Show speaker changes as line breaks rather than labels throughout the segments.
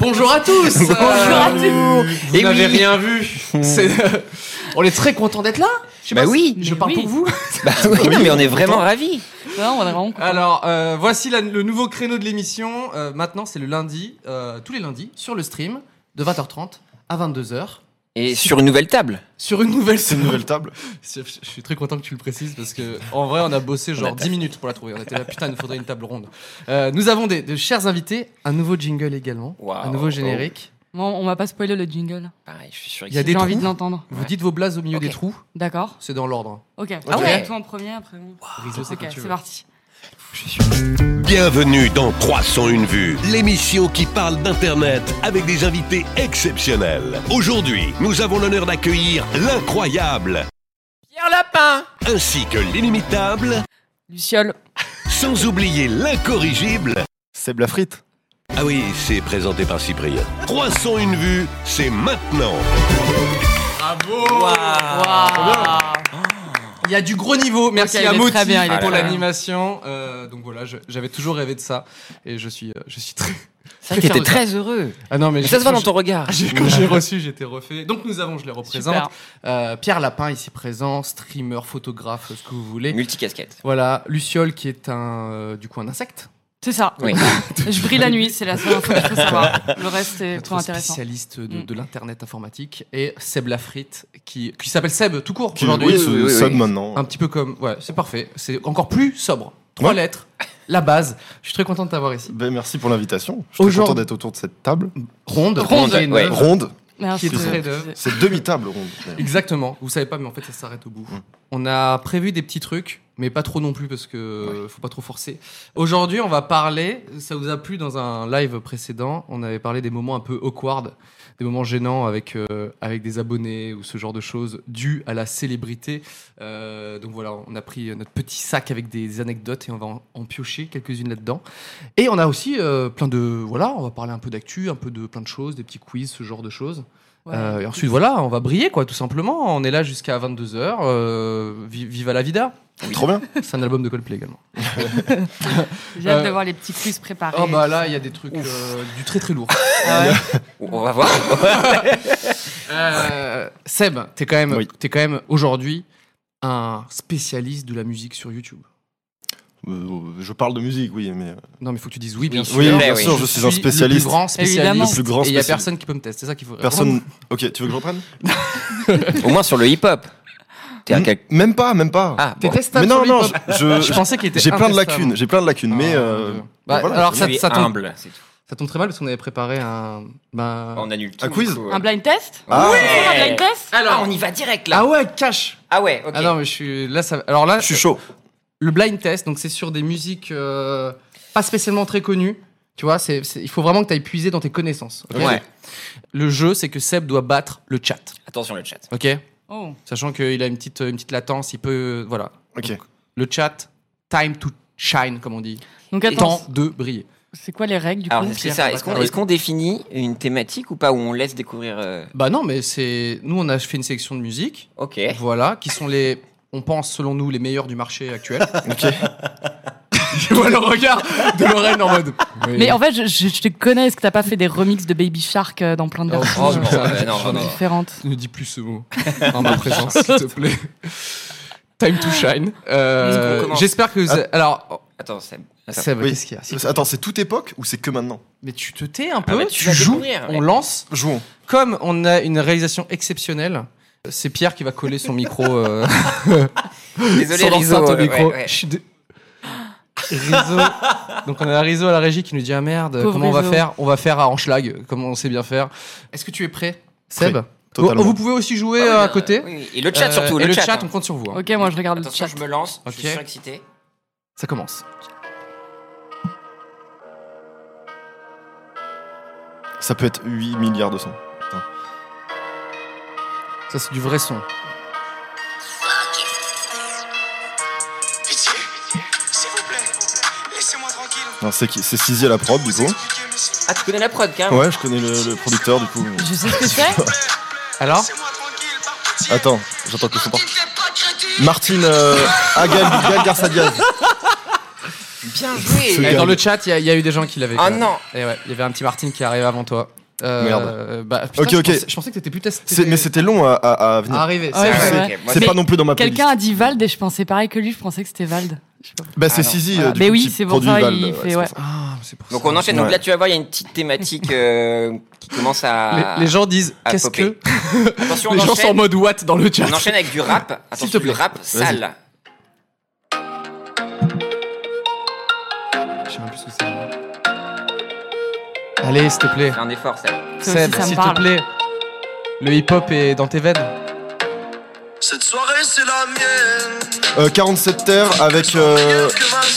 Bonjour à tous Bonjour
à tous.
Et
Vous n'avez
oui,
rien vu
c'est- euh, On est très content d'être là Je sais
Bah
pas si-
oui.
Je
Mais
parle
oui.
pour vous
Bah oui, non, mais on est vraiment ravis.
Non, on est vraiment contents.
Alors, euh, voici la- le nouveau créneau de l'émission. Euh, maintenant, c'est le lundi, euh, tous les lundis, sur le stream, de 20h30 à 22h,
Et sur une nouvelle table.
sur une nouvelle
C'est une nouvelle table.
Je je suis très content que tu le précises parce que en vrai on a bossé
On a
genre
taffé.
10 minutes pour la trouver. On était là putain il nous faudrait une table ronde. Euh, nous avons des, de chers invités, un nouveau jingle également,
Waouh.
un nouveau générique.
Ah, bah Bon, on va pas spoiler le jingle.
Pareil, je suis sûr.
Il y a
J'ai
des
envie
trous.
de l'entendre.
Vous
Ouais.
dites vos blazes au milieu
Ok.
des trous,
D'accord
c'est dans l'ordre.
Ok.
Ah ouais.
Toi en premier, après moi.
Rizzo, c'est
Ok,
quand tu
c'est
veux.
parti.
Bienvenue dans 301 vues, l'émission qui parle d'Internet avec des invités exceptionnels. Aujourd'hui, nous avons l'honneur d'accueillir l'incroyable
Pierre Lapin
ainsi que l'inimitable,
Luciole.
sans oublier l'incorrigible.
C'est de la frite.
Ah oui, c'est présenté par Cyprien. 301 vues, c'est maintenant.
Bravo
Waouh.
Il y a du gros niveau. Merci
Ok, il
à
est
Moti
très bien, il est
pour
très bien.
l'animation. Euh, donc voilà, je- j'avais toujours rêvé de ça et je suis, euh, je suis très.
C'est vrai que t'étais
Très fier
très heureux.
Ah non mais
Mais
je-
ça se voit dans
je-
ton regard.
J'ai- Quand j'ai reçu, j'étais refait. Donc nous avons, je les
Super.
représente, euh, Pierre Lapin ici présent, streamer, photographe, ce que vous voulez.
Multicasquette.
Voilà, Luciole qui est un euh, du coup un insecte,
C'est ça.
Oui.
Je brille la nuit, c'est la seule info qu'il faut savoir. Le reste est trop
notre
intéressant.
spécialiste de,
Mm.
de l'internet informatique, et Seb Lafrite qui, qui s'appelle Seb tout court
Qui
aujourd'hui.
oui,
oui,
se
oui, oui.
sonne maintenant.
Un petit peu comme, ouais, c'est parfait, c'est encore plus sobre. Trois
Ouais.
lettres, la base. Je suis très content de t'avoir ici.
Ben, merci pour l'invitation. Je suis très
Aujourd'hui-
content d'être autour de cette table.
Ronde,
Ronde,
qui est une-
ouais.
Ronde.
Merci.
Qui est très
de-
de-
C'est demi-table ronde. d'ailleurs.
Exactement. Vous savez pas, mais en fait, ça s'arrête au bout. On a prévu des petits trucs, mais pas trop non plus parce que euh, faut pas trop forcer. Aujourd'hui, on va parler. Ça vous a plu dans un live précédent On avait parlé des moments un peu awkward, des moments gênants avec euh, avec des abonnés ou ce genre de choses dues à la célébrité. Euh, donc voilà, on a pris notre petit sac avec des anecdotes et on va en, en piocher quelques-unes là-dedans. Et on a aussi euh, plein de voilà, on va parler un peu d'actu, un peu de plein de choses, des petits quiz, ce genre de choses.
Ouais.
Euh, et ensuite, voilà, on va briller, quoi, tout simplement. On est là jusqu'à 22h. Euh, vi- viva la vida.
Trop bien.
C'est un album de Coldplay également.
J'ai hâte
euh,
de voir les petits quiz préparés.
Oh, bah là, il y a des trucs, euh, du très très lourd.
Ah
On va voir.
Euh, Seb, t'es quand même,
Oui.
t'es quand même aujourd'hui un spécialiste de la musique sur YouTube.
Euh, je parle de musique, oui, mais. euh,
Non, mais faut que tu dises oui, bien
Oui,
sûr.
oui,
bien
oui.
sûr, je suis un
Le
spécialiste.
plus grand
Évidemment.
spécialiste.
Le plus grand
Et il y a
spécialiste.
personne qui peut me tester, c'est ça qu'il faut.
Personne. Ok, tu veux que je reprenne
Au moins sur le hip-hop. T'es à
M-
quel...
Même pas, même pas.
Ah,
T'es
bon.
testable
Mais non,
sur
non,
le
je.
hip-hop.
je-
Je pensais qu'il était.
J'ai plein de
intestable.
lacunes, j'ai plein de lacunes, mais.
Ah,
euh,
Dieu.
bah
Bah,
voilà,
alors ça,
Tu es
ça tombe,
humble. c'est tout.
ça tombe très mal parce qu'on avait préparé un. bah,
On annule tout.
Un quiz
du coup, euh.
Un blind test
Ah,
Faire Un blind test
Alors, on y va direct là.
Ah ouais, cash.
Ah ouais, ok.
Ah non, mais je suis là. Ça... Alors là,
Je suis chaud.
le blind test, donc c'est sur des musiques euh, pas spécialement très connues. Tu vois, c'est, c'est- il faut vraiment que tu ailles puiser dans tes connaissances. ok
Ouais.
Le jeu, c'est que Seb doit battre le chat.
Attention le chat.
Ok
Oh.
Sachant qu'il a une petite, une petite latence, il peut. euh, voilà.
Ok.
Le chat, time to shine, comme on dit.
Donc attends,
Temps de briller.
c'est quoi les règles du coup
Alors, c'est
Pierre,
ça.
ça
Est-ce
va
qu'on
pas.
est-ce qu'on définit une thématique ou pas Ou on laisse découvrir. euh,
Bah non, mais c'est. Nous, on a fait une sélection de musique.
Ok.
Voilà, qui sont les. On pense, selon nous, les meilleurs du marché actuel. ok. Je vois le regard de Lorraine en mode. Oui.
Mais en fait, je, je- je te connais, est-ce que t'as pas fait des remixes de Baby Shark euh, dans plein de
Oh,
versions
Oh
euh,
putain, euh, non, non, non.
différentes
Ne dis plus ce mot en ma présence, s'il te plaît. Time to shine. Euh,
Let's go, commence. Ah.
J'espère que vous. a- euh, Alors,
Attends, Seb. Attends.
Seb,
Oui.
qu'est-ce qu'il y a C'est-
Attends, c'est toute époque ou c'est que maintenant
Mais tu te tais un
Ah
peu,
bah, tu
tu,
vas
joues,
découvrir, ouais.
on lance.
Jouons.
Comme on a une réalisation exceptionnelle, c'est Pierre qui va coller son micro. euh,
Désolé,
son
Rizzo,
enceinte au
euh,
micro.
ouais, ouais.
Chut, dé- Rizzo. Donc on a Rizzo à la régie qui nous dit ah merde,
Pauvre
comment on va
Rizzo.
faire On va faire à Anschlag, comme on sait bien faire. Est-ce que tu es prêt, Seb
Prêt, totalement.
Vous- Vous pouvez aussi jouer
Ah oui,
euh, à
non,
côté.
oui, oui. Et le chat
Euh,
surtout.
et
Le chat. hein.
on compte sur vous. hein.
Ok, moi je regarde le
Attention,
chat.
je me lance. Je suis
Ok.
surexcité.
Ça commence.
Ça peut être 8 milliards de sons.
Ça, c'est du vrai son.
Pitié, s'il vous plaît, laissez-moi tranquille.
Non, c'est qui- c'est Sizi à la prod, du coup.
Ah, tu connais la prod, carrément
Ouais, je connais le, le producteur, du coup.
Je sais ce que c'est.
Alors
Attends, j'entends que le son part. Martine euh, ah, Gal, Gal Garcia Diaz.
Bien
Ce
Eh,
gars.
joué
Gagne.
Dans le chat, il y, a- il y a eu des gens qui l'avaient.
Ah
quand même.
non.
Eh ouais, il y avait un petit Martine qui arrive avant toi. Euh,
Merde.
bah, putain,
Ok,
je
ok.
pensais- Je pensais que t'étais plus Ah, testé.
C'est- Mais c'était long à, à- à venir.
Arrivé.
Ouais,
c'est
ouais,
arrivé.
ouais.
ok, moi,
c'est
Mais
pas non plus dans ma playlist.
Quelqu'un a dit Vald et je pensais pareil que lui, je pensais que c'était Vald.
Bah, c'est
Ah non.
Sizi.
Voilà.
euh, du
Mais
coup,
oui,
qui
c'est pour
produit
ça,
Vald,
il
ouais,
fait-
c'est pour
ouais.
ça.
Ah, c'est pour
Donc
ça.
on enchaîne. Donc
Ouais.
là, tu vas voir, il y a une petite thématique euh, qui commence à.
Les, les gens disent
à
qu'est-ce que
popper. Attention, on
les gens sont en
enchaîne.
mode what dans le chat.
On enchaîne avec du rap.
S'il te
Attention, du
plaît.
rap sale.
Je sais même plus ce que c'est. Allez, s'il te plaît.
Fais un effort, sale.
Ça aussi,
Seb,
ça me
s'il
parle.
te plaît. Le hip-hop est dans tes veines.
Cette soirée, c'est la mienne.
Euh, 47 terres avec. euh,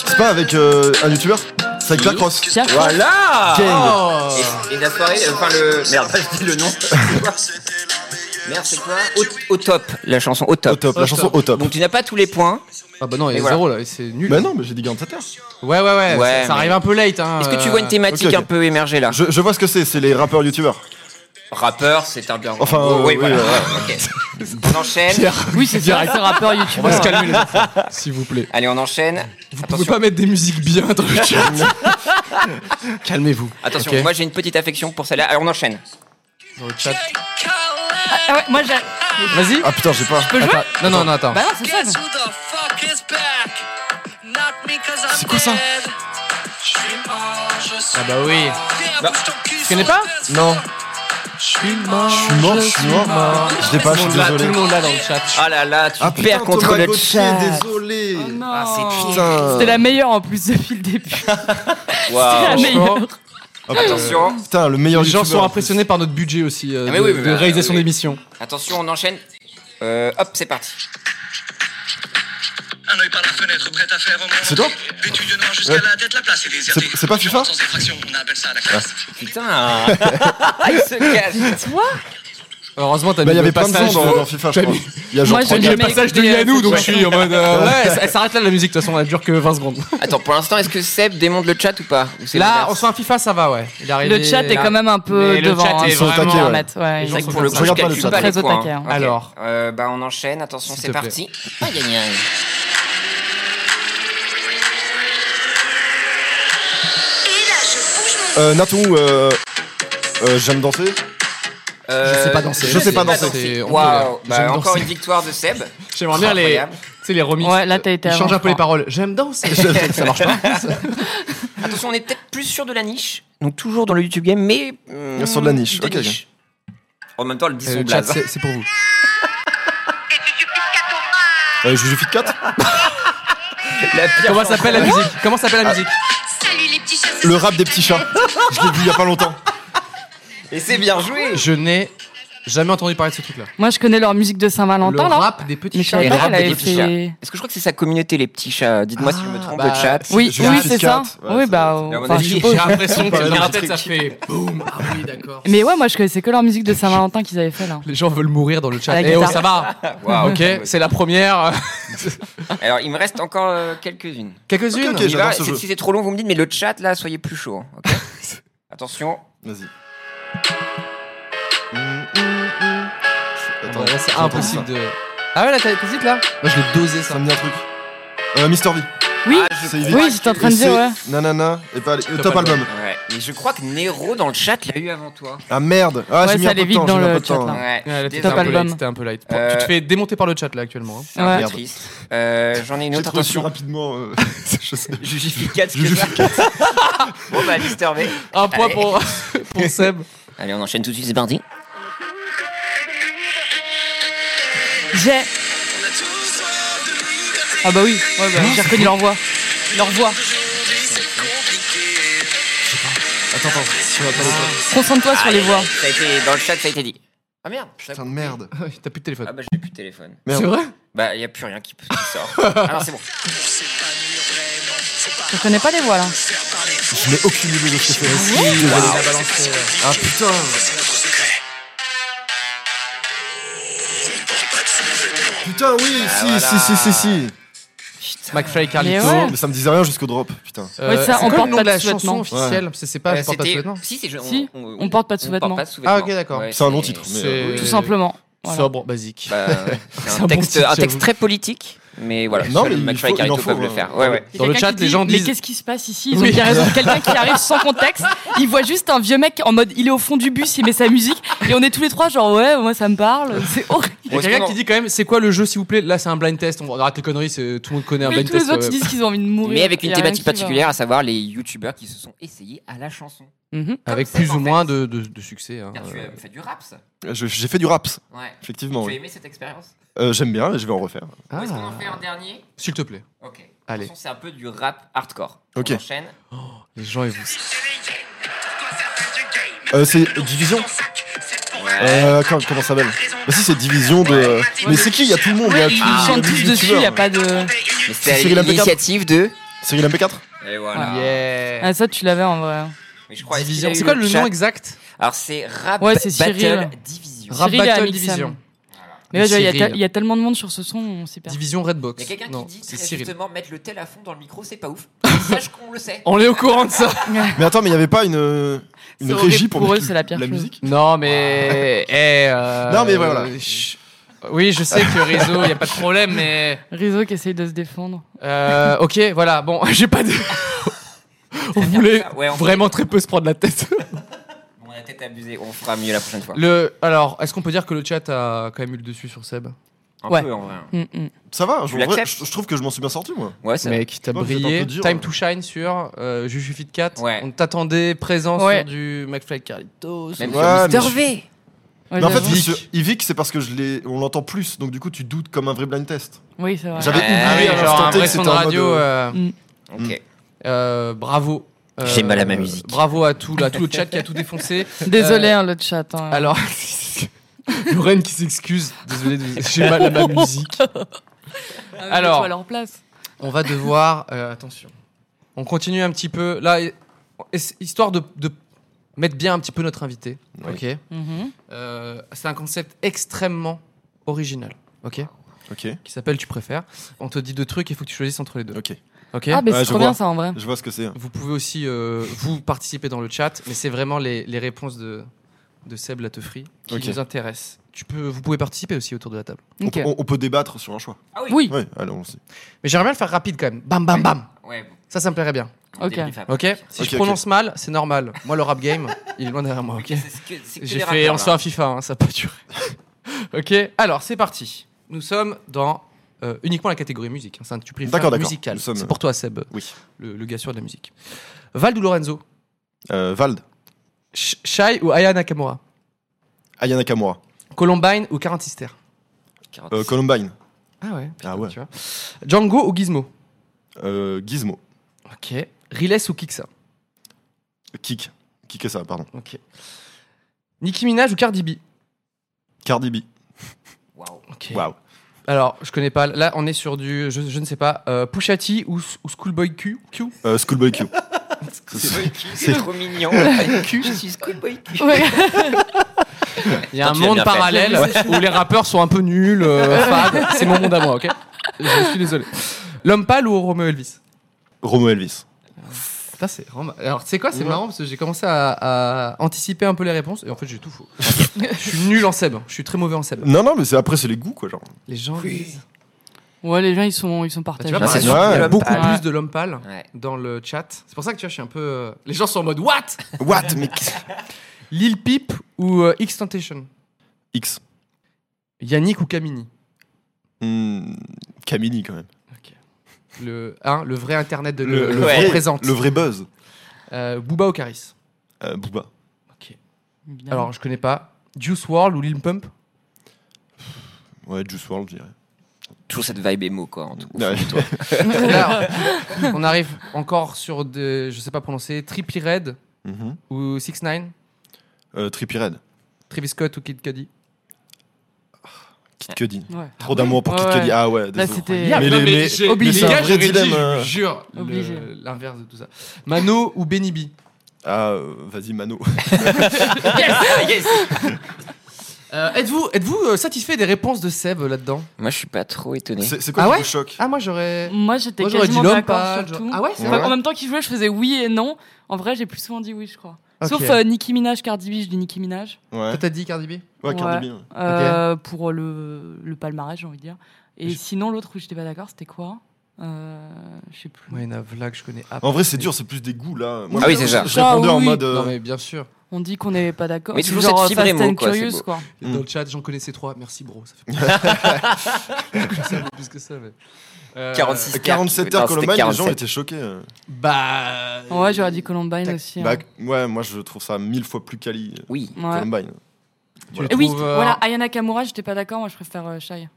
C'est pas avec euh, un youtubeur C'est avec
Oui.
Lacrosse.
Pierre Croix.
Voilà
Gang.
et, et la soirée, euh, enfin le. Merde, je dis le nom. Merde, c'est quoi au, au top, la chanson au
Au
top.
top, la chanson au top.
Donc tu n'as pas tous les points.
Ah bah non, il y
Et
a
voilà.
zéro là, c'est nul.
Bah non, mais j'ai dit 47 terres.
Ouais, ouais, ouais,
Ouais,
ça, ça
mais-
arrive un peu late. Hein,
Est-ce que tu vois une
euh,
thématique
ok, ok.
un peu émergée là
Je, je vois ce que c'est, c'est les rappeurs youtubeurs.
Rappeur, c'est un bien.
Enfin, euh, oui,
oui, voilà.
ouais.
ouais, ok. On enchaîne.
Oui, c'est ça, ce rappeur
On va
youtubeur.
se calmer les enfants, s'il vous plaît.
Allez, on enchaîne.
Vous pouvez
attention,
pas mettre des musiques bien dans le chat.
Ah
Calmez-vous.
attention.
ok
Moi, j'ai une petite affection pour celle-là. Allez, on enchaîne.
Dans le chat.
Ah ouais, moi j'ai.
Vas-y.
Ah putain, j'ai pas.
Attends, Non, non, non, attends.
Bah non, c'est ça. non.
C'est
quoi ça Ah bah oui.
Tu
connais pas
Non.
Je suis mort.
Je suis mort, je suis mort. Je l'ai pas, je suis
bah, Tout
désolé.
le monde l'a- Tout le monde là dans le chat.
Ah là là, tu
Ah putain,
perds contre
Thomas
le
Gauthier,
chat.
désolé.
Ah, Oh.
Non.
Putain.
C'était la meilleure en plus depuis le début.
Waouh.
la meilleure.
Ah, putain.
Attention,
Putain, le meilleur
Les gens
youtubeur.
sont impressionnés par notre budget aussi euh,
Ah
de,
mais oui, mais
de
bah,
réalisation
oui, oui.
d'émission.
attention, on enchaîne. Euh, hop, c'est parti.
Un œil par la fenêtre, prêt à faire remonter.
C'est toi
Vêtu de noir jusqu'à
Ouais.
la tête, la place est désertée.
C'est- c'est pas
Je
FIFA Ah.
rentre sans effraction, on appelle ça la classe.
Putain,
Ah,
il se cache.
Heureusement, t'as
Bah, il y
mis le
avait plein de
passage.
gens dans, dans FIFA, je crois. Il y a genre
Moi,
trois
j'ai
Il y
gars.
a le
Jamais
passage de
écouté, euh,
Yannou, donc je
cette
suis en mode. euh, ouais, elle- elle s'arrête là la musique, de toute façon, elle dure que 20 secondes.
Attends, pour l'instant, est-ce que Seb démonte le chat ou pas Ou c'est
Là,
l'inverse
on se fait un FIFA, ça va, ouais. Il est arrivé,
Le chat est
là.
quand même un peu
Mais le
devant.
chat
hein,
est
il faut
vraiment-
le reconnaître, ouais.
C'est
Les gens
vrai
sont
que pour le
comme
coup,
ça.
je
Regarde pas le
calcule
chat.
pas les
Très au
points.
taquet,
hein.
hein.
Ok.
Alors.
Euh, bah, on enchaîne, attention,
S'il
c'est
te plaît.
parti. Aïe, aïe, aïe.
Euh, Natou, euh, euh, j'aime danser.
Euh,
sais pas danser.
Je sais pas danser.
C'est honteux, là.
Waouh,
J'aime
bah, encore
danser.
une victoire de Seb.
J'aimerais bien les,
Incroyable.
tu sais, les remix.
Ouais, là, t'as été
Ils
avant,
changent un peu
je
les
crois.
paroles. J'aime danser. ça marche pas.
Attention, on est peut-être plus sûr de la niche. Donc toujours dans le YouTube game, mais hum,
Euh, Mmh. Sur de la niche, ok,
En même temps, le 10
Le Euh, chat, c'est c'est pour vous.
Euh, Juju Fit 4
La pire
Comment
chanson.
s'appelle la musique Comment s'appelle la
Ah.
Ah.
musique
Salut les petits chats.
Le rap des petits chats. Je l'ai vu il y a pas longtemps.
Et c'est bien joué.
Je n'ai jamais entendu parler de ce truc-là.
Moi, je connais leur musique de
Le
Saint-Valentin, là.
rap des petits
Mais je
chats.
savais
Et
pas
rap
qu'elle
des
avait
petits
fait.
Est-ce que je crois que c'est sa communauté, les petits chats Dites-moi si je me
Ah,
trompe,
bah,
le chat.
c'est-
Oui,
Je
oui,
suis
c'est ça.
quatre, ouais.
Oui, bah.
Mais à mon
enfin,
avis,
je
J'ai
suppose.
j'ai l'impression que
Parler
dans
d'un
la tête,
truc.
ça fait boum. Ah oui, d'accord.
Mais ouais, moi, je connaissais que leur musique de Saint-Valentin qu'ils avaient fait, là.
Les gens veulent mourir dans le
À
chat.
la
Eh oh,
guitare.
ça va.
Ah bah. Waouh,
Ok, c'est la première.
Alors, il me reste encore euh, quelques-unes.
Quelques-unes.
Ok,
On y
j'adore
va.
ce
C'est-
jeu.
Si c'est trop long, vous me dites, mais le chat, là, soyez plus chaud. hein, ok Attention.
Vas-y.
Mmh. Ouais, là, c'est
j'entends
impossible de. Ah ouais, là, t'as- t'hésites là Moi, je l'ai dosé
Ça
ça.
me dit un truc. Euh, Mister V. Ah,
Oui,
C'est évident.
oui, j'étais en train de
Et
dire,
c'est
ouais.
Nanana. Et pas les- euh, top
Top album.
album.
Ouais. Mais je crois que Nero dans le chat l'a eu avant toi.
Ah merde. Ah,
Ouais,
j'ai mis
ça
un peu
allait
de
vite
temps,
dans
j'ai mis un
le
peu de
chat,
temps.
hein.
là.
Ouais,
Ouais, là, t'étais
désolé.
Top
un peu late,
album.
t'étais un peu light.
Euh,
Tu te fais démonter par le chat là actuellement. hein.
C'est un peu
Merde.
triste. Euh, J'en ai une
J'ai
autre,
trouvé plus
attention.
rapidement. euh, je sais.
Jujificat, ce que
Juju
ça. Bon, bah, Mister V.
Un point
Allez.
pour, pour Seb.
Allez, on enchaîne tout de suite, c'est parti.
J'ai. Ah bah oui, ouais, bah, j'ai reconnu leur voix. Leur voix.
Attends, attends. tu vas pas le faire.
Concentre-toi sur les voix.
Ça a été, dans le chat, ça a été dit. Ah merde. ça a
Putain de
coupé.
merde.
T'as plus de téléphone.
Ah bah, j'ai plus de téléphone.
merde.
C'est vrai
Bah, y a plus rien qui, peut- qui sort. ah non, c'est bon.
Je connais pas les voix là.
Je n'ai aucune idée de ce que
Ah
c'est.
Il va la balancer.
Ah putain Putain, oui, si,
voilà.
si, si, si, si.
McFly et Carlito.
Mais
Non,
ouais.
mais ça me disait rien jusqu'au drop, putain.
Euh,
Ouais, ça,
c'est
on
quoi
porte
le nom
pas
de la
de sous-vêtements.
chanson officielle C'est c'est pas
Euh,
je porte pas de
c'était-
sous-vêtements
Si, c'est-
Si, on porte pas de sous-vêtements.
Ah, ok, d'accord.
C'est un long titre. Mais, euh,
C'est
Tout simplement. Voilà.
sobre, basique.
Bah,
C'est
c'est
un
un
bon
texte,
titre,
un texte
j'avoue.
très politique, mais voilà, non,
Non, mais il
McFly
faut-
et
il en
Carito
faut,
peuvent le
ouais.
faire. Ouais, ouais.
Il y a
Dans le
quelqu'un
chat,
qui
les
dit,
gens
Mais
disent-
qu'est-ce qui se passe ici Ils ont
Oui.
bien raison. Quelqu'un qui arrive sans contexte, il voit juste un vieux mec en mode il est au fond du bus, il met sa musique, et on est tous les trois genre ouais, moi ça me parle, c'est horrible.
Il y a quelqu'un qui dit quand même c'est quoi le jeu s'il vous plaît Là c'est un blind test, on arrête les conneries, c'est- tout le monde connaît un
Mais
blind
tous les
test. euh,
autres
ouais.
ils disent qu'ils ont envie de mourir.
Mais avec
Il
une
y a rien
thématique
qui va.
particulière, à savoir Ah, les youtubeurs qui se sont essayés à la chanson. Euh,
Mhm.
Avec
Comme ça,
plus ou
en fait.
moins de, de- de succès. hein.
Car tu as fait du rap, ça.
je- J'ai fait du rap,
Ouais.
effectivement.
tu as
oui.
aimé cette expérience
Euh, J'aime bien, et je vais en refaire.
Ah.
Est-ce qu'on en fait un dernier
S'il te plaît.
Ok.
Allez.
Attention, C'est un peu du rap hardcore.
Ok.
On enchaîne.
Les gens et vous.
Euh, c'est Division euh, comment, comment ça s'appelle Bah si, c'est Division de... euh, Mais c'est qui Il y a tout le monde, il y a
Ouais, ils chantent tous dessus, il n'y a pas de.
Mais
C'est
c'est
Cyril
à
Impeccable.
l'initiative de.
Cyril MP4
Et voilà.
Yeah.
Ah, ça tu l'avais en vrai.
Mais je crois est-ce qu'il y a
Division.
eu
C'est quoi le
chat
nom exact
Alors c'est Rap
Ouais, c'est
Battle
Cyril.
Division.
Rap
Cyril et
Battle
Amixem.
Division.
Mais ouais,
Cyril.
il y a tel- il y, a tellement de monde sur ce son, on s'y perd.
Division
Il y a
Redbox.
quelqu'un qui
Non,
dit
c'est
très
Cyril.
justement mettre le tel à fond dans le micro, c'est pas ouf. Sache qu'on le sait.
On est au courant de ça
Mais attends, mais il n'y avait pas une, euh, une
C'est
régie
horrible
pour,
pour
mettre
eux, c'est la pire chose.
musique
Non
Ah.
mais. eh, euh,
Non, mais voilà.
chut. Oui, je sais que réseau, il n'y a pas de problème, mais.
Rizzo qui essaye de se défendre.
Euh, ok, voilà, bon, j'ai pas de.
Ah
on voulait
ça, ouais, on-
vraiment très peu se prendre la tête.
Bon, on a peut-être abusé, on fera mieux la prochaine fois.
Le, alors, est-ce qu'on peut dire que le chat a quand même eu le dessus sur Seb
Un
Ouais.
peu en vrai. hein.
Mm, mm.
Ça va, je,
Tu
en vrai,
l'acceptes
je- je trouve que je m'en suis bien sorti, moi.
Ouais, c'est
Mec, t'as
Non, vous êtes un
brillé.
peu dur,
Time
hein.
to shine sur euh, Juju Fit 4.
Ouais.
On t'attendait présent
Ouais.
sur du McFly Carlitos.
Même
Ouais, mais
sur Mr.
je-
V.
Ouais,
mais en fait,
j'avoue.
il se- il vic, c'est parce que je l'ai- on l'entend plus, donc du coup, tu doutes comme un vrai blind test.
oui, c'est vrai. Mm.
J'avais
Ouais. Ah
oublié
oui,
à
genre
l'instant
un
T
vrai
que
son
c'était
de
en
radio.
mode,
euh,
Ok.
euh, bravo. Euh,
J'aime à la ma musique.
Bravo à tout, là, tout le chat qui a tout défoncé.
Désolé, hein, le chat. hein.
Alors, Lorraine qui s'excuse. Désolé, de- j'ai mal à ma musique.
Ah, mais
alors-
mets-toi à leur place.
On va devoir. euh, attention. On continue un petit peu. Là, et- histoire de, de mettre bien un petit peu notre invité.
Oui.
Ok.
Mhm.
Euh, c'est un concept extrêmement original, ok
Ok,
Qui s'appelle Tu préfères. On te dit deux trucs, il faut que tu choisisses entre les deux.
ok.
Ok
Ah, mais
Ouais,
c'est
je
trop
vois.
bien ça en vrai.
Je vois ce que c'est.
Vous pouvez aussi euh, vous participer dans le chat, mais c'est vraiment les, les réponses de, de Seb Latefri qui
Ok.
nous intéressent. Tu peux, vous pouvez participer aussi autour de la table.
On,
Ok.
on- on peut débattre sur un choix.
Ah
Oui,
Ouais, allons-y.
Mais j'aimerais bien le faire rapide quand même. Bam, bam, bam.
Ouais, bon,
Ça, ça me plairait bien.
on
Ok.
débriefe après.
Ok Si
Ok,
je
ok.
prononce mal, c'est normal. Moi, le rap game, il est loin derrière moi.
Ok,
Ok.
c'est ce que- c'est que
J'ai
des
fait
rappeurs,
en
là.
soi un FIFA, hein, ça peut durer. ok, alors c'est parti. Nous sommes dans euh, uniquement la catégorie musique. hein, C'est un tu préfères
D'accord, d'accord.
musical.
Nous sommes-
C'est pour toi, Seb,
Oui.
le, le gars sûr de la musique. Valde ou Lorenzo
Euh, Vald,
Sh- Shai ou Aya Nakamura
Aya Nakamura,
Columbine ou 40 Sister
euh, Columbine,
Ah ouais,
ah ouais,
tu vois. Django ou Gizmo
euh, Gizmo,
Ok. Riles ou Kiksa
Kick, Kick et ça, pardon.
Ok. Nicki Minaj ou Cardi B
Cardi B,
Waouh.
Ok.
waouh.
Alors, je connais pas. Là, on est sur du. Je, je ne sais pas. Euh, Pusha T ou, ou Schoolboy Q, Q
Euh, Schoolboy Q.
C'est trop mignon. Je suis schoolboy cul.
Ouais.
Il y a un
Toi, tu l'as
monde
bien fait.
parallèle où les rappeurs sont un peu nuls, euh, fades. C'est mon monde à moi, ok Je suis désolé. L'homme pâle ou Romeo Elvis
Romo Elvis.
Putain, c'est vraiment- Alors, tu sais quoi, c'est
Ouais.
marrant parce que j'ai commencé à, à anticiper un peu les réponses et en fait, j'ai tout faux. je suis nul en Seb, je suis très mauvais en Seb.
Non, non, mais c'est après, c'est les goûts, quoi, genre.
Les gens disent.
Ouais, les gens ils sont, ils sont
Bah,
partagés.
tu vois, par
Ah, c'est
exemple,
sûr.
il y a
Ouais.
beaucoup
Ouais.
plus de l'homme pâle
Ouais.
dans le chat. C'est pour ça que tu vois, je suis un peu. euh, Les gens sont en mode What
What, mais qu'est-
Lil Peep ou euh, X Tentation
X.
Yannick ou Kamini
Hmm, Kamini, quand même.
le, hein, le vrai internet de
Le,
le,
le
Ouais.
vrai,
représente.
le vrai buzz.
Euh, Booba ou Caris
Euh, Booba.
Évidemment.
Alors, je connais pas. Juice WRLD ou Lil Pump
Ouais, Juice WRLD, je dirais.
Toujours cette vibe émo, quoi. En tout.
Ouais.
Là, on arrive encore sur des, je sais pas prononcer, Trippie Red
Mhm.
ou 6 9
Euh, Trippie Red.
Travis Scott ou Kid Cudi
Kid Cudi.
Ouais.
Trop d'amour pour
Ouais,
Kid
ouais.
Cudi. Ah ouais,
Là,
désolé.
c'était.
Non,
Mais les- mais-
j'ai-
Obligé.
Les
C'est un
Ah. gars,
vrai
j'aurais dit,
dilemme,
je
hein.
vous jure, le-
Obligé.
l'inverse de tout ça. Mano ou Benny B
Ah, euh, vas-y, Mano.
Euh, Êtes-vous êtes-vous euh, satisfait des réponses de Seb euh, là-dedans
Moi, je suis pas trop étonné.
C'est c'est quoi
Ah
qui
ouais
vous choque
Ah moi j'aurais.
Moi, j'étais
Moi j'aurais dit
quasiment
l'homme
d'accord
pas.
sur tout.
Ah ouais, c'est
Ouais.
vrai.
En même temps qu'il jouait, je faisais oui et non. En vrai, j'ai plus souvent dit oui, je crois.
Ok.
Sauf euh, Nicki Minaj, Cardi B, je dis Nicki Minaj.
Ouais,
Toi, T'as dit Cardi B
ouais, Cardi B. ouais.
Euh, Pour le, le palmarès, j'ai envie de dire. Et sinon, l'autre où j'étais pas d'accord, c'était quoi Euh, Je sais plus.
Ouais, Navla que je connais. à
En vrai,
peine.
c'est dur, c'est plus des goûts là.
Ah oui,
je-
c'est ça.
Je répondais
Ah
en
oui.
mode. euh,
Non mais bien sûr.
On dit qu'on n'est pas d'accord.
Mais
C'est
toujours
genre
cette fibre
Fast
émo,
and
quoi, c'est
Curious,
beau.
quoi.
Dans
Mm.
le chat, j'en connaissais trois. Merci bro. Ça fait ça vaut plus que ça. Mais... Euh,
46.
à 47 heures
Non, c'était
Colombine, les gens
47.
étaient choqués. euh.
Bah.
Ouais, j'aurais dit Columbine aussi. hein.
Bah, ouais, moi je trouve ça mille fois plus quali. euh,
Oui.
Ouais.
Columbine.
Tu les
Et oui,
trouves, euh,
voilà, Ayana Kamura, j'étais pas d'accord, moi je préfère euh, Shai.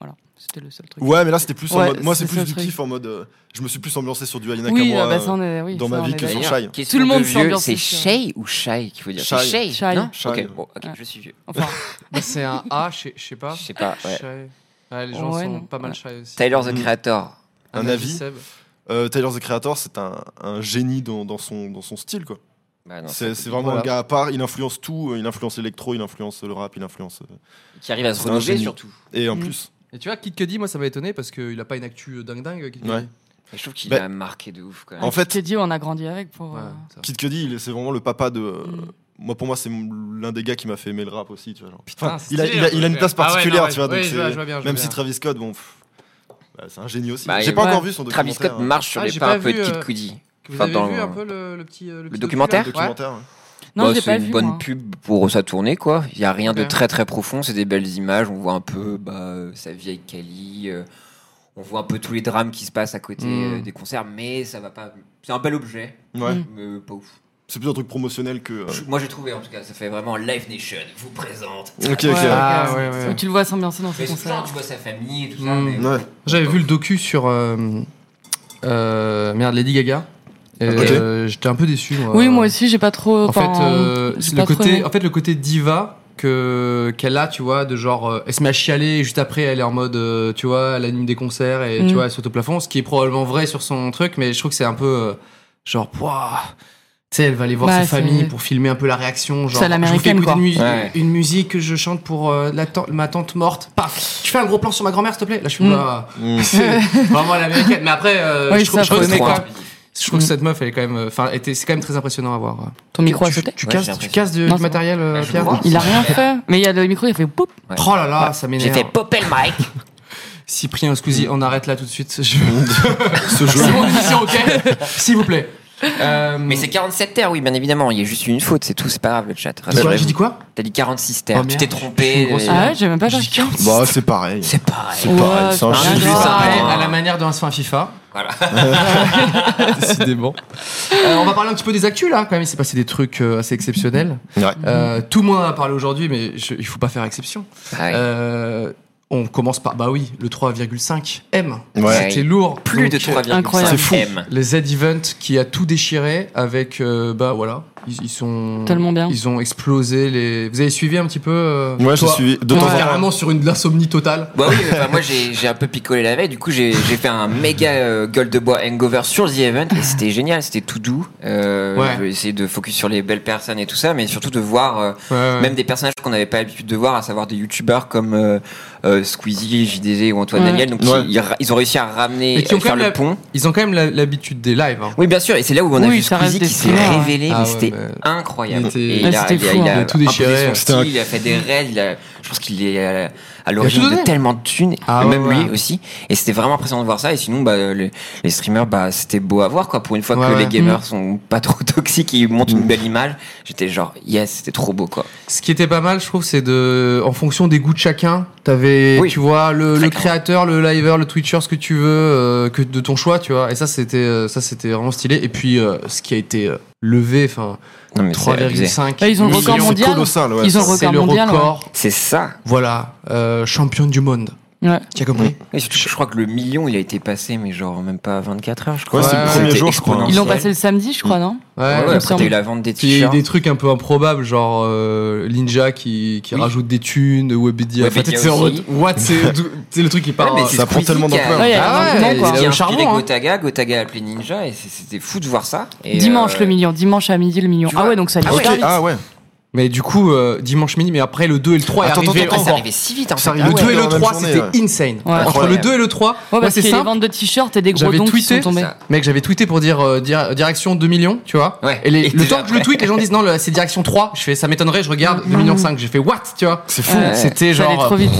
Voilà, c'était le seul truc.
Ouais, mais là c'était plus en
Ouais,
mode. Moi
c'est ça
c'est plus
le
du
truc.
kiff en mode. euh, Je me suis plus ambiancé sur du Ayana
Oui,
Kamura,
ah bah ça
euh,
on est, oui,
dans
ça,
ma
on
vie
est
que
d'accord.
sur
D'ailleurs,
Shai.
question
Tout le monde
de vieux,
s'ambiance
c'est
sur-
Shay ou Shay qu'il faut dire. C'est
Shay.
Shay.
Shay.
non
Shay.
Ok, bon, ok,
Ouais.
je suis vieux.
Enfin,
bah, c'est un A, je sais- je sais pas.
Je sais pas. ouais.
Shy. Ouais, les gens
Ouais,
sont
non.
pas mal
Ouais.
shy aussi.
Tyler the
Mm.
Creator.
Un avis
Seb.
Euh, Tyler the Creator, c'est un, un génie dans, dans son, dans son style quoi.
Bah, non,
C'est c'est vraiment
Voilà.
un gars à part, il influence tout, euh, il influence l'électro, il influence le rap, il influence. euh,
Qui arrive à se
C'est un
renouveler
génie.
surtout.
Et en
Mm.
plus,
Et tu vois, Kid Cudi, moi ça m'a étonné parce qu'il a pas une actu euh, dingue dingue. Kid Cudi.
Ouais.
Et je trouve qu'il
Bah,
a marqué de ouf quand même.
en fait,
t'es dit, on a grandi avec pour.
Ouais,
euh,
ça.
Kid Cudi, il est- c'est vraiment le papa de. euh,
Mm.
Moi, pour moi, c'est mon- l'un des gars qui m'a fait aimer le rap aussi, tu vois. genre.
Putain,
Enfin, il, a,
stylé,
il a-
hein,
il a une
ouais.
place
Ah ouais,
particulière,
non, ouais.
tu vois. donc
Oui, je
c'est-
vois- je vois bien, je vois
même si
bien.
Travis Scott, bon, pff, bah, c'est un génie aussi.
Bah,
J'ai
il-
pas
ouais.
encore vu son
Travis
documentaire. hein.
Scott marche sur
Ah,
les
j'ai
parapes
pas
de
vu, euh,
Kid Cudi.
Vous
Enfin,
avez
dans-
vu un peu le, le petit, euh, le, petit
documentaire
le
docu, là Ouais.
documentaire. hein.
Non,
Bah,
j'ai
c'est
pas
une
vu.
bonne
moi.
pub pour sa tournée, quoi. Il n'y a rien de
Ok.
très très profond, c'est des belles images. On voit un peu bah, euh, sa vie avec Cali, euh, on voit un peu tous les drames qui se passent à côté
Mm.
euh, des concerts, mais ça va pas. C'est un bel objet,
Ouais.
Mm.
mais pas ouf.
C'est plus un truc promotionnel que. euh,
Je- Moi j'ai trouvé en tout cas, ça fait vraiment Live Nation, vous présente.
Ok,
Ouais,
ok.
Ah,
ouais,
ouais,
ouais.
ouais.
Où tu le vois s'ambiancer dans
Mais
ses
c'est genre,
concerts.
tu vois sa famille et tout ça.
Mm.
mais-
Ouais.
J'avais vu le docu sur. euh, euh, merde, Lady Gaga. Et,
Ok.
euh, J'étais un peu déçu. Moi.
Oui, moi aussi, j'ai pas trop.
En fait, euh,
j'ai
c'est
pas
le
trop aimé.
côté, en fait, le côté diva que qu'elle a, tu vois, de genre, euh, elle se met à chialer et juste après, elle est en mode, euh, tu vois, elle anime des concerts et tu
Mm.
vois, elle saute au plafond, ce qui est probablement vrai sur son truc, mais je trouve que c'est un peu euh, genre, pouah, tu sais, elle va aller voir
Bah,
sa
c'est-
famille pour filmer un peu la réaction, genre,
C'est à
je vous fais
l'américaine,
écouter
quoi.
Une, musique,
Ouais.
une musique que je chante pour euh, la tante- ma tante morte, paf, tu fais un gros plan sur ma grand-mère, s'il te plaît. Là, je suis
Mm.
bah,
Mm.
c'est vraiment à l'américaine, mais après, euh,
Oui,
je trouve,
ça,
je trouve
faut
que
aimer,
c'est quand
Trop
même-
intrusif.
je trouve que
Mm.
cette meuf, elle est quand même, euh, enfin, elle était- c'est quand même très impressionnant à voir.
Ton micro a
Tu-
sauté
Tu
Ouais, j'ai
casses, tu
l'impression.
casses de-
Non,
du
c'est
matériel, euh,
Ouais, je
Pierre
vois.
Il a rien fait. Mais il y a le micro, il a fait boum.
Oh là là, ça m'énerve.
J'ai fait popper le mic.
Cyprien Scusi, on arrête là tout de suite. Je...
Ce jeu.
C'est mon émission, ok S'il vous plaît. Euh,
Mais c'est 47 terres, oui, bien évidemment. Il y a juste une faute, c'est tout, c'est pas grave le chat.
Qu'est-ce que
rassurez-vous.
J'ai dit quoi
T'as dit 46
Oh,
terres,
merde,
tu t'es
je suis
trompé.
une grosse
euh,
Ah ouais, j'ai même pas
J'ai
fait.
Bah, c'est pareil.
C'est pareil.
C'est pareil, c'est un
Ouais,
J'ai
génie.
vu
Ah.
ça à la manière d'un fin FIFA.
Voilà.
Décidément. Euh, on va parler un petit peu des actus là, quand même. Il s'est passé des trucs euh, assez exceptionnels.
Ouais.
Euh, tout le monde en a parlé aujourd'hui, mais je- il faut pas faire exception.
Pareil.
Euh, on commence par, bah oui, le 3,5 M.
Ouais.
C'était lourd.
Plus de
Donc, euh,
3,5
incroyable.
C'est fou.
M.
Les Z-Event qui a tout déchiré avec, euh, bah voilà, ils, ils sont.
Tellement bien.
Ils ont explosé les. Vous avez suivi un petit peu euh,
Ouais, j'ai
toi
suivi. De
Toi,
temps en temps.
Carrément sur une de l'insomnie totale.
Bah oui, euh, bah moi j'ai j'ai un peu picolé la veille, du coup j'ai j'ai fait un méga euh, gueule de bois hangover sur The Event et c'était génial, c'était tout doux. Euh,
Ouais.
Je vais essayer de focus sur les belles personnes et tout ça, mais surtout de voir euh, même des personnages qu'on n'avait pas l'habitude de voir, à savoir des youtubeurs comme euh, euh, Squeezie, JDZ ou Antoine
Ouais.
Daniel. Donc
Ouais.
ils, ils ra- ils ont réussi à ramener,
Et qui ont
à
quand
faire
même
le
la-
pont.
Ils ont quand même la- l'habitude des lives. hein.
Oui, bien sûr, et c'est là où on a
Oui,
vu
ça reste
Squeezie
des
qui s'est
stars, ouais.
révélé,
Ah
mais
ouais,
c'était
mais-
incroyable.
Il était-
Et
Ah,
il, a,
c'était
il a-
fou, hein.
il a
Il a tout
un peu
déchiré.
fait son
C'était
style,
un-
il a fait des raids, il a- je pense qu'il est euh, à, à l'origine
tout donné.
de tellement de thunes,
Ah
et même
ouais, ouais.
lui aussi. Et c'était vraiment impressionnant de voir ça. Et sinon, bah, les, les streamers, bah, c'était beau à voir, quoi. Pour une fois
Ouais,
que
ouais. Mm.
les
Mm.
gamers sont pas trop toxiques, ils montrent une belle image. J'étais genre, yes, c'était trop beau, quoi.
Ce qui était pas mal, je trouve, c'est de, en fonction des goûts de chacun, t'avais,
Oui.
tu vois, le,
Très
le
clair.
créateur, le liver, le twitcher, ce que tu veux, euh, que de ton choix, tu vois. Et ça, c'était, euh, ça, c'était vraiment stylé. Et puis, euh, ce qui a été euh, levé, enfin,
Non, mais c'est abusé.
3,5.
Là, Bah, ils ont le record
millions.
C'est
mondial.
colossal, ouais.
Ils ont le
C'est
record
le
mondial. ouais.
record.
C'est ça.
Voilà, euh, champion du monde.
Ouais.
Tu as compris
Et surtout, je crois que le million, il a été passé, mais genre même pas 24 heures, je crois.
Ouais, c'est le
Ouais,
premier
C'était
jour, je crois.
Ils l'ont
exponentiel.
passé le samedi, je crois, non
Ouais,
Ouais,
il
ouais,
me
après,
semble.
t'as eu la vente des
Il y a
t-shirts.
des trucs un peu improbables, genre euh, Ninja qui, qui
Oui.
rajoute des thunes, Webedia. enfin,
Webedia
t'es- c'est en
aussi.
mode, what, c'est d'où- c'est le truc qui part.
Ouais, mais
euh,
c'est
ça prend
Squeezie
tellement
qui a-
d'ampleur.
Ouais, il y a un
Ah ouais,
engouement,
il
quoi.
a
Il
un
a
charmant,
inspiré
hein.
Gotaga, Gotaga a appelé Ninja, et c'est- c'était fou de voir ça. Et,
Dimanche
euh,
le million, dimanche à midi le million.
Tu
Ah
vois
ouais, donc ça allait
Ah ouais.
super vite.
Ah ouais.
Mais du coup, euh, dimanche midi, mais après le 2 et le 3
Attends,
est arrivé
attends,
Ah,
attends,
ça
encore.
arrivait si vite en
Ça
fait.
arrivait
Ah ouais.
le 2 et le
dans la
3,
même
c'était
journée,
insane.
Ouais.
Entre le
Incroyable.
2 et le 3,
Ouais,
moi,
parce
c'est
qu'il y a les
simple.
ventes de t-shirts et des gros
J'avais
dons qui sont
tweeté,
tombés.
ça.
mec, j'avais tweeté pour dire euh, dire- direction 2 millions, tu vois.
Ouais.
Et les-
Et
le
t'es
temps
là,
que je le tweet, les gens disent non, le- c'est direction 3. Je fais, ça m'étonnerait, je regarde 2 millions 5. J'ai fait what, tu vois.
C'est fou.
Ouais.
C'était
Mm. Ça allait
genre,
trop vite.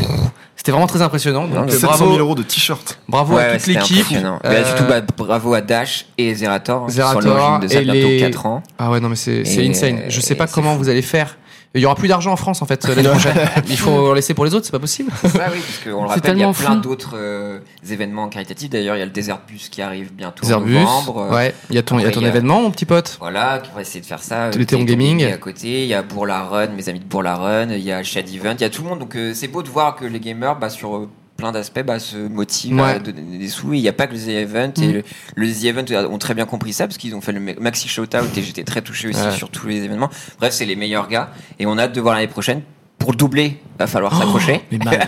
c'était vraiment très impressionnant. Donc, euh,
700 000
bravo,
euros de t-shirt.
bravo
Ouais,
à
ouais,
toute
c'était
l'équipe.
impressionnant.
Euh,
Mais surtout, bah, bravo à Dash et Zerator, hein, qui
Zerator
sont à l'origine de ça
et
bientôt
les-
4 ans.
Ah ouais, non, mais c'est c'est
Et-
insane. Je sais pas
c'est
comment
fou.
vous allez faire. Il y aura plus d'argent en France en fait l'année prochaine. Il faut en laisser pour les autres, c'est pas possible.
Ça, oui, parce qu'on le rappelle, il
C'est
y a
tellement
plein
fou.
d'autres euh, événements caritatifs. D'ailleurs, il y a le Desert Bus qui arrive bientôt en
Zerbus,
novembre. Euh,
ouais. Il y a ton, il y a
après,
ton
il y a-
événement, mon petit pote.
Voilà, qui va essayer de faire ça. euh,
Tout l'été en
en
gaming.
à côté, il y a Bourg la Run, mes amis de Bourg la Run, il y a Shad Event, il y a tout le monde. Donc euh, c'est beau de voir que les gamers, bah, sur euh, plein d'aspects, bah, se motivent
Ouais. Mm.
à donner des sous. Et Il n'y a pas que le The Event. Et le, le The Event ont très bien compris ça parce qu'ils ont fait le ma- maxi shoutout et j'étais très touché aussi
Ouais.
sur tous les événements. Bref, c'est les meilleurs gars et on a hâte de voir l'année prochaine. Pour doubler, va falloir s'accrocher.
Oh, Mais mal.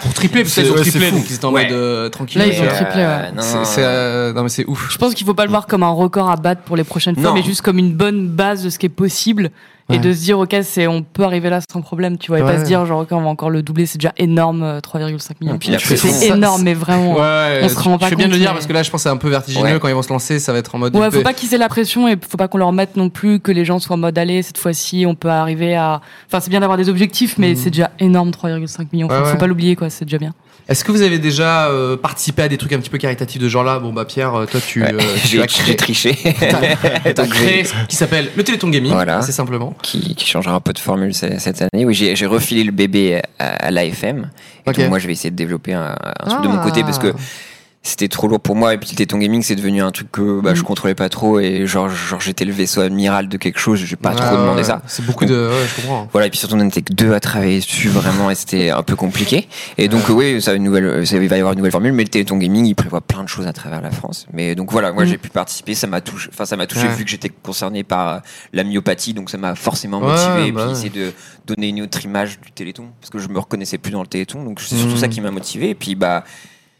pour tripler, parce qu'ils ont
C'est- ouais, c'est
triplé,
fou.
donc ils étaient en
Ouais.
mode euh, tranquille.
Là,
Mais,
ils ont
euh,
triplé, ouais.
non,
c'est- c'est, euh, non, mais c'est ouf.
Je pense qu'il faut pas le voir comme un record à battre pour les prochaines fois,
Non.
mais juste comme une bonne base de ce qui est possible
Ouais.
et de se dire ok c'est on peut arriver là sans problème tu vois et
Ouais.
pas se dire genre ok on va encore le doubler c'est déjà énorme euh, 3,5 millions.
Et puis la
C'est
pression.
énorme mais vraiment.
Ouais,
Ouais.
ouais,
on se
tu-
rend pas
Je fais bien de le
compte,
dire
mais-
parce que là, je pense que c'est un peu vertigineux
Ouais.
quand ils vont se lancer. Ça va être en mode. du
faut
peu-
pas qu'ils aient la pression et faut pas qu'on leur mette non plus que les gens soient en mode allez cette fois-ci on peut arriver à enfin c'est bien d'avoir des objectifs mais
Mhm.
c'est déjà énorme 3,5 millions
Ouais,
faut, faut
ouais.
pas l'oublier quoi c'est déjà bien.
Est-ce que vous avez déjà euh, participé à des trucs un petit peu caritatifs de genre là Bon bah Pierre, euh, toi tu,
Ouais,
euh, tu
j'ai j'ai
as créé,
triché.
t'as
Donc, j'ai-
créé ce qui s'appelle le Téléthon Gaming,
Voilà.
c'est simplement.
qui, qui changera un peu de formule ce- cette année. Oui, j'ai j'ai refilé le bébé à, à l'AFM. Et
Ok.
donc, moi, je vais essayer de développer un, un truc de mon
Ah.
côté parce que c'était trop lourd pour moi. Et puis, le Téton Gaming, c'est devenu un truc que
Mm.
bah, je contrôlais pas trop. Et genre, genre j'étais le vaisseau admiral de quelque chose. J'ai pas
Ouais,
trop
ouais,
demandé
ouais.
ça.
C'est beaucoup de. Ouais, je comprends.
Voilà, et puis surtout on n'était que deux à travailler dessus vraiment et c'était un peu compliqué. Et donc euh, oui, ça, a une nouvelle, euh, ça, il va y avoir une nouvelle formule, mais le Téléthon Gaming il prévoit plein de choses à travers la France. Mais donc voilà, moi
Mm.
j'ai pu participer, ça m'a touché, enfin ça m'a touché
Ouais.
vu que j'étais concerné par euh, la myopathie, donc ça m'a forcément
Ouais,
motivé. et puis
bah ouais.
c'est de donner une autre image du Téléthon parce que je me reconnaissais plus dans le Téléthon, donc c'est surtout
Mm.
ça qui m'a motivé. Et puis bah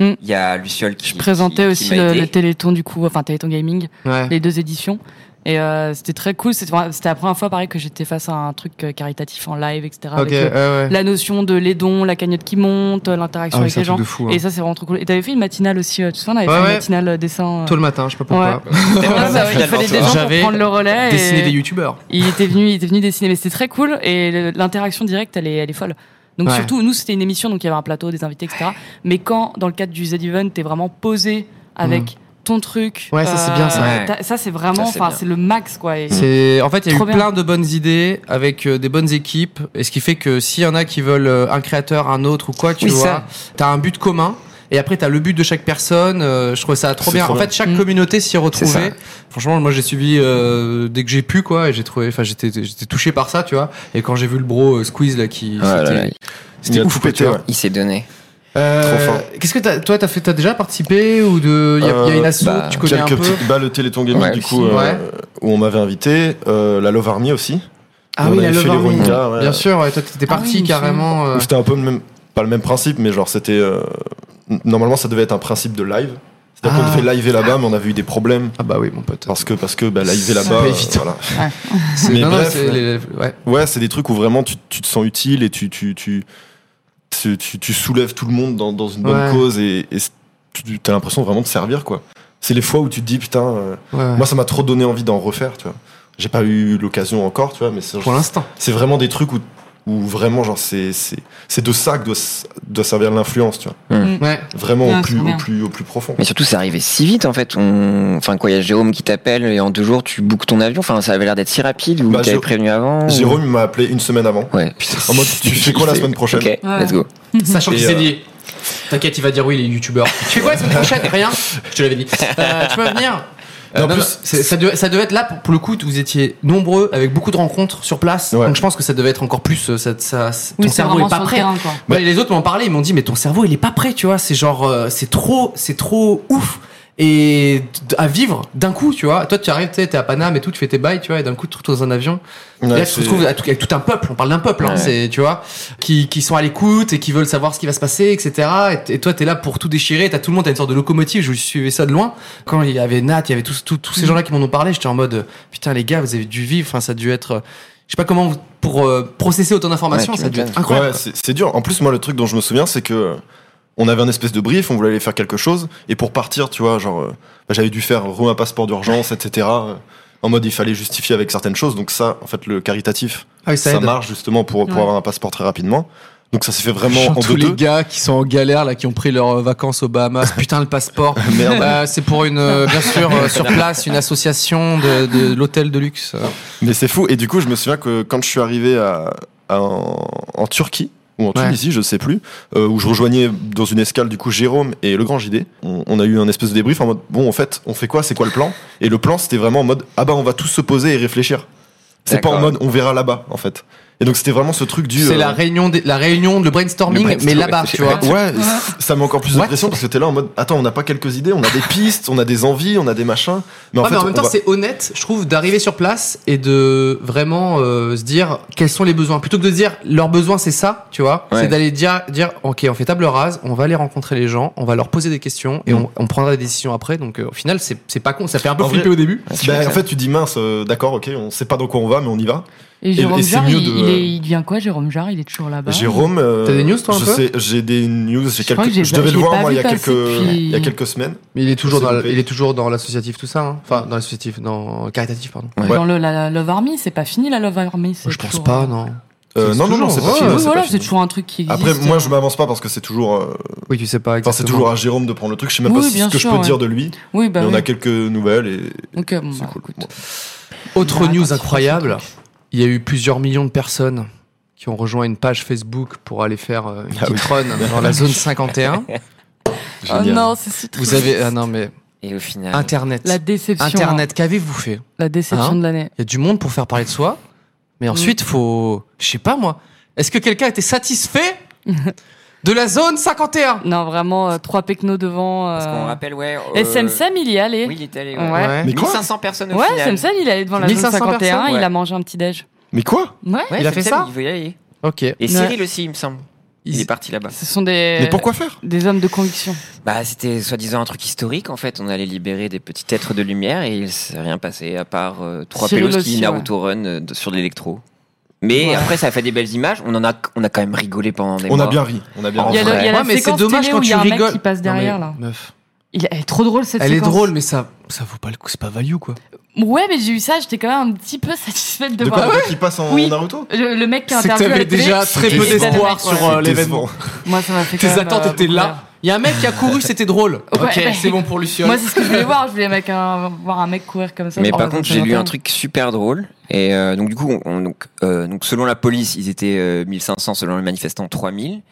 il
Mm.
y a Luciole qui
Je présentais
qui- qui
aussi
m'a
le,
aidé.
le Téléthon du coup enfin Téléthon Gaming
Ouais.
les deux éditions. Et euh, c'était très cool. C'était c'était la première fois, pareil, que j'étais face à un truc euh, caritatif en live, etc.
Ok.
avec,
Ouais,
euh,
ouais.
la notion de les dons, la cagnotte qui monte, euh, l'interaction
Ah
avec
oui, c'est
les
un
gens.
truc de fou. hein.
Et ça, c'est vraiment trop cool. Et t'avais fait une matinale aussi, euh, tu sais, on avait
Ouais,
fait
ouais.
une matinale euh, dessin. euh.
Tôt le matin, je sais pas pourquoi.
Ouais. Ouais, bah ouais, il fallait des gens pour
J'avais
prendre le relais.
Dessiner
et
des youtubeurs.
il était venu, il était venu dessiner, mais c'était très cool. Et le- l'interaction directe, elle est, elle est folle. Donc
Ouais.
surtout, nous, c'était une émission, donc il y avait un plateau, des invités, etc. Mais quand, dans le cadre du Z-Event, t'es vraiment posé avec ton truc.
Mm.
euh,
Ouais, ça, c'est bien, ça.
Ouais.
t'as- Ça, c'est vraiment,
Ça, c'est
enfin,
bien.
c'est le max, quoi. Et-
C'est en fait il y a
Trop
eu
bien.
plein de bonnes idées avec euh, des bonnes équipes et ce qui fait que s'il y en a qui veulent euh, un créateur un autre ou quoi tu
Oui,
vois
ça.
t'as un but commun et après t'as le but de chaque personne euh, je trouve ça trop
C'est
bien
trop
en
bien.
fait chaque
Mm.
communauté s'y
C'est
retrouvait
ça.
franchement moi j'ai suivi euh, dès que j'ai pu quoi et j'ai trouvé enfin j'étais j'étais touché par ça tu vois et quand j'ai vu le bro euh, squeeze là qui
Ouais, là,
c'était-
là,
c'était
Il a
ouf
tout
quoi,
pété,
tu vois.
ouais.
il s'est donné.
Euh,
Trop fort.
qu'est-ce que t'as, toi t'as fait t'as déjà participé ou de il y, a- il y a une
Euh,
asso
bah,
que tu connais un peu
Quelques petites balles de Téléthon Gaming,
Ouais,
du
aussi,
coup, euh,
ouais.
où on m'avait invité. Euh, la Love Army aussi.
ah
on
oui
avait
la
fait
Love
les
Army.
Rohingyas, ouais.
bien sûr ouais, toi t'étais
Ah oui,
parti
il me
carrément euh,
Où C'était un peu le même, pas le même principe, mais genre c'était. euh, normalement, ça devait être un principe de live. C'est-à-dire qu'on
Ah.
devait liver là-bas, mais on avait eu des problèmes.
ah bah oui mon pote
Parce que, parce que bah, liver
C'est
là-bas.
pas
euh,
évident.
voilà.
C'est-
Mais
non, non,
bref,
c'est
ouais.
les- ouais.
Ouais, c'est des trucs où vraiment tu, tu te sens utile et tu, tu, tu, tu, tu- tu soulèves tout le monde dans, dans une bonne
Ouais.
cause et et c'est- tu as l'impression vraiment de servir, quoi. C'est les fois où tu te dis, putain, euh,
Ouais.
moi ça m'a trop donné envie d'en refaire, tu vois. J'ai pas eu l'occasion encore, tu vois, mais c'est-
pour l'instant.
c'est vraiment des trucs où, où vraiment, genre, c'est c'est- c'est de ça que doit, s- doit servir l'influence, tu vois.
Ouais.
Vraiment
Ah,
Ouais,
au,
c'est
plus,
bien.
au, plus, au plus profond.
Mais surtout, c'est arrivé si vite en fait. On... Enfin, quoi, il y a Jérôme qui t'appelle et en deux jours, tu bookes ton avion. Enfin, ça avait l'air d'être si rapide ou
Bah,
t'avais
Jérôme-
prévenu avant. ou-
Jérôme il m'a appelé une semaine avant.
Ouais.
En mode, tu fais quoi la semaine prochaine
Ok, let's go.
Sachant
Et,
qu'il s'est
euh,
dit. T'inquiète, il va dire oui, il est youtubeur. Euh, tu fais quoi la semaine prochaine Rien. Je te l'avais dit. Euh, tu vas venir
Euh,
en
non,
plus,
non.
c'est- ça, devait, ça devait être là pour, pour le coup, vous étiez nombreux avec beaucoup de rencontres sur place.
Ouais.
Donc je pense que ça devait être encore plus. euh, Ça, ça- ton
Oui, c'est
cerveau
vraiment
est pas
sur le
prêt.
terrain, quoi.
Moi, les autres m'en parlaient, ils m'ont dit mais ton cerveau il est pas prêt, tu vois. C'est genre euh, c'est trop, c'est trop ouf et d- à vivre d'un coup, tu vois. Toi tu arrives, tu sais, t'es à Paname et tout, tu fais tes bails, tu vois, et d'un coup tu te retrouves dans un avion. Et là, tu te retrouves avec tout un peuple, on parle d'un peuple, hein,
Ouais.
c'est, tu vois, qui, qui sont à l'écoute et qui veulent savoir ce qui va se passer, etc. Et, et toi, t'es là pour tout déchirer, t'as tout le monde, t'as une sorte de locomotive, je suivais ça de loin. Quand il y avait Nat, il y avait tous, tous, tous ces gens-là qui m'en ont parlé, j'étais en mode, euh, putain, les gars, vous avez dû vivre, enfin, ça a dû être, euh, je sais pas comment, vous- pour euh, processer autant d'informations,
Ouais, tu
ça a dû être
m'étonnes.
incroyable.
Ouais, c'est c'est dur. En plus, moi, le truc dont je me souviens, c'est que euh, on avait un espèce de brief, on voulait aller faire quelque chose, et pour partir, tu vois, genre, euh, bah, j'avais dû faire re un passeport d'urgence, etc. euh, En mode, il fallait justifier avec certaines choses, donc ça, en fait, le caritatif,
Ah oui,
ça, marche justement pour, pour
Ouais.
avoir un passeport très rapidement. Donc ça s'est fait vraiment
Genre
en
tous
deux
les
deux.
gars qui sont en galère là, qui ont pris leurs euh, vacances aux Bahamas. Putain le passeport.
Merde.
Euh, c'est pour une, euh, bien sûr, euh, sur place, une association de, de l'hôtel de luxe. euh,
Mais c'est fou. Et du coup, je me souviens que quand je suis arrivé à, à- en, en Turquie, ou en
Ouais.
Tunisie, je sais plus, euh, où je rejoignais dans une escale du coup Jérôme et le grand JD, on, on a eu un espèce de débrief en mode bon, en fait, on fait quoi C'est quoi le plan Et le plan, c'était vraiment en mode ah bah on va tous se poser et réfléchir. C'est pas en
D'accord.
mode on verra là-bas en fait. Et donc c'était vraiment ce truc du.
C'est
euh,
la réunion, des- la réunion, le brainstorming,
Le
mais
brainstorming,
là-bas,
c'est
tu vois.
Ouais, ça met encore plus de
What
pression parce que t'es là en mode attends, on n'a pas quelques idées, on a des pistes, on a des envies, on a des machins. Mais en
Ouais,
fait,
mais en même
on
temps,
va-
c'est honnête, je trouve, d'arriver sur place et de vraiment euh, se dire quels sont les besoins. Plutôt que de dire leurs besoins, c'est ça, tu vois.
Ouais.
C'est d'aller dire, dire, ok, on fait table rase, on va aller rencontrer les gens, on va leur poser des questions et
Mm.
on, on prendra des décisions après. Donc euh, au final, c'est c'est pas con, ça fait un peu
En
flipper
vrai-
au début.
Ah, tu
Bah, en
m'étonnes.
fait, tu dis mince, euh, d'accord, ok, on sait pas dans quoi on va, mais on y va.
Et Jérôme
Jérôme et c'est
Jarre,
mieux
il,
de-
il est- il vient quoi, Jérôme Jarre Il est toujours là-bas
Jérôme, euh,
T'as des news, toi, un
je
peu
sais, j'ai des news. J'ai
crois
quelques,
que j'ai
je
pas-
devais
je
le
l'ai
voir
pas
moi il y a
vu
quelques,
passer depuis-
il y a quelques semaines.
Mais il est toujours
C'est
dans, la-
loupé.
il est toujours dans l'associatif, tout ça. hein. Enfin, dans l'associatif, dans caritatif, pardon.
Ouais.
Dans le, la, la Love Army, c'est pas fini la Love Army c'est
Je pense
toujours-
pas, non.
Euh,
C'est
non, non, non,
toujours,
c'est
ouais,
pas fini.
ouais,
c'est
Oui,
pas
voilà,
fini.
c'est toujours un truc qui existe.
Après, moi, je m'avance pas parce que c'est toujours, euh,
Oui, tu sais pas.
enfin, c'est
exactement.
toujours à Jérôme de prendre le truc. Je sais même
Oui,
pas ce
bien
que
sûr,
je peux
ouais.
dire de lui.
Oui, bah
mais on
oui.
a quelques nouvelles et
Ok, bon,
c'est
bah,
cool.
écoute.
Bon.
Autre
Ah,
news
attends,
incroyable,
c'est un
il y a eu plusieurs millions de personnes qui ont rejoint une page Facebook pour aller faire euh, une
Ah
petite run dans la zone 51.
truc. Oh
Génial.
non, c'est si triste.
Vous avez ah non mais
Et au final.
internet.
La déception.
internet, qu'avez-vous fait
hein. La déception
Hein
de l'année. Mm.
Il y a du monde pour faire parler de soi, mais ensuite faut je sais pas moi. Est-ce que quelqu'un était satisfait de la zone 51
Non, vraiment, euh, trois pecnos devant.
Parce qu'on
Euh...
rappelle, ouais. euh,
Et Sam Sam, il y est allé.
Oui, il est allé.
Ouais.
Ouais.
Mais quoi
1500 personnes au
Ouais,
final.
Sam Sam, il est allé devant la
1500
zone 51,
personnes,
il
ouais.
a mangé un petit déj.
Mais quoi
Ouais.
Ouais,
Il
Sam
a fait
Sam,
ça
Il veut y aller.
OK.
Et
Ouais.
Cyril aussi, il me semble. Il
Ils-
est parti là-bas.
Ce sont des.
Mais pourquoi faire
Des hommes de conviction.
Bah, c'était soi-disant un truc historique en fait. On allait libérer des petits êtres de lumière et il s'est rien passé à part euh, trois
Cyril
pelos qui
aussi,
Naruto Run euh, de- sur l'électro. Mais après, ça a fait des belles images. On en a, on a quand même rigolé pendant des
On
mois.
a bien ri. On a bien
En
Il y
ri.
a, le- il y a la
Ouais, mais c'est
séquence
dommage
télé
quand
où il y
tu
a un mec
rigoles.
qui passe
Non, mais,
derrière, là.
Meuf,
Il est trop drôle cette
elle est
séquence.
drôle mais ça ça vaut pas le coup, c'est pas value quoi.
Ouais, mais j'ai eu ça, j'étais quand même un petit peu satisfaite de,
De
voir
quoi qui passe en
Oui.
Naruto
le, le mec qui a
C'est que
interviewé à
t'avais
la télé.
déjà très
et
peu
t'as le mec,
d'espoir
ouais.
sur euh, l'événement.
Moi, ça m'a fait quand
Tes
même,
attentes
euh,
étaient
beaucoup
là.
rire.
Il y a un mec qui a couru, c'était drôle.
Ouais,
ok,
ouais.
c'est bon pour Luciole.
Moi, c'est ce que je voulais voir. Je voulais mec, un- voir un mec courir comme ça.
Mais
sur
par
la
contre,
zone
j'ai lu un
51.
truc super drôle. Et euh, donc, du coup, on- on- donc, euh, donc, selon la police, ils étaient euh, 1500, selon les manifestants, 3000.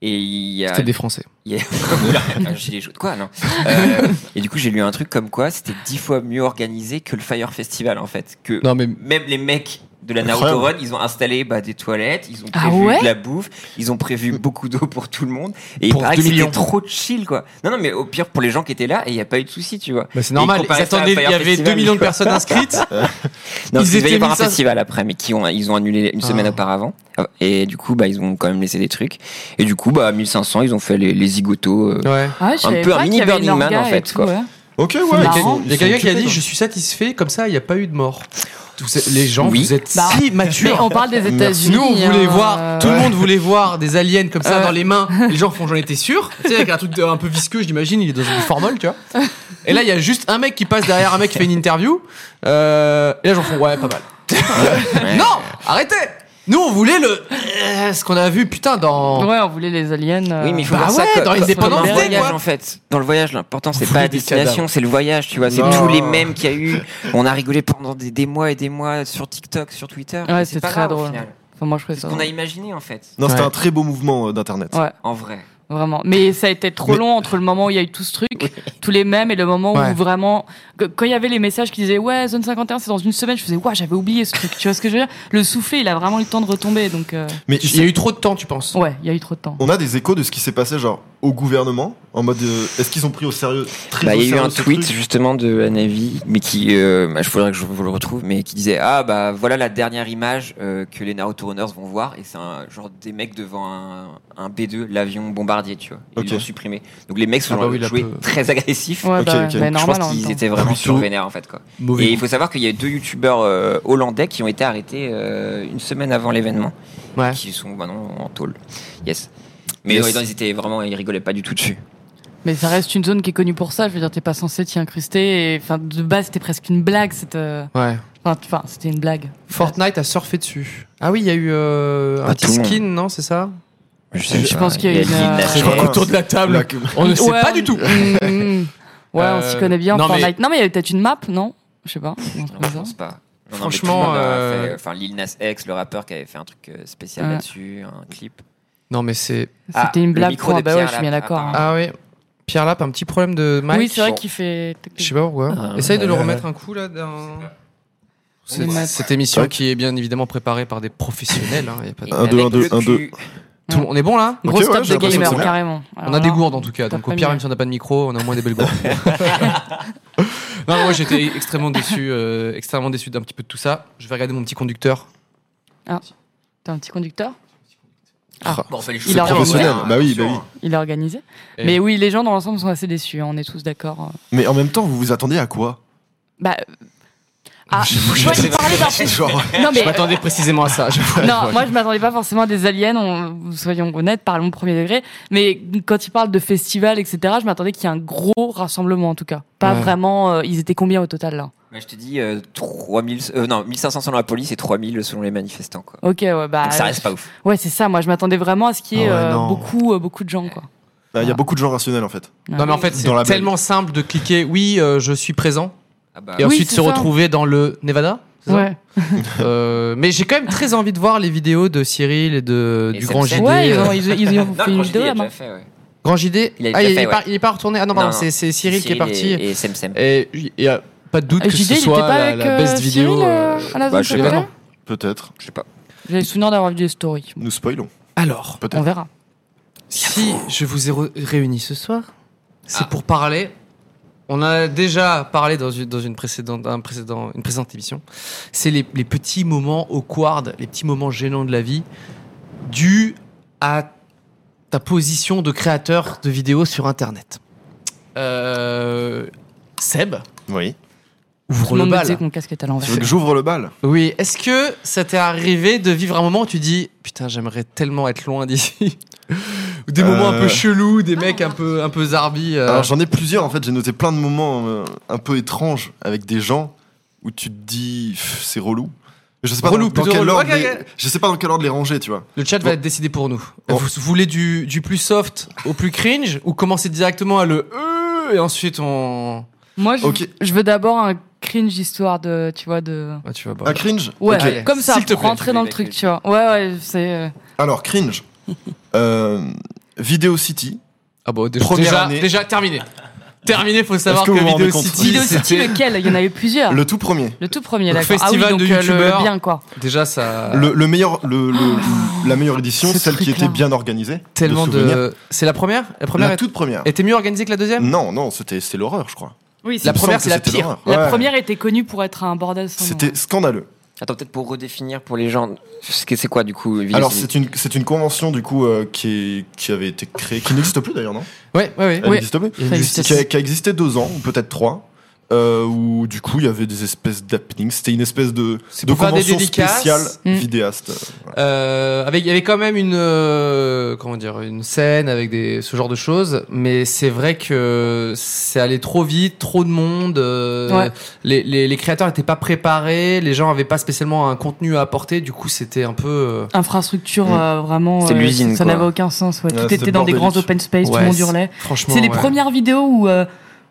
Et il y a.
C'était des Français.
il y a- Oula, un gilet jaune. Quoi, non Euh, Et du coup, j'ai lu un truc comme quoi c'était dix fois mieux organisé que le Fire Festival, en fait. Que
Non, mais
même les mecs de la Naruto Run,
Incroyable.
ils ont installé bah, des toilettes, ils ont
Ah
prévu
ouais
de la bouffe, ils ont prévu beaucoup d'eau pour tout le monde. Et
Pour
il paraît que
2 millions.
c'était trop chill, quoi. Non, non, mais au pire, pour les gens qui étaient là, et il n'y a pas eu de souci, tu vois.
Bah, c'est normal.
Et comparé
Ils attendaient,
à
il y
Fire
avait 2
Festival,
millions de
quoi.
personnes inscrites.
Non,
Ils
ils
étaient
devaient y avoir un
1500.
festival après, mais qui ont, ils ont annulé une semaine
Ah.
auparavant. Et du coup, bah, ils ont quand même laissé des trucs. Et du coup, bah, 1500, ils ont fait les, les zigotos. euh.
Ouais.
Ah ouais, je
un
savais
peu un
pas qu'il y
mini
avait
Burning
une
Man,
orga
en
et
fait,
tout,
quoi.
ouais.
Ok, ouais.
marrant.
ils sont-
Il y a quelqu'un
ils sont
qui a
occupés,
dit
donc.
Je suis satisfait, comme ça, il n'y a pas eu de mort. Vous êtes- les gens,
Oui.
vous êtes
Bah.
si
Mais
matures.
on parle des États-Unis.
Nous, on voulait
hein, euh,
voir, tout le monde voulait voir des aliens comme ça
Euh.
dans les mains. Les gens font, j'en étais sûr. Tu sais, avec un truc de- un peu visqueux, j'imagine, il est dans une formol, tu vois. Et là, il y a juste un mec qui passe derrière un mec qui fait une interview. Euh, et là, j'en font, ouais, pas mal. non, arrêtez Nous, on voulait le. euh, ce qu'on a vu, putain, dans.
Ouais, on voulait les aliens. euh,
Oui, mais il faut
Bah
voir
ouais,
ça co-
dans les
co- comme
dépendances,
un voyage
quoi.
en fait. Dans le voyage, l'important c'est
fout
pas la
des
destination, c'est le voyage, tu vois. C'est
Non.
tous les mêmes qu'il y a eu. On a rigolé pendant des, des mois et des mois sur TikTok, sur Twitter.
Ouais,
Mais
c'est
pas
très
grave, au
drôle.
final.
Enfin, moi, je trouvais
C'est ce
ça.
qu'on a imaginé en fait,
Non, c'était
Ouais.
un très beau mouvement euh, d'internet.
Ouais.
en vrai.
Vraiment. Mais ça a été trop
Mais-
long entre le moment où il y a eu tout ce truc, tous les mêmes, et le moment
Ouais.
où vraiment. que- Quand il y avait les messages qui disaient Ouais, zone 51, c'est dans une semaine, je faisais Ouais, j'avais oublié ce truc. Tu vois ce que je veux dire Le soufflet, il a vraiment eu le temps de retomber. Donc, euh,
Mais
Il y a eu trop de temps, tu penses
ouais, il y a eu trop de temps.
on a des échos de ce qui s'est passé, genre, au gouvernement, en mode, euh, est-ce qu'ils ont pris au sérieux très
Bah,
au
il y a eu
sérieux
un
ce
tweet
truc
justement de Anavi, mais qui, euh, bah, je faudrait que je vous le retrouve, mais qui disait ah bah voilà la dernière image euh, que les Naruto Runners vont voir et c'est un genre des mecs devant un, un B2 l'avion bombardier tu vois ils
Ok.
l'ont supprimé donc les mecs sont
Ah bah oui, la
joués
peu-
très agressifs
Ouais,
Ok,
bah,
je
bah,
ok. Donc,
normal. en
pense
même
qu'ils
temps.
étaient vraiment
Russo.
sur vénère en fait quoi et
Mauvais.
il faut savoir qu'il y a deux youtubeurs euh, hollandais qui ont été arrêtés euh, une semaine avant l'événement
Ouais.
qui sont maintenant en tôle yes mais
Yes.
ouais, non, ils étaient vraiment ils rigolaient pas du tout dessus
Mais ça reste une zone qui est connue pour ça. Je veux dire, t'es pas censé t'y incruster. Et, enfin, de base, c'était presque une blague. Cette, euh,
Ouais.
enfin, t- Enfin, c'était une blague.
Fortnite a surfé dessus. Ah oui, il y a eu euh, un
Ah,
petit
tout le monde.
skin, non C'est ça
sais
Je
pas,
pense qu'il y a
Lil
une, euh,
Nas
Je crois
X.
qu'autour
de la table,
Là,
on ne sait
Ouais,
pas
on-
du tout.
Mm, mm, mm. Ouais, on s'y
Euh,
connaît bien.
non, mais-
Fortnite. Non, mais il y avait peut-être une map, non Je sais pas. un truc
Non,
comme
je
ça.
pense pas. Non, non, mais
Franchement,
tout le monde a
euh,
fait- enfin Lil Nas X, le rappeur qui avait fait un truc euh, spécial
Ouais.
là-dessus, un clip.
Non, mais c'est.
C'était
Ah,
une
le
blague.
micro
quoi.
de
bah ouais,
Pierre
je suis bien
Lapp,
d'accord. hein.
Ah oui. Pierre Lap, un petit problème de mic.
oui, c'est vrai qu'il fait.
Je sais pas pourquoi.
Ah,
Essaye de le
ouais.
remettre un coup là dans. C'est-
Ouais.
Cette émission
Toc.
qui est bien évidemment préparée par des professionnels. hein, y a pas de-
Un, deux,
Avec
un, deux,
le
un,
cul.
deux.
Tout le monde- On est bon là
Ok,
Gros
ouais,
stop des
j'ai l'impression que
gamers,
c'est bon.
carrément.
On a des gourdes en tout cas,
T'as
donc
pas
au pire,
mis.
même si on n'a pas de micro, on a au moins des belles gourdes. non, moi j'étais extrêmement déçu, euh, extrêmement déçu d'un petit peu de tout ça. Je vais regarder mon petit conducteur.
T'as un petit conducteur
Ah.
Bon, fallait que je
Ah. Il
sois
a
bien
professionnel.
ouvert,
Bah oui,
attention,
bah oui.
hein.
Il est organisé.
Et-
Mais oui, les gens dans l'ensemble sont assez déçus. hein, On est tous d'accord.
Mais en même temps, vous vous attendez à quoi
Bah. euh, Ah, toi,
sais
tu parlais d'un
Genre, euh,
Non,
Je
mais
m'attendais précisément à ça. j'avoue.
Non, moi je m'attendais pas forcément à des aliens, on- soyons honnêtes, parlons premier degré. Mais quand ils parlent de festival, etc., je m'attendais qu'il y ait un gros rassemblement en tout cas. Pas
Ouais.
vraiment. euh, ils étaient combien au total là
Mais je te dis euh, 3000 euh, non, 1500 selon la police et 3000 selon les manifestants quoi.
Ok, ouais, bah.
Donc ça reste pas ouf.
Ouais, c'est ça. Moi je m'attendais vraiment à ce qu'il y ait
Ah ouais,
euh,
non.
beaucoup, euh, beaucoup de gens quoi.
bah, il y a beaucoup de gens rationnels en fait.
Non, mais en fait,
Dans la blague.
c'est tellement simple de cliquer oui, euh, je suis présent,
Ah bah,
et
Oui,
ensuite
c'est
se
ça.
retrouver dans le Nevada. c'est ça
Ouais.
Euh, mais j'ai quand même très envie de voir les vidéos de Cyril et de,
Et
du
ça
Grand
me fait-
JD.
Ouais, ils
euh,
ont, ils ont- ils ont
non,
fait
le
une
grand
vidéo
JD, il a
hein, là-bas.
déjà fait, ouais.
Grand JD
Il a
Ah,
déjà
il,
fait,
est pas,
ouais.
il est pas retourné. Ah non,
Non,
pardon,
non.
c'est c'est Cyril qui est parti.
Et, et Sem Sem.
Et il y a pas de doute que
JD,
ce
il était
soit
pas
la,
avec
la
euh,
best vidéo.
Cyril, euh,
euh,
à la zone
bah, je sais pas.
51?
non.
Peut-être.
Je sais pas.
J'ai le souvenir d'avoir vu des stories.
Nous spoilons.
Alors,
On
Peut-être.
verra.
si je vous ai re- réunis ce soir,
Ah.
c'est pour parler. On a déjà parlé dans une, dans une précédente, un précédent, une précédente émission. C'est les, les petits moments awkward, les petits moments gênants de la vie, dus à ta position de créateur de vidéos sur Internet. Euh, Seb,
Eh
Oui.
ouvre
ben, Tout
le
le monde me
bal.
disait que mon casque était à l'envers.
Tu veux que j'ouvre le bal
Oui, est-ce que ça t'est arrivé de vivre un moment où tu dis putain j'aimerais tellement être loin d'ici Ou des moments un peu
Euh.
chelous, des mecs un peu un peu zarbi. euh.
Alors j'en ai plusieurs en fait, j'ai noté plein de moments euh, un peu étranges avec des gens où tu te dis pff, c'est relou. Je sais pas
Relou,
dans, dans
plutôt
quel
relou.
ordre
Ok,
les-
ok.
je sais pas dans quel ordre les ranger, tu vois.
le chat va décider pour nous. Vous voulez du, du plus soft au plus cringe ou commencer directement à le euh, et ensuite on
Moi, je,
Ok.
je veux d'abord un cringe histoire de, tu vois, de.
ah, tu vas
Un
voir.
cringe
Ouais,
Ok.
Allez,
comme ça,
s'il te
pour
plaît.
rentrer dans le truc, tu vois. Ouais, ouais, c'est. euh,
Alors cringe. Euh, Video City.
Ah bah déjà
Première
déjà,
année.
déjà, terminé.
Ah
Terminé, faut savoir
Est-ce
que,
que vous vous
Video
rendez compte
City,
Vidéo City,
c'était-
lequel Il y en a eu plusieurs. Le,
Le tout premier.
tout premier,
Le
d'accord.
festival
ah oui,
de
donc, euh, le-
youtubeurs.
Le bien, quoi.
déjà ça
Le, le meilleur, le,
Ah.
le- la meilleure édition,
Ce
celle qui
truc-là.
était bien organisée.
tellement de,
souvenirs.
c'est la première la première
La
est-
toute première.
était mieux organisée que la deuxième
Non, non, c'était c'était l'horreur, je crois.
Oui,
La
Il me
première,
semble que
c'est la
c'était
pire.
l'horreur.
La
Ouais.
première était connue pour être un bordel sans nom.
C'était scandaleux.
Attends, peut-être pour redéfinir pour les gens ce que- c'est quoi du coup Vidéo
Alors
City
c'est une c'est une convention du coup euh, qui est- qui avait été créée, qui n'existe plus d'ailleurs, non
Ouais ouais ouais.
Elle
Oui.
n'existe plus.
Il y a une
Ça
justice.
existe.
qui a, qui a existé deux ans, ou peut-être trois, euh, où du coup il y avait des espèces d'happenings. C'était une espèce de,
C'est
de
pour faire des
convention
dédicaces. Mmh.
spéciale
Mm.
vidéaste. Voilà.
Euh, avec, il y avait quand même une, euh, comment dire, une scène avec des, ce genre de choses, mais c'est vrai que c'est allé trop vite, trop de monde. euh,
Ouais.
les, les, les créateurs n'étaient pas préparés, les gens n'avaient pas spécialement un contenu à apporter, du coup c'était un peu. euh,
Infrastructure
Mm.
euh, vraiment.
C'est
euh,
l'usine,
Ça
quoi.
n'avait aucun sens. ouais.
Ouais,
tout
c'était
était dans des
bordélique.
grands open space, tout
ouais,
le monde hurlait.
Franchement.
C'est les
ouais.
premières vidéos où. euh,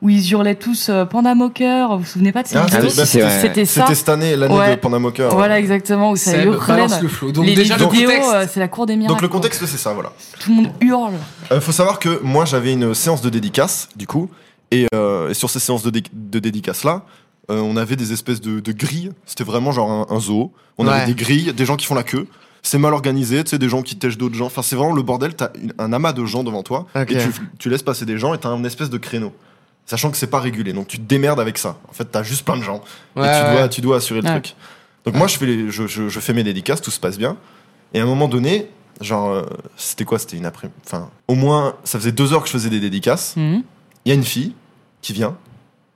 où ils hurlaient tous euh, Panda Moqueur. Vous vous souvenez pas de ces
Ah,
vidéos
oui, bah,
c'est vrai.
C'était ça.
C'était cette année, l'année
Ouais.
de Panda Mocker.
Voilà, exactement, où ça
Seb,
hurlait.
balance le flow. Donc
les,
déjà
les
le
vidéos,
contexte.
euh, c'est la cour des miracles.
Donc le contexte c'est ça, voilà.
quoi. Tout le monde hurle.
Euh, faut savoir que moi j'avais une séance de dédicace du coup et, euh, et sur ces séances de, dédicace là on avait des espèces de, de grilles c'était vraiment genre un, un zoo on
Ouais.
avait des grilles des gens qui font la queue c'est mal organisé tu sais des gens qui tèchent d'autres gens enfin c'est vraiment le bordel t'as une- un amas de gens devant toi
Ok.
et tu, tu laisses passer des gens et t'as un espèce de créneau sachant que c'est pas régulé donc tu te démerdes avec ça en fait t'as juste plein de gens et tu, dois, tu dois assurer le
Ouais.
truc. Donc moi, je fais, les- je, je- je fais mes dédicaces, tout se passe bien. Et à un moment donné, genre, euh, c'était quoi C'était une après Enfin, au moins, ça faisait deux heures que je faisais des dédicaces. Il
Mhm.
y a une fille qui vient,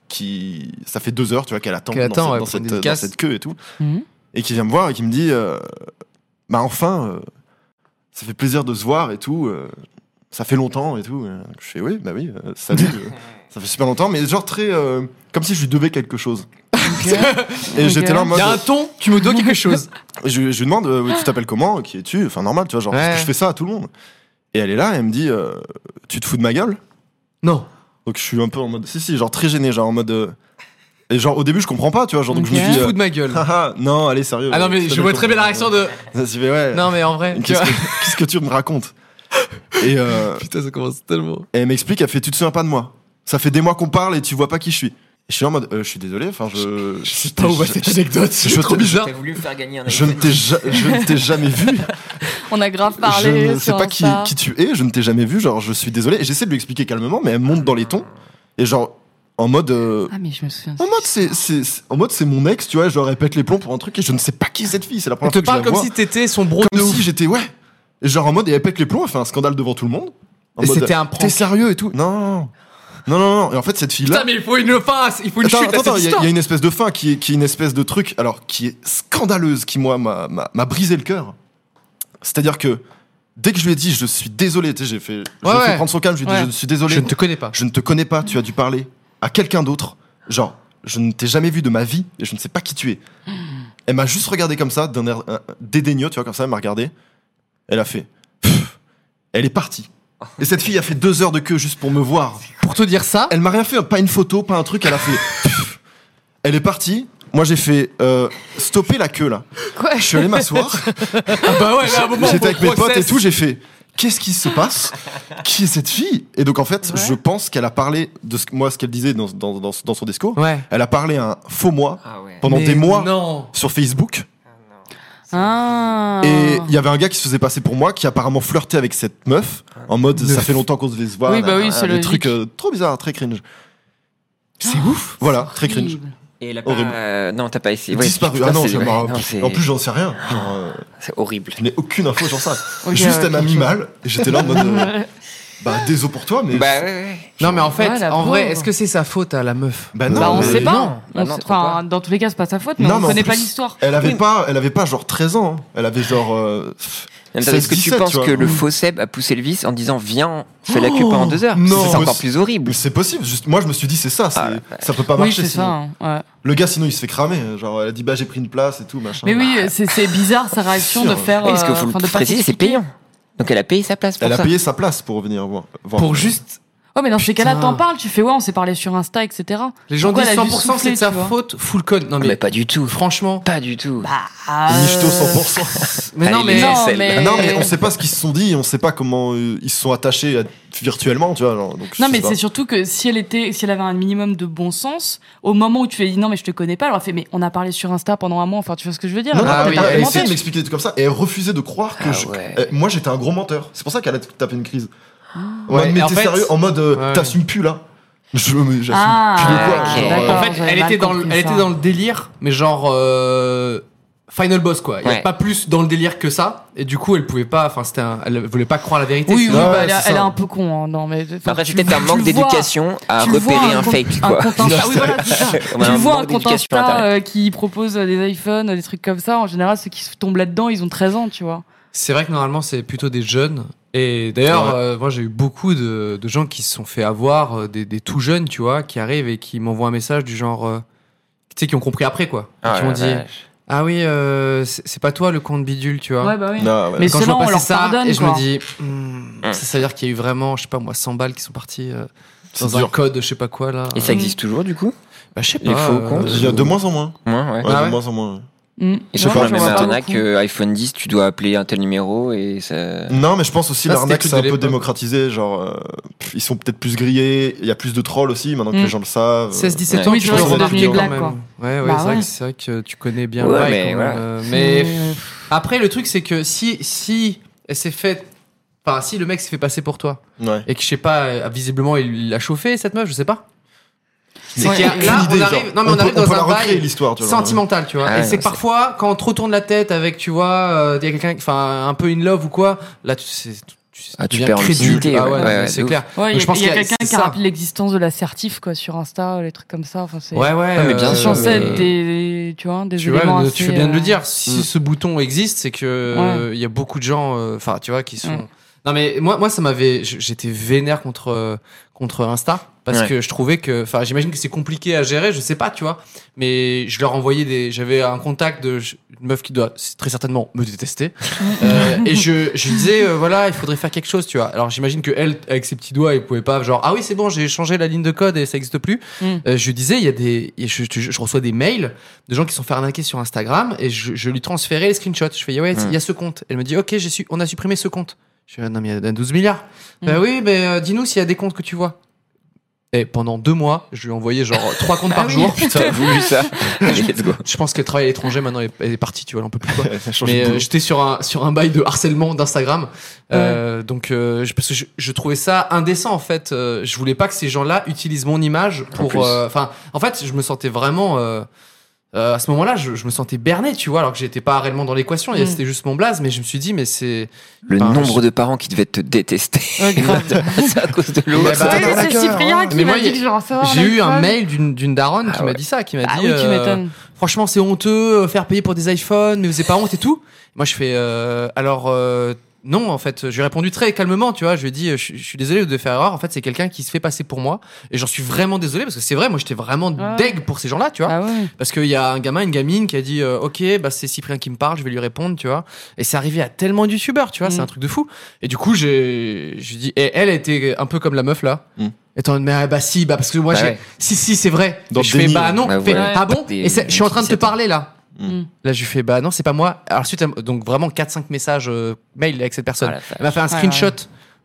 qui. Ça fait deux heures, tu vois, qu'elle attend,
Qu'elle
dans,
attend,
cette- dans
ouais, pour une
cette,
dédicace.
dans cette queue et tout.
Mhm.
Et qui vient me voir et qui me dit euh, Bah enfin, euh, ça fait plaisir de se voir et tout. euh, ça fait longtemps et tout. Je fais Oui, bah oui, euh, salut. euh, ça fait super longtemps, mais genre très. euh, comme si je lui devais quelque chose. Et
Ok.
j'étais là en
Il
mode.
y a un ton, tu me dois quelque chose.
Et Je, je lui demande, euh, tu t'appelles comment Qui es-tu Enfin, normal, tu vois, genre, parce
Ouais.
que je fais ça à tout le monde. Et elle est là, elle me dit, euh, tu te fous de ma gueule
non.
Donc je suis un peu en mode, si, si, genre très gêné, genre en mode. euh, Et genre, au début, je comprends pas, tu vois, genre, donc je
Ok.
me dis.
Fous
euh,
de ma gueule.
Haha, non, allez, sérieux. euh,
Ah non, mais je vois très bien la réaction de.
Je fais, ouais.
Non, mais en vrai. tu
Qu'est-ce
vois.
que, qu'est-ce que tu me racontes Et euh,
Putain, ça commence tellement.
et elle m'explique, elle fait, tu te souviens pas de moi Ça fait des mois qu'on parle et tu vois pas qui je suis. Et je suis en mode, euh, je suis désolé, enfin, je. Je sais
Putain, où va cette anecdote
je-
C'est trop bizarre.
T'as voulu me faire gagner un
Je ne t'ai ja- je ne t'ai jamais vu.
On a grave parlé.
je ne sais
sur
pas qui,
Insta.
qui tu es, je ne t'ai jamais vu, genre je suis désolé. Et j'essaie de lui expliquer calmement, mais elle monte dans les tons. Et genre, en mode. euh,
Ah, mais je me souviens.
en mode, c'est, c'est, c'est- en mode, c'est mon ex, tu vois, je répète les plombs pour un truc et je ne sais pas qui est cette fille, c'est la
Elle
première
te
fois que
parle
je la
comme
vois.
si t'étais son bro de
Comme
ouf.
si j'étais, ouais. Et genre en mode, et elle pète les plombs, elle fait un scandale devant tout le monde. En
Et
mode,
c'était un prank.
T'es sérieux et tout. Non, non, non, non, non. Et en fait, cette fille-là.
Putain, mais il faut une fin, il faut une
Attends,
chute
attends,
à cette
attends, il y, a-
histoire.
il y a une espèce de fin qui est, qui est une espèce de truc, alors qui est scandaleuse, qui moi m'a- m'a m'a brisé le cœur. C'est-à-dire que dès que je lui ai dit je suis désolé, tu sais, j'ai fait, je lui ai
Ouais,
fait
ouais.
prendre son calme, je lui ai dit
Ouais.
je suis désolé,
Je ne te connais pas.
je ne te connais pas, tu as dû parler à quelqu'un d'autre, genre je ne t'ai jamais vu de ma vie et je ne sais pas qui tu es. Elle m'a juste regardé comme ça, d'un air euh, dédaigneux, tu vois, comme ça, elle m'a regardé, elle a fait, Pff. elle est partie. Et cette fille a fait deux heures de queue juste pour me voir.
Pour te dire ça,
Elle m'a rien fait, pas une photo, pas un truc, elle a fait. Pff. elle est partie. Moi j'ai fait euh, stopper la queue là.
Quoi
Je suis allé m'asseoir.
ah bah ouais, là, à un moment,
J'étais
faut
avec mes potes et
process.
tout, j'ai fait. Qu'est-ce qui se passe Qui est cette fille Et donc en fait,
Ouais.
je pense qu'elle a parlé de ce, moi ce qu'elle disait dans, dans, dans- dans son discours.
Ouais.
Elle a parlé à un faux moi
Ah ouais.
pendant
Mais
des mois
Non.
sur Facebook.
Ah.
Et il y avait un gars qui se faisait passer pour moi, qui apparemment flirtait avec cette meuf, en mode
Ne
ça
f-
fait longtemps qu'on se devait se voir.
Oui, bah oui, c'est
des
logique. Oh,
trucs euh, trop bizarres, très cringe. C'est ouf. Voilà, très cringe.
Horrible.
Et elle a pas-
Horrible.
euh, non, t'as pas essayé. Ouais,
disparu.
putain,
Ah non,
c'est-
ça
ouais,
m'a-
non, c'est-
en plus j'en sais rien. Genre, euh,
c'est horrible.
je n'ai aucune info sur ça.
Ok,
Juste
ouais,
elle m'a
quelque
mis
chose.
mal. Et j'étais là en mode, euh, bah désolé pour toi, mais
Bah ouais, ouais.
Non, mais en fait,
Ouais, la
en vrai,
pauvre.
est-ce que c'est sa faute à la meuf
Bah non,
Bah, on
mais-
sait pas.
non.
On
Ah non,
sait-
trop
enfin,
pas.
dans tous les cas, c'est pas sa faute, mais
Non,
on
mais en
connaît pas
plus-
l'histoire.
elle avait
Oui.
pas, elle avait pas genre 13 ans. hein. Elle avait genre. euh, pff,
Attends, Est-ce que tu
16-17,
penses
vois.
que le faux Seb a poussé le vice en disant viens, fais la queue pendant deux heures
non.
C'est encore
Possi-
plus horrible.
Mais c'est possible. Juste, moi je me suis dit c'est ça, c'est-
Ah, ouais.
ça peut pas
Oui,
marcher.
c'est ça.
sinon.
hein, ouais.
Le gars sinon il se fait cramer. Genre elle a dit bah j'ai pris une place et tout machin.
Mais oui, c'est c'est bizarre sa réaction
sûr.
de faire.
Est-ce que
euh,
faut le
enfin, de pas
préciser, c'est
s'expliquer.
payant. Donc elle a payé sa place pour
Elle a
ça.
payé sa place pour venir voir. voir-
Pour juste.
Ouais, Oh, mais dans ces cas-là,
Putain.
t'en parles, tu fais ouais, on s'est parlé sur Insta, etc.
Les gens
Pourquoi
disent
elle a dû
100% c'est
souffler,
de sa
tu vois
faute, full code. Non,
Ah,
mais,
Mais pas du tout.
franchement.
Pas du tout.
Bah.
Michto
euh,
100%.
Mais non, mais.
non,
celle-là.
mais-
Ah Non, mais on sait pas ce qu'ils se sont dit, on sait pas comment euh, ils se sont attachés à- virtuellement, tu vois. genre, donc, je
Non,
sais
mais
pas.
c'est surtout que si elle était, si elle avait un minimum de bon sens, au moment où tu lui as dit non, mais je te connais pas, elle aurait fait, mais on a parlé sur Insta pendant un mois, enfin, tu vois ce que je veux dire?
Non, non,
Elle aurait
elle-
Ah oui,
peut-être
elle
elle
essayait
argumenté.
de m'expliquer des trucs comme ça et elle refusait de croire que
Ah
je-
ouais.
euh, moi j'étais un gros menteur. C'est pour ça qu'elle a tout à fait une crise.
Ah.
En
Ouais,
mode,
et
mais
en
t'es
fait-
sérieux en mode euh,
Ouais.
t'assumes plus là. Je mais j'assume
Ah,
plus de quoi.
ok,
genre,
d'accord.
euh,
En
Alors,
fait,
j'avais
elle
mal
était, dans le,
compris
elle était
ça.
dans le délire, mais genre euh, final boss quoi. Il y a
Ouais.
pas plus dans le délire que ça, et du coup elle pouvait pas, enfin c'était, un- elle voulait pas croire la vérité.
Oui, oui,
sinon-
Ouais,
bah, elle, est-
c'est
elle est
ça.
un peu con, hein, non, mais. enfin,
Après,
tu
c'est peut-être un
le-
manque
tu le vois.
d'éducation à
tu le vois,
repérer un
compte-
fake,
un
quoi.
compte Insta. Oui, voilà, c'est ça.
On a
Tu
un
vois un
manque
compte
d'éducation
Insta
Internet.
euh, qui propose euh, des iPhones, euh, des trucs comme ça. En général, ceux qui se tombent là-dedans, ils ont 13 ans, tu vois.
C'est vrai que normalement c'est plutôt des jeunes. Et d'ailleurs,
Ouais.
euh, moi j'ai eu beaucoup de, de gens qui se sont fait avoir, euh, des, des tout jeunes, tu vois, qui arrivent et qui m'envoient un message du genre, euh, tu sais, qui ont compris après quoi.
Ah,
qui m'ont
la
dit,
vache.
ah oui, euh, c'est c'est pas toi le compte bidule, tu vois.
Ouais, bah oui.
non, ouais.
Mais
Et quand je
ceux-là,
vois
on
passer
leur
ça,
pardonne.
et je
quoi.
Hmm.
me dis, Hmm, ça, ça veut dire qu'il y a eu vraiment, je sais pas moi, 100 balles qui sont parties. euh,
C'est
dans un
dur.
code, je sais pas quoi là.
Et ça existe toujours du coup
Bah, je sais
les
pas.
faux
euh,
comptes.
Il y a de moins en moins.
Moi, ouais.
Ouais,
Ah
de
ouais
moins en moins.
Mm.
Et chaque
Non,
fois,
je
même
vois pas
arnaque,
beaucoup.
euh, iPhone 10, tu dois appeler un tel numéro et ça.
Non, mais je pense aussi
Ça,
l'arnaque
c'était
c'est un
de
peu
l'époque.
démocratisé. Genre, euh, pff, ils sont peut-être plus grillés. Il y a plus de trolls aussi maintenant que
Mm.
les gens le savent. euh,
16-17
Ouais.
ans,
Oui,
tu
tu
peux
vois, c'est
remarquer
devenu
quand
blague,
même.
quoi.
Ouais, ouais,
Bah
c'est vrai,
ouais.
que- c'est vrai que tu connais bien
Ouais,
le bail,
mais
quand
voilà.
même. Euh, mais
euh,
après, le truc, c'est que si, si elle s'est fait. Enfin, si le mec s'est fait passer pour toi,
Ouais.
et que je sais pas, euh, visiblement, il l'a chauffé cette meuf, je sais pas. C'est
Ouais.
qu'il y a-
Aucune
là,
idée,
on
genre.
arrive, non, mais on,
peut-
arrive
peut
dans
la
un
recréer,
bail
l'histoire. tu vois.
sentimental, tu vois.
Ah
et
ouais,
c'est
c'est-
parfois, quand on te retourne la tête avec, tu vois, euh, il y a quelqu'un, enfin, un peu in love ou quoi, là, tu sais. Tu,
Ah, tu
deviens
perds
crédule.
lucidité,
Ah
ouais,
ouais,
ouais, ouais,
c'est
de
clair.
Ouais,
Donc,
il
je
y
pense
a, il y a
qu'il y a-
quelqu'un
c'est
qui
ça.
rappelle l'existence de l'assertif quoi sur Insta, les trucs comme ça. Enfin, c'est
Ouais, ouais.
mais bien
euh,
je
sûr,
pensais
euh,
être des, tu vois, hein, des
tu,
éléments
vois,
assez,
tu fais bien de
euh,
le dire. Si
Mm.
ce bouton existe, c'est que euh, il y a beaucoup de gens, euh, enfin, tu vois, qui sont.
Mm.
Non mais moi, moi, ça m'avait. j- J'étais vénère contre euh, contre Insta parce
Ouais.
que je trouvais que, enfin, j'imagine que c'est compliqué à gérer. Je sais pas, tu vois. Mais je leur envoyais des. J'avais un contact de j- une meuf qui doit très certainement me détester. Euh, et je je lui disais euh, voilà, il faudrait faire quelque chose, tu vois. Alors j'imagine que elle, avec ses petits doigts, elle pouvait pas genre ah oui c'est bon, j'ai changé la ligne de code et ça existe plus.
Mm.
Euh, je lui disais il y a des, et je, je- je reçois des mails de gens qui sont fait arnaquer sur Instagram et je, je lui transférais les screenshots. Je fais ouais,
Mm.
il y a ce compte. Elle me dit ok, j'ai su, on a supprimé ce compte. Je fais non mais il y a 12 milliards.
Mm.
Bah oui, mais euh, dis-nous s'il y a des comptes que tu vois. Et pendant deux mois, je lui envoyais genre trois comptes par jour.
Ah Putain, voulu ça. Allez, let's go.
Je pense qu'elle travaille à l'étranger maintenant, elle est- elle est partie, tu vois, elle en peut plus quoi.
Elle a changé de
Mais euh,
boulot.
j'étais sur un sur un bail de harcèlement d'Instagram, Euh, donc euh, je- parce que je, je trouvais ça indécent en fait. Euh, je voulais pas que ces gens-là utilisent mon image pour.
plus.
euh, Enfin, en fait, je me sentais vraiment. euh, euh, à ce moment-là, je, je me sentais berné, tu vois, alors que j'étais pas réellement dans l'équation. et
Mm.
C'était juste mon blase, mais je me suis dit, mais c'est.
Le
Ah,
Enfin,
nombre
je-
de parents qui devaient te détester.
Ouais, grave.
c'est à cause de l'autre.
Mais bah,
Ouais,
Attends,
mais c'est
d'accord,
Cyprien
ouais.
Mais
qui
moi,
m'a dit
il-
que je recevais
J'ai eu un
iPhone.
mail d'une d'une daronne
Ah
qui m'a
ouais.
dit ça, qui m'a
Ah
dit.
oui, tu
euh,
m'étonnes.
franchement c'est honteux euh, faire payer pour des iPhones mais vous n'avez pas honte et tout moi je fais euh, alors euh, non en fait j'ai répondu très calmement tu vois je lui ai dit euh, je, je suis désolé de faire erreur en fait c'est quelqu'un qui se fait passer pour moi et j'en suis vraiment désolé parce que c'est vrai moi j'étais vraiment
Ah Ouais.
deg pour ces gens là tu vois
Ah ouais.
parce qu'il y a un gamin une gamine qui a dit euh, ok bah c'est Cyprien qui me parle je vais lui répondre tu vois et c'est arrivé à tellement de youtubeurs tu vois c'est
Mm.
un truc de fou et du coup j'ai je lui dis et elle était un peu comme la meuf là
Mm.
Et t'en- mais ah, bah si bah parce que moi
Bah
j'ai
ouais.
si si c'est vrai
Dans
Et je
le
fais
déni,
bah
ouais.
non
Bah
Elle fait,
voilà.
ah bon
Des-
et c'est- je suis en train de te
17 ans.
parler là
Mm.
Là, je lui fais, bah non, c'est pas moi. Alors, ensuite, elle me- donc vraiment 4-5 messages euh, mail avec cette personne.
Ah, la vache.
elle m'a fait un
Ouais,
screenshot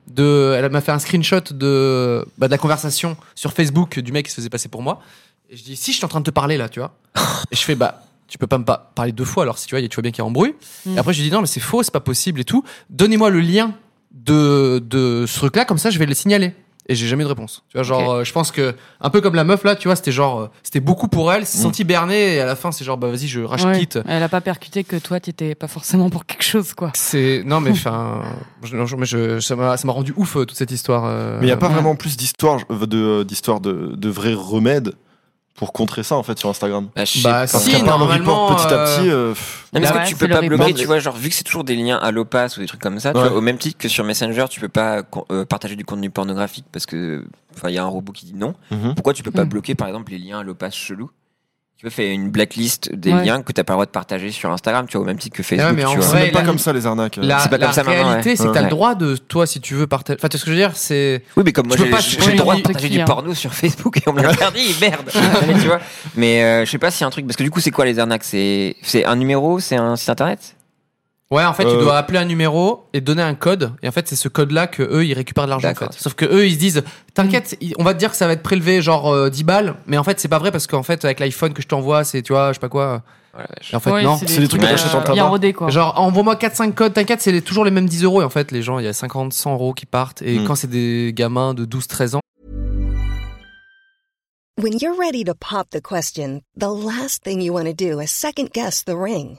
de, elle m'a fait un screenshot de, bah, de la conversation sur Facebook du mec qui se faisait passer pour moi. Et je dis, si, je suis en train de te parler là, tu vois. et je fais, bah, tu peux pas me pa- parler deux fois alors si tu vois, il y a- tu vois bien qu'il y a embrouille.
Mm.
Et après, je lui dis, non, mais c'est faux, c'est pas possible et tout. Donnez-moi le lien de, de ce truc-là, comme ça, je vais le signaler. Et j'ai jamais eu de réponse. Tu vois, genre, euh, je pense que, un peu comme la meuf là, tu vois, c'était genre, euh, c'était beaucoup pour elle, elle s'est
Mm.
sentie bernée et à la fin, c'est genre, bah vas-y, je rachète
Ouais.
quitte.
Elle a pas percuté que toi, t'étais pas forcément pour quelque chose, quoi.
C'est non mais enfin, je- non, je- mais je- ça m'a ça m'a rendu ouf euh, toute cette histoire. euh.
Mais il n'y a pas
Ouais.
vraiment plus d'histoire de, d'histoire de, de vrais remèdes pour contrer ça en fait sur Instagram.
Bah, je sais
Bah
pas.
Parce
Si,
qu'à part le
normalement,
report petit à
euh,
petit. euh, pff,
Non, mais est-ce
Bah
que
ouais,
tu
c'est
peux
le
pas
règlement
bloquer,
de-
tu vois, genre, vu que c'est toujours des liens à l'OPAS ou des trucs comme ça, tu
Ouais.
vois, au même titre que sur Messenger, tu peux pas con- euh, partager du contenu pornographique parce que, enfin, il y a un robot qui dit non.
mhm.
Pourquoi tu peux pas
Mm.
bloquer, par exemple, les liens à l'OPAS chelou? Tu peux faire une blacklist des
Ouais.
liens que t'as pas le droit de partager sur Instagram, tu vois, au même titre que
Eh
Ouais,
Facebook,
mais en
tu vois.
C'est
vrai,
même pas
la-
comme ça les arnaques. euh.
La,
c'est pas
la
comme ça maintenant,
réalité,
ouais.
c'est que t'as
Ouais.
le droit de toi si tu veux partager. Enfin, tu vois ce que je veux dire, c'est
Oui, mais comme moi,
Tu peux
j'ai
pas
j'ai-
spoiler
j'ai le droit de
les trucs
partager du
liés, hein.
porno sur Facebook et on me l'a interdit, merde. Non, mais tu vois. Mais euh, je sais pas si un truc, parce que du coup, c'est quoi les arnaques C'est c'est un numéro, c'est un site internet
ouais, en fait, tu
Euh.
dois appeler un numéro et donner un code. Et en fait, c'est ce code-là que eux ils récupèrent de l'argent. En
D'accord.
fait. Sauf que eux ils se disent,
Mm.
t'inquiète, il- on va te dire que ça va être prélevé genre euh, 10 balles, mais en fait c'est pas vrai parce qu'en fait avec l'iPhone que je t'envoie, c'est tu vois, je sais pas quoi. Et en fait
Ouais,
non.
C'est des trucs que
euh,
t'achètes en tabac.
Bien rodés, quoi.
Genre, envoie-moi 4-5 codes, t'inquiète, c'est les- toujours les mêmes 10 euros. Et en fait, les gens, il y a 50, 100 euros qui partent. Et
Mm.
quand c'est des gamins de 12-13 ans,
When you're ready to pop the question, the last thing you want to do is second guess the ring.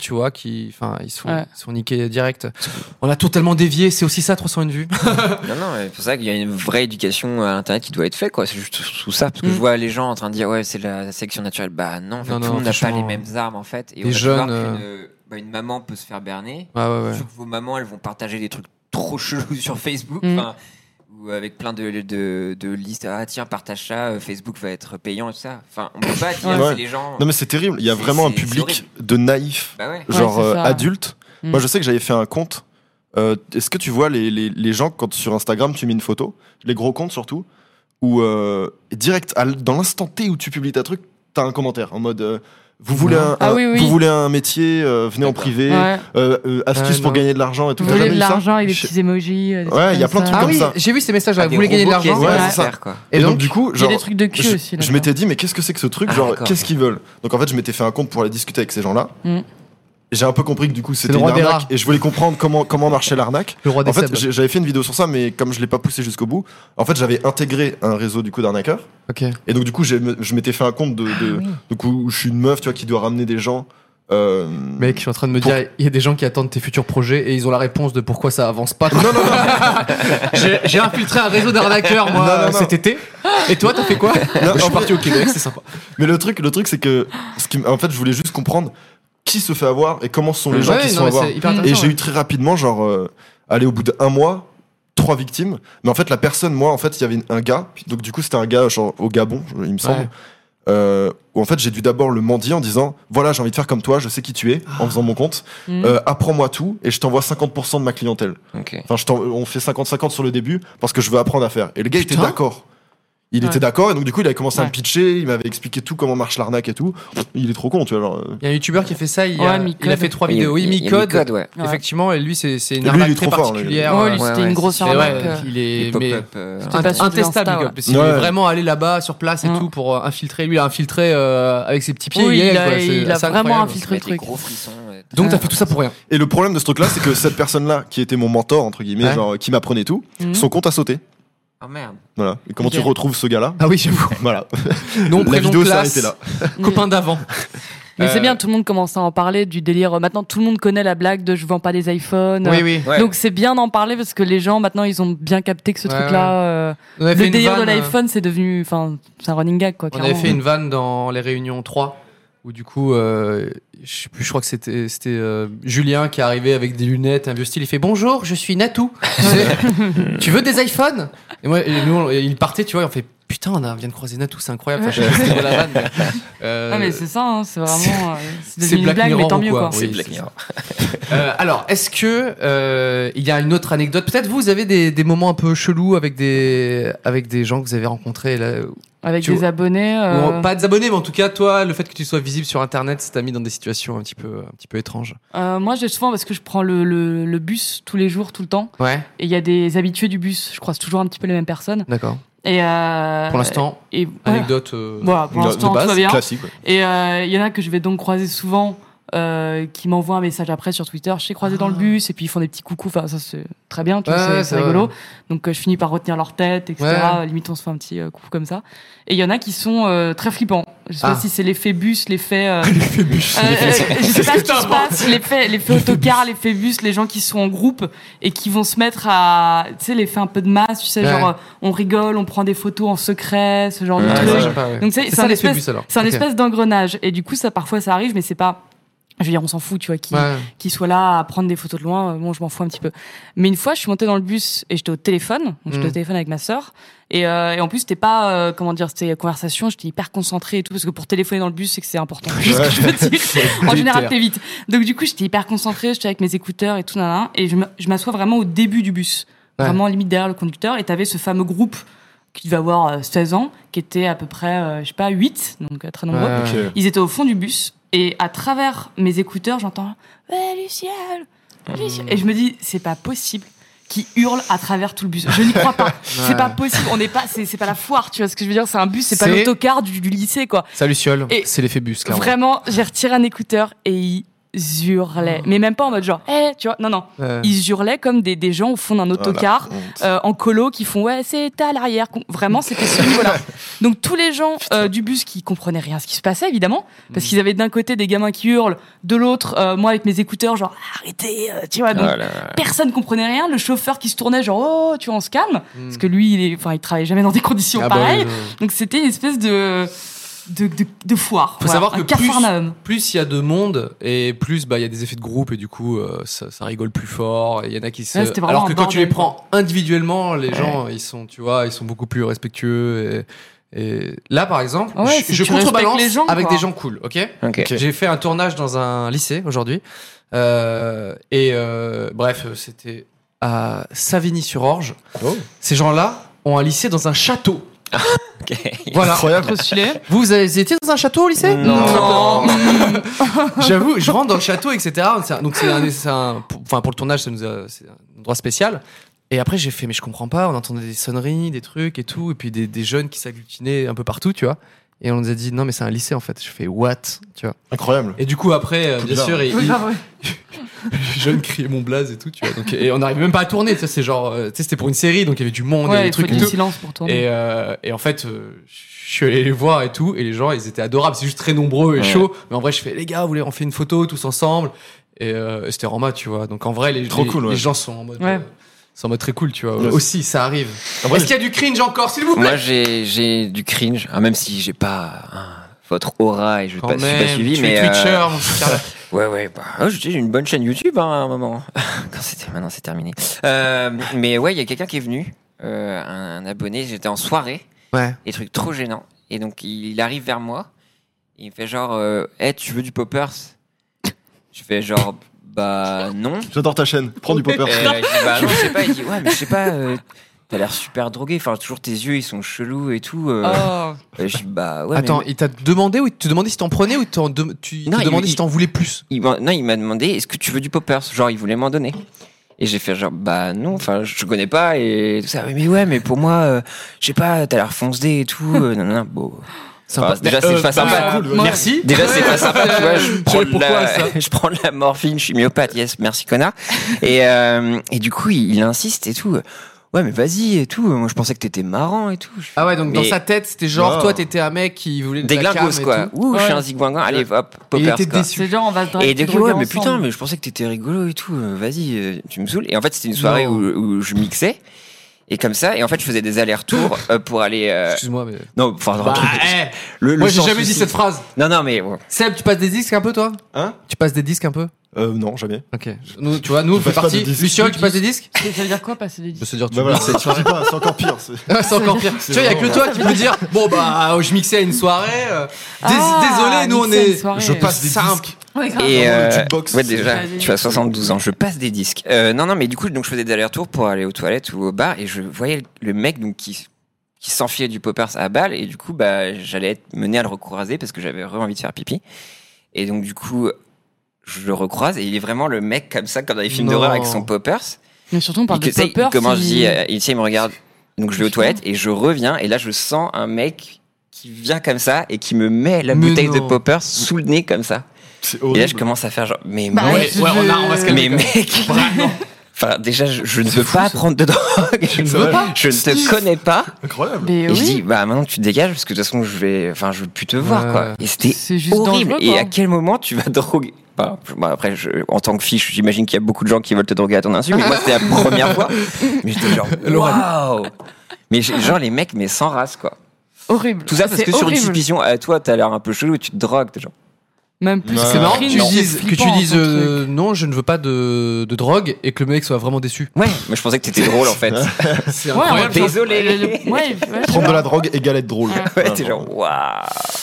tu vois, qui, enfin, ils sont,
Ouais.
ils sont niqués direct. On a totalement dévié, c'est aussi ça, 301 vues.
Non, non, mais c'est pour ça qu'il y a une vraie éducation à l'internet qui doit être faite, quoi. C'est juste tout ça. Parce que
Mm.
je vois les gens en train de dire, ouais, c'est la sélection naturelle. Bah non, en fait,
Non,
tout
non,
le monde n'a pas
franchement,
les mêmes armes, en fait. Et
les
on a pu voir
jeunes, euh,
qu'une- bah, une maman peut se faire berner.
Ouais, ouais, ouais.
Sauf que vos mamans, elles vont partager des trucs trop chelous sur Facebook.
Mm.
enfin, Ou avec plein de, de, de listes. Ah, tiens, partage ça, euh, Facebook va être payant et tout ça. Enfin, on peut pas dire,
Ouais.
c'est les gens.
Non mais c'est terrible, il y a
C'est-
vraiment un
c'est- c'est
public
horrible.
de naïfs,
Bah ouais.
genre
c'est
euh,
ça.
adultes.
Mm.
Moi je sais que j'avais fait un compte. Euh, Est-ce que tu vois les, les, les gens quand sur Instagram tu mets une photo, les gros comptes surtout, où euh, direct à l- dans l'instant T où tu publies ta truc, t'as un commentaire en mode euh, vous voulez un,
Ah
un-
oui, oui.
vous voulez un métier, euh, venez en
D'accord.
privé,
Ouais.
euh, euh, astuces
Ah,
pour
non.
gagner de l'argent et tout.
Vous
T'as
voulez
jamais
de
vu ça
l'argent et des
Je-
petits emojis. euh, des
Ouais,
trucs
il y a
comme
plein de
ça.
trucs
Ah
comme
oui,
ça.
j'ai vu ces messages,
Ah,
là,
des
vous voulez gagner de
robots qui
l'argent.
essaient
Ouais,
le
c'est ça.
faire, quoi.
Et,
Et
donc,
donc,
du coup,
Il y a
genre,
des trucs de cul
je-
aussi.
je m'étais dit, mais qu'est-ce que c'est que ce truc
Ah,
Genre,
d'accord.
qu'est-ce qu'ils veulent Donc, en fait, je m'étais fait un compte pour aller discuter avec ces gens-là.
Mm.
J'ai un peu compris que du coup, c'était
le
une
roi des
arnaque
rats.
et je voulais comprendre comment, comment marchait l'arnaque.
Le roi des
En fait,
sables.
j'ai- j'avais fait une vidéo sur ça, mais comme je l'ai pas poussé jusqu'au bout, en fait, j'avais intégré un réseau du coup d'arnaqueurs.
Ok.
Et donc, du coup, j'ai- je m'étais fait un compte de,
Ah
de, du coup, où je suis une meuf, tu vois, qui doit ramener des gens. euh,
Mec, je suis en train de me
Pour-
dire, il y a des gens qui attendent tes futurs projets et ils ont la réponse de pourquoi ça avance pas.
Non, non, non,
J'ai j'ai infiltré un réseau d'arnaqueurs, moi, euh,
Non, non, non.
cet été. Et toi, t'as fait quoi
non,
Je
en
suis
vrai-
parti au Québec, c'est sympa.
Mais le truc, le truc, c'est que, ce qui, m- en fait, je voulais juste comprendre qui se fait avoir et comment sont les gens
Ouais,
qui se
non,
font
mais
avoir.
c'est hyper
Et
Et
intéressant,
j'ai
ouais.
eu très rapidement, genre, euh, allez, au bout d'un mois, trois victimes. Mais en fait, la personne, moi, en fait, il y avait une- un gars. Donc, du coup, c'était un gars, genre, au Gabon, je- il me semble.
Ouais.
euh, où en fait, j'ai dû d'abord le mendier en disant Voilà, j'ai envie de faire comme toi, je sais qui tu es,
Ah.
en faisant mon compte.
Hmm.
Mhm.
Euh, Apprends-moi tout et je t'envoie 50% de ma clientèle.
Ok.
Enfin, je t'en- on fait 50-50 sur le début parce que je veux apprendre à faire. Et le gars, il était
Putain.
d'accord. Il
Ouais.
était d'accord et donc, du coup, il avait commencé à me
Ouais.
pitcher, il m'avait expliqué tout, comment marche l'arnaque et tout. Il est trop con, tu vois. genre, euh,
Il y a un youtubeur qui a fait ça, il,
Ouais,
a,
Micode.
il a fait trois
Il y a-
vidéos. Oui,
il y a- il y a
Micode,
Micode, ouais.
Ouais.
effectivement, et lui, c'est c'est une
Lui, il est
arnaque très
trop fort, lui.
particulière.
Oh, lui,
Ouais,
c'était
ouais,
une grosse
Mais
arnaque.
ouais,
euh.
il est
Les pop-up,
mais
euh,
C'était
int-
pas sur
intestable,
Insta,
Micode,
ouais.
parce qu'il est
Ouais.
vraiment allé là-bas sur place et
Mm.
tout pour euh, infiltrer. Lui, il a infiltré euh, avec ses petits pieds.
Oui,
et
il
ailes,
a-
quoi, c'est
il a
assez
vraiment
incroyable.
se
infiltré.
mettre des
truc.
gros frissons. euh,
Donc, t'as fait tout ça pour rien.
Et le problème de ce truc-là, c'est que cette personne-là, qui était mon mentor, entre guillemets,
Ouais.
genre, qui m'apprenait tout,
Mhm.
son compte a sauté.
Oh,
Ah merde.
Voilà. Et comment
Ok.
tu retrouves ce gars-là
Ah oui, j'avoue.
Voilà.
Non,
La
prénom,
vidéo s'est
classe,
arrêtée là.
copain d'avant.
Mais
Euh,
c'est bien, tout le monde commence à en parler du délire. Maintenant, tout le monde connaît la blague de je vends pas des iPhones.
Oui, oui.
Ouais.
Donc c'est bien d'en parler parce que les gens maintenant ils ont bien capté que ce
Ouais,
truc-là, euh,
On avait fait
le
une
délire de
vanne, euh,
l'iPhone c'est devenu, enfin c'est un running gag quoi.
On
Clairement.
avait fait une vanne dans les réunions 3 où du coup, euh, je sais plus, je crois que c'était c'était euh, Julien qui est arrivé avec des lunettes, un vieux style. Il fait bonjour, je suis Natou. Tu sais, tu veux des iPhones Et moi, et nous, on- et il partait, tu vois, et on fait putain, on a- vient de croiser Natou, c'est incroyable. Enfin, je sais pas si c'était la vanne, mais, euh,
Ah mais c'est ça, hein, c'est vraiment, euh, c'est
c'est
devenu une
Black
blague mais
Mirror
tant
ou
mieux
quoi
quoi.
Oui,
C'est Black
c'est
Mirror.
euh, alors, est-ce que euh, il y a une autre anecdote Peut-être vous avez des, des moments un peu chelous avec des avec des gens que vous avez rencontrés là,
Avec
Tu
des
vois-
abonnés.
Ou
euh,
en- pas des abonnés, mais en tout cas, toi, le fait que tu sois visible sur Internet, ça t'a mis dans des situations un petit peu, un petit peu étranges.
euh, moi j'ai souvent parce que je prends le, le, le bus tous les jours, tout le temps,
Ouais,
et il y a des habitués du bus. Je croise toujours un petit peu les mêmes personnes.
d'accord.
Et euh,
Pour l'instant,
Et voilà.
anecdote. euh,
Voilà, pour
De-
l'instant
de
tout
base,
va bien.
classique. ouais.
Et euh, il y en a que je vais donc croiser souvent, euh, qui m'envoient un message après sur Twitter. Je t'ai croisé dans le bus, et puis ils font des petits coucous. Enfin, ça c'est très bien, tu vois,
Ah. Ouais,
c'est-
ouais,
c'est
ça va.
rigolo. Donc euh, je finis par retenir leur tête, etc.
Ouais.
Limite on se fait un petit euh, coucou comme ça. Et il y en a qui sont euh, très flippants. Je sais
Ah.
pas si c'est l'effet bus, l'effet. euh, euh, euh, je sais pas ce qui se passe, l'effet, l'effet autocar, l'effet bus, les gens qui sont en groupe et qui vont se mettre à, tu sais, l'effet un peu de masse, tu sais,
Ouais.
genre, euh, on rigole, on prend des photos en secret, ce genre de
Ouais,
Ah,
truc.
ça, j'aime pas, ouais.
Donc, c'est- c'est
ça
un
l'effet
espèce-
bus, alors.
C'est un
Ok.
espèce d'engrenage. Et du coup, ça, parfois, ça arrive, mais c'est pas. Je veux dire, on s'en fout, tu vois, qui,
Ouais.
qui soit là à prendre des photos de loin. euh, Bon, je m'en fous un petit peu. Mais une fois, je suis montée dans le bus et j'étais au téléphone. Donc, J'étais
Mm.
au téléphone avec ma sœur. Et, euh, et en plus, c'était pas, euh, comment dire, c'était conversation. J'étais hyper concentrée et tout parce que pour téléphoner dans le bus, c'est que c'est important. C'est ce que je veux dire. en général, t'es vite. Donc, du coup, j'étais hyper concentrée. J'étais avec mes écouteurs et tout, nanana, et je m- je m'assois vraiment au début du bus.
Ouais.
Vraiment limite derrière le conducteur. Et t'avais ce fameux groupe qui devait avoir euh, 16 ans, qui était à peu près, euh, je sais pas, 8, donc euh, très nombreux.
Ouais.
Ok.
Ils étaient au fond du bus et à travers mes écouteurs, j'entends Ouais, Luciel Luciel Et je me dis, c'est pas possible qu'ils hurlent à travers tout le bus. Je n'y crois pas. C'est
Ouais.
pas possible. On n'est pas, c'est c'est pas la foire, tu vois ce que je veux dire. C'est un bus, c'est pas
C'est-
l'autocar du, du lycée, quoi.
Ça, Luciole,
Et-
c'est l'effet bus, clairement.
Vraiment, j'ai retiré un écouteur et ils hurlaient. Mais même pas en mode genre, hé, tu vois, non, non.
Oh. Ouais. Oh,
Ils hurlaient comme des, des gens au fond d'un autocar, euh, en colo, qui font, ouais, c'est à l'arrière. Con- Vraiment, c'était ce niveau-là. Donc tous les gens euh, du bus qui comprenaient rien à ce qui se passait, évidemment,
Mm.
parce qu'ils avaient d'un côté des gamins qui hurlent, de l'autre, euh, moi avec mes écouteurs, genre, arrêtez, euh, tu vois. Donc,
Ah là là.
Personne comprenait rien, le chauffeur qui se tournait genre oh tu vois on se calme parce que lui il est enfin il travaille jamais dans des conditions
Mm. Ah bah oui,
pareilles
oui,
donc c'était une espèce de de, de, de foire.
Faut
Voilà,
savoir
un
que plus
cafarnaum.
plus il y a de monde et plus bah il y a des effets de groupe et du coup euh, ça, ça rigole plus fort. et Il y en a qui se.
Ouais, c'était vraiment
Alors que
un
quand tu les
bordel,
prends individuellement, les gens ils sont tu vois ils sont beaucoup plus respectueux. Et, et là par exemple,
Ouais,
je,
c'est
je
que tu respectes
contrebalance
les gens,
avec
quoi.
des gens cool, ok
Ok.
J'ai fait un tournage dans un lycée aujourd'hui. Euh, et euh, bref, c'était à Savigny-sur-Orge.
Oh.
Ces gens-là ont un lycée dans un château. Voilà.
Incroyable.
Trop stylé.
Vous, vous avez été dans un château au lycée
Non.
J'avoue, je rentre dans le château, etc. C'est un- Donc c'est un, c'est un- pour- enfin pour le tournage, ça nous a, c'est un endroit spécial. Et après j'ai fait, mais je comprends pas. On entendait des sonneries, des trucs et tout, et puis des, des jeunes qui s'agglutinaient un peu partout, tu vois. Et on nous a dit non, mais c'est un lycée en fait. Je fais what, tu vois.
Incroyable.
Et du coup après, euh, bien
bizarre.
sûr, il- il- les jeunes criaient mon blaze et tout, tu vois. Donc et on n'arrivait même pas à tourner. Tu sais, c'est genre, euh, tu sais, c'était pour une série, donc il y avait du monde et
Ouais,
des
il faut
trucs et
du
tout.
silence pour toi.
Et, euh, et en fait, euh, je suis allé les voir et tout, et les gens, ils étaient adorables. C'est juste très nombreux et
Ouais.
chaud. Mais en vrai, je fais, les gars, vous voulez, on fait une photo tous ensemble. Et euh, c'était en mode, tu vois. Donc en vrai, les,
Trop
les-
cool, ouais.
les gens sont en mode.
Ouais.
euh, sont en mode très cool, tu vois.
Ouais.
Aussi, ça arrive.
En vrai,
Est-ce qu'il y a du cringe encore, s'il vous plaît
Moi, j'ai j'ai du cringe, hein, même si j'ai pas hein, votre aura et je ne suis
Quand
pas suivi,
tu
mais.
es
euh,
Twitcher, mon petit Carla.
Ouais, ouais, bah, oh, j'ai j'ai une bonne chaîne YouTube hein, à un moment. Quand c'était, maintenant c'est terminé. Euh, mais ouais, il y a quelqu'un qui est venu, euh, un, un abonné, j'étais en soirée,
Ouais.
des trucs trop gênants. Et donc il, il arrive vers moi, il me fait genre, euh, hey, tu veux du poppers Je fais genre, bah non.
J'adore ta chaîne. Prends du popper.
Et, euh, il dit, bah non, je sais pas, il dit, ouais, mais je sais pas, euh, t'as l'air super drogué, enfin toujours tes yeux ils sont chelous et tout. euh.
Oh.
Et je dis, bah ouais, mais-
Attends, il t'a demandé, ou il te demandait si t'en prenais ou t'en dem- tu
Non,
te
il-
demandais si
il-
t'en voulais plus
Il m'a- non, il m'a demandé est-ce que tu veux du poppers Genre, il voulait m'en donner. Et j'ai fait genre bah non, enfin je connais pas et tout ça. Ah Mais ouais, mais pour moi, euh, je sais pas, t'as l'air foncé et tout. euh, non, non, non, bon. Enfin, déjà
Euh,
c'est pas sympa.
bah, cool, ouais.
Merci.
Déjà, c'est
Ouais.
pas sympa, tu vois. Je
Je
prends,
sais
de
pourquoi, ça.
la, je prends de la morphine, je suis myopathe, yes, merci connard. Et, euh, et du coup, il, il insiste et tout. Ouais, mais vas-y et tout. Moi, je pensais que t'étais marrant et tout. Je fais,
Ah ouais, donc dans
Mais-
sa tête, c'était genre,
Wow.
toi, t'étais un mec qui voulait de
Des
la cam
glingos,
et
quoi.
tout.
Ouh, je suis
Ouais.
un zigouingouin. Allez, hop, poppers.
Il était
quoi.
déçu.
C'est genre on va se
Et du coup,
droguer
ouais, mais
ensemble.
putain, mais je pensais que t'étais rigolo et tout. euh, Vas-y, euh, tu me saoules. Et en fait, c'était une soirée
Non.
où, où je mixais. Et comme ça, et en fait, je faisais des allers-retours euh, pour aller. euh,
Excuse-moi, mais.
Non, enfin,
Bah, eh,
le, le
moi, j'ai
sans
jamais dit
souci.
cette phrase.
Non, non, mais bon.
Seb, tu passes des disques un peu, toi
Hein
Tu passes des disques un peu
Euh, non, jamais.
Ok. Nous, tu vois, nous, on
Je
fait
passe pas
partie.
des disques.
Luciole, tu passes des disques
Ça veut dire quoi passer des disques
se dire,
Bah voilà, c'est tu dis pas, c'est encore pire. c'est-
Ah, c'est encore pire. Tu vois, il y a que toi qui peux dire Bon, bah, je mixais à une soirée. euh, dés-
Ah,
désolé, nous, on
mixer à une
est.
soirée.
Je passe des
simple.
disques.
Ouais, grave.
Et
Dans le
euh,
jukebox.
ouais, déjà,
Vas-y.
tu as 72 ans, je passe des disques. Euh, non, non, mais du coup, donc, je faisais des allers-retours pour aller aux toilettes ou au bar, et je voyais le mec donc, qui, qui s'enfilait du poppers à balle, et du coup, bah, j'allais être mené à le recroiser parce que j'avais vraiment envie de faire pipi. Et donc, du coup, je le recroise, et il est vraiment le mec comme ça, comme dans les films
Non.
d'horreur avec son poppers.
Mais surtout on
Et
parle
que,
de
tu sais,
poppers.
il commence,
qui-
je dis, euh, il, tu sais, il me regarde, donc je vais aux
Putain.
toilettes, et je reviens, et là, je sens un mec qui vient comme ça et qui me met la
Mais
bouteille de
non.
poppers sous le nez comme ça.
C'est
Et là, je
horrible.
commence à faire genre, mais
Bah,
moi,
Ouais,
je
ouais, on, a- on va se calmer.
mais mec, enfin déjà, je, je ne veux pas prendre de drogue. Je ne
veux pas.
Je ne te connais pas.
Incroyable.
Mais
Et je dis,
oui.
bah maintenant tu te dégages parce que de toute façon je vais, enfin je veux plus te voir
Ouais.
quoi. Et c'était
C'est juste
horrible.
dangereux,
Et
quoi.
à quel moment tu vas droguer Enfin, je- bon, après, je- en tant que fiche, j'imagine qu'il y a beaucoup de gens qui veulent te droguer à ton insu. Mais moi, c'était la première fois. Mais j'étais genre, waouh Mais j'ai- genre, les mecs, mais sans race, quoi.
Horrible.
Tout ça parce
Ah, C'est
que sur une
horrible.
suspicion, à toi, t'as l'air un peu chelou et tu te drogues. t'es genre,
Même plus.
C'est
C'est marrant que
cringe,
tu
c'est
dises, que tu
flippant,
dises
ton
euh, non, je ne veux pas de, de drogue et que le mec soit vraiment déçu.
Ouais, mais je pensais que t'étais drôle, en fait.
C'est
truc. Ouais, en plus,
Désolé.
le- le- Ouais, ouais,
Prendre de la drogue égale être drôle.
Ah
Ah.
Ouais, t'es genre, waouh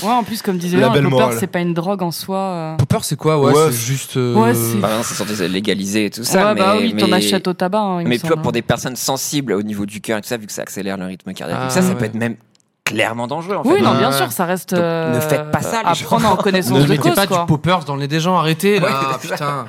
Ouais, en plus, comme disait
La
Laure, le
belle
popper,
morale.
c'est pas une drogue en soi. euh.
Popper, c'est quoi Ouais,
Ouais,
c'est
c'est-
juste. euh,
Ouais, c'est-
Bah non, c'est sorti légalisé et tout ça.
ouais,
mais,
bah oui, t'en
mais-
achètes au tabac. hein, il me
Mais tu vois,
semble,
pour
hein.
des personnes sensibles au niveau du cœur et tout ça, vu que ça accélère le rythme cardiaque,
Ah,
et tout ça, ça
ouais.
peut être même clairement dangereux en
Oui,
fait.
non,
Ouais,
bien
ouais.
sûr, ça reste.
Donc,
euh,
ne faites pas ça, les
À
gens.
prendre en connaissance
Ne
de
mettez
cause,
pas
quoi.
du poppers dans les des gens, arrêtez là, Ah,
Ouais,
putain.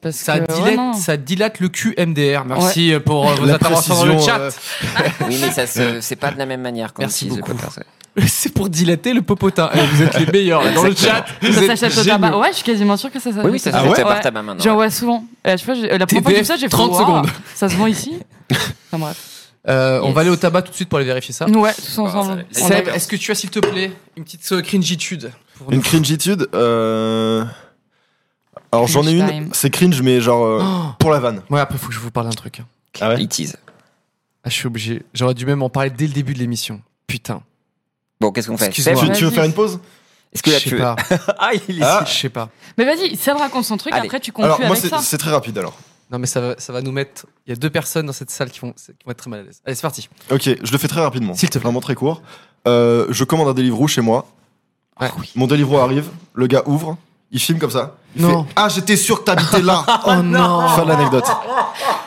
Parce
Ça,
que, ouais,
dilate,
non.
ça dilate le QMDR. Merci pour euh, vos
La
interventions dans le
précision,
chat.
euh,
Oui, mais ça se- c'est pas de la même manière. qu'on
Merci
utilise le
beaucoup.
poppers, ouais.
c'est pour dilater le popotin. Eh, vous êtes les meilleurs là, dans le chat.
Ça
vous êtes
s'achète au
géniaux.
tabac. Ouais, je suis quasiment sûre que ça s'achète.
Oui, oui, ça
au
s'achète
Ah
tabac.
au tabac maintenant, ouais.
J'en vois souvent. Et à chaque fois, j'ai- la première fois que j'ai vu ça, j'ai fait
30
Ouah,
secondes.
Ça se vend ici Enfin bref.
Euh, On
Yes.
va aller au tabac tout de suite pour aller vérifier ça.
Ouais,
Ah,
tous ensemble.
ça va.
On
Seb,
adore.
est-ce que tu as, s'il te plaît, une petite euh, cringitude pour
Une
nous
cringitude euh... Alors j'en ai
Cringe
une,
time.
c'est cringe, mais genre euh,
Oh
pour la vanne.
Ouais, après, faut que je vous parle d'un truc. hein.
Ah ouais
It is.
Ah, je suis obligé. J'aurais dû même en parler dès le début de l'émission. Putain.
Bon, qu'est-ce qu'on fait
Excuse-moi.
Seb,
tu, tu veux
Vas-y.
faire une pause
Est-ce que
Je
là tu
sais
veux
pas.
Ah, il est
Ah.
Je sais pas.
Mais vas-y, Seb raconte son truc,
Allez.
après tu
Alors
conclus
moi
avec
c'est
ça.
c'est très rapide alors.
Non, mais ça va, ça va nous mettre. Il y a deux personnes dans cette salle qui vont, qui vont être très mal à l'aise. Allez, c'est parti.
Ok, je le fais très rapidement.
S'il te plaît.
Vraiment très court. Euh, je commande un Deliveroo chez moi.
Ouais.
Mon Deliveroo arrive, le gars ouvre, il filme comme ça. Il
Non.
fait Ah, j'étais sûr que t'habitais là
Oh non
Fin de l'anecdote.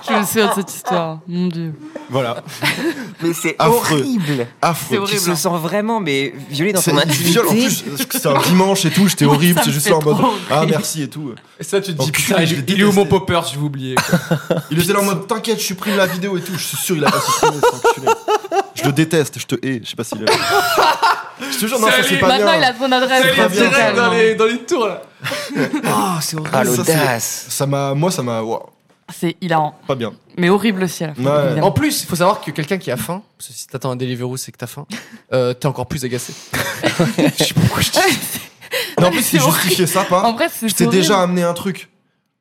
Je me souviens de cette histoire. Mon dieu.
Voilà.
Mais c'est
Affreux.
horrible.
Affreux.
Tu
hein.
te sens vraiment mais violé dans
C'est
ton
viol, en
intimité.
plus, c'est un dimanche et tout, j'étais
Moi,
horrible,
ça
c'est
me
juste
fait
là en mode
trop
Ah
rire.
merci et tout.
Et ça, tu te dis,
Enculé,
putain,
Oh, je
il,
l'ai
il est où
détesté.
mon popper Je vais oublier.
Il était là en mode T'inquiète, je suis pris de la vidéo et tout, je suis sûr il a pas supprimé, c'est enculé. Je le déteste, je te hais, je sais pas euh, s'il est là. Je te jure, non, ça
Salut.
c'est pas
Maintenant,
bien.
il a ton adresse.
Salut,
quoi,
direct
c'est calme, hein.
dans les tours là. Oh, c'est horrible.
Ah,
Ça, c'est-
l'audace.
Ça m'a. Moi, ça m'a. waouh,
C'est hilarant.
pas bien.
Mais horrible aussi à la fin.
Ouais.
évidemment.
En plus, il faut savoir que quelqu'un qui a faim, parce que si t'attends un Deliveroo, c'est que t'as faim, euh, t'es encore plus agacé. je sais pas pourquoi je dis ça.
Non, en plus,
c'est
il justifiait ça
En
par
vrai, c'est
Je t'ai
horrible.
déjà amené un truc.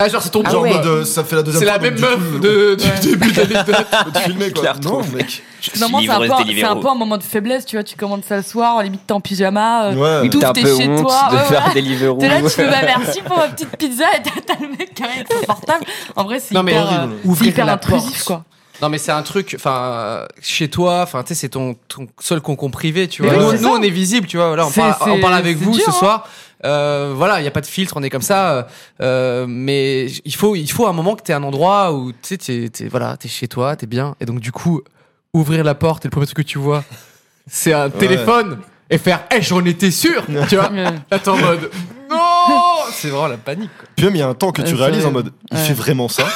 Ah, genre, c'est ton
Ah
Genre, en
ouais.
mode, euh, ça fait la deuxième
C'est la
fois, donc,
même
du coup,
meuf de- du
Ouais.
début de l'anecdote.
faut te filmer, quoi.
Je la
Non,
retrouve.
mec.
Je suis
Finalement, c'est un,
livreuse
peu- c'est un
Deliveroo.
peu un moment de faiblesse, tu vois. Tu commandes ça le soir, en limite t'es en pyjama, euh,
Ouais.
tout
T'as un
t'es
peu
chez
honte
toi.
de
ouais,
faire
ouais.
Deliveroo.
T'es là, tu fais bah merci pour ma petite pizza et t'as t'as le mec qui arrive avec son portable. En vrai, c'est
Non, mais
hyper,
horrible.
euh,
Ouvrir
hyper
la
intrusif,
porte.
quoi.
Non mais c'est un truc, enfin euh, chez toi, enfin tu sais c'est ton, ton seul concombre privé, tu vois.
Mais oui,
nous,
c'est
nous,
ça.
on est visible, tu vois. Voilà, on,
C'est-
parle, on
c'est-
parle avec
c'est
vous
dur,
ce
hein.
soir. Euh, voilà, il y a pas de filtre, on est comme ça. euh, euh, mais j- il faut, il faut un moment que t'es un endroit où tu sais, t'es, t'es- voilà, t'es chez toi, t'es bien. Et donc du coup, ouvrir la porte et le premier truc que tu vois, c'est un téléphone et faire, Eh, j'en étais sûr, tu vois.
Mais-
Là t'es en mode, non, c'est vraiment la panique. quoi.
Puis même, il y a un temps que tu
Ouais,
réalises
Euh, c'est-
en mode, il
ouais.
fait vraiment ça.
Genre,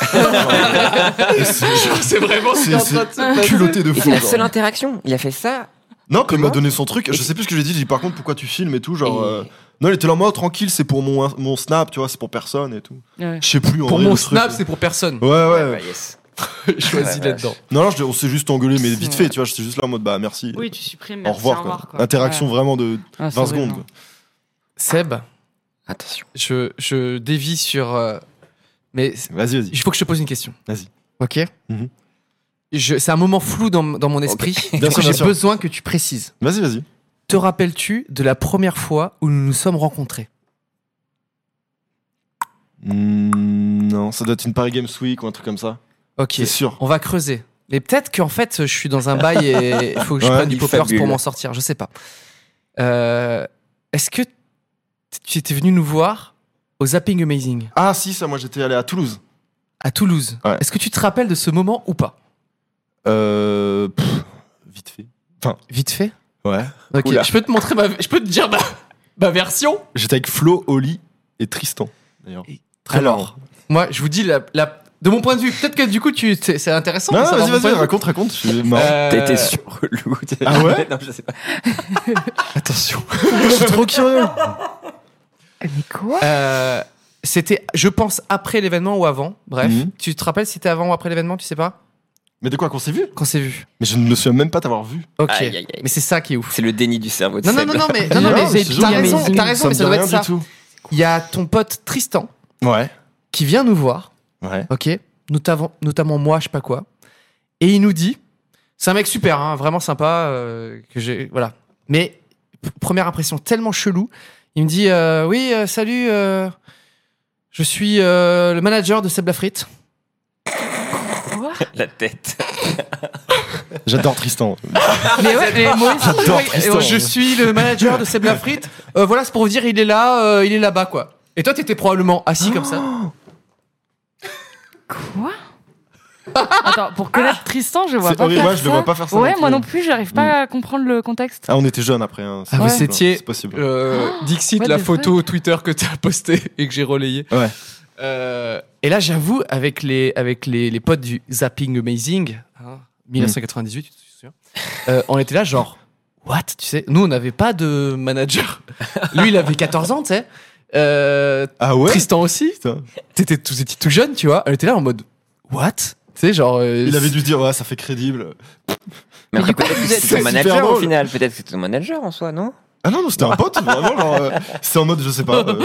c'est vraiment ce qui est
C'est
en train de se
c'est
passer.
culotté de
Et
fou.
c'est la
genre.
seule interaction. Il a fait ça.
Non, quand il m'a
Comment
donné son truc, je sais plus ce que j'ai dit, j'ai dit par contre pourquoi tu filmes et tout, genre... euh, Non, il était là en mode tranquille, c'est pour mon, mon snap, tu vois, c'est pour personne et tout.
Ouais.
Je sais plus, en
Pour
vrai,
mon
le truc.
snap, c'est pour personne.
Ouais, ouais.
Bah, yes.
Choisi
Ouais, ouais.
là-dedans.
Non, non, je- on s'est juste engueulé, mais vite fait, tu vois, j'étais juste là en mode, bah merci.
Oui, tu supprimes.
au
merci,
revoir, quoi. Interaction vraiment de
Ouais. Ah, c'est
20
horrible,
secondes,
hein.
quoi.
Seb.
Attention.
je, je dévie sur. euh, mais
Vas-y, vas-y.
il faut que je te pose une question.
Vas-y.
Ok
Mhm.
Je- C'est un moment flou dans, dans mon esprit.
Bien sûr, bien
J'ai
sûr.
besoin que tu précises.
Vas-y, vas-y.
Te rappelles-tu de la première fois où nous nous sommes rencontrés
Mm, non, ça doit être une Paris Games Week ou un truc comme ça.
Ok.
C'est sûr.
On va creuser. Mais peut-être qu'en fait, je suis dans un bail et il faut que je
Ouais,
prenne du
il
poppers
fabule.
pour m'en sortir. Je sais pas. Euh, Est-ce que t- tu étais venu nous voir au Zapping Amazing
Ah si, ça, moi j'étais allé à Toulouse.
à Toulouse
Ouais.
Est-ce que tu te rappelles de ce moment ou pas
Euh... pff, vite fait.
Vite fait.
Ouais.
Ok.
Oula.
Je peux te montrer ma- Je peux te dire ma, ma version.
J'étais avec Flo, Oli et Tristan, d'ailleurs.
Et-
Très
Alors, moi, je vous dis, la, la- de mon point de vue, peut-être que du coup, tu, c'est c'est intéressant.
Non,
de savoir
vas-y,
mon
vas-y,
point de
raconte, raconte. je suis marrant.
Euh,
T'étais sur relou.
Ah ouais
Non, je sais pas.
Attention. je suis trop curieux.
vue. Euh, c'était, je pense, après l'événement ou avant. Bref,
Mhm.
tu te rappelles si c'était avant ou après l'événement, tu sais pas
Mais de quoi qu'on s'est vu
Quand c'est vu.
Mais je ne me souviens même pas t'avoir vu.
Ok.
Aïe, aïe, aïe.
Mais c'est ça qui est ouf.
C'est le déni du cerveau de
Non, non,
Seb.
non, non, mais, non, non, mais
Ah, c'est
t'as
genre-
raison,
Amazing.
t'as raison,
me
mais ça
dit
doit
rien
être ça.
du tout.
Il y a ton pote Tristan
Ouais,
qui vient nous voir.
ouais.
Ok. Notamment, notamment moi, je sais pas quoi. Et il nous dit, c'est un mec super, hein, vraiment sympa, euh, que j'ai, voilà. Mais p- première impression tellement chelou. Il me dit, euh, oui, euh, salut, euh, je suis euh, le manager de Seb Lafrite.
La tête.
J'adore Tristan.
Mais ouais, mais moi aussi.
J'adore
ouais.
Tristan.
je suis le manager de Seb Lafrite. Euh, voilà, c'est pour vous dire, il est là, euh, il est là-bas, quoi. Et toi, t'étais probablement assis comme ça.
Quoi Attends, pour connaître Tristan, je vois
C'est
pas
horrible,
faire
ouais, je le vois pas Mm. faire ça non
Ouais,
plus.
moi non plus, j'arrive pas à comprendre le contexte.
Ah, on était jeunes après. Hein. c'est
Ah, vous
possible,
étiez-
C'est possible.
Euh, Dixit,
what
la
the
photo Twitter que t'as postée et que j'ai relayée.
Ouais.
Euh, et là, j'avoue, avec les, avec les, les potes
Hmm.
du Zapping Amazing, hein, 1998, tu te souviens, euh, on était là genre, What Tu sais, nous, on n'avait pas de manager. Lui, il avait 14 ans, tu sais. Euh,
Ah ouais
Tristan aussi.
Putain.
T'étais tout, t'étais tout jeune, tu vois. Elle était là en mode What Tu sais, genre. euh,
Il avait dû se dire, ouais, ça fait crédible.
Mais après, peut-être que
c'est
c'était ton
super
manager au
drôle.
final. Peut-être que c'était ton manager en soi, non
Ah non, non, c'était un pote, vraiment, genre, euh, c'était en mode, je sais pas. euh,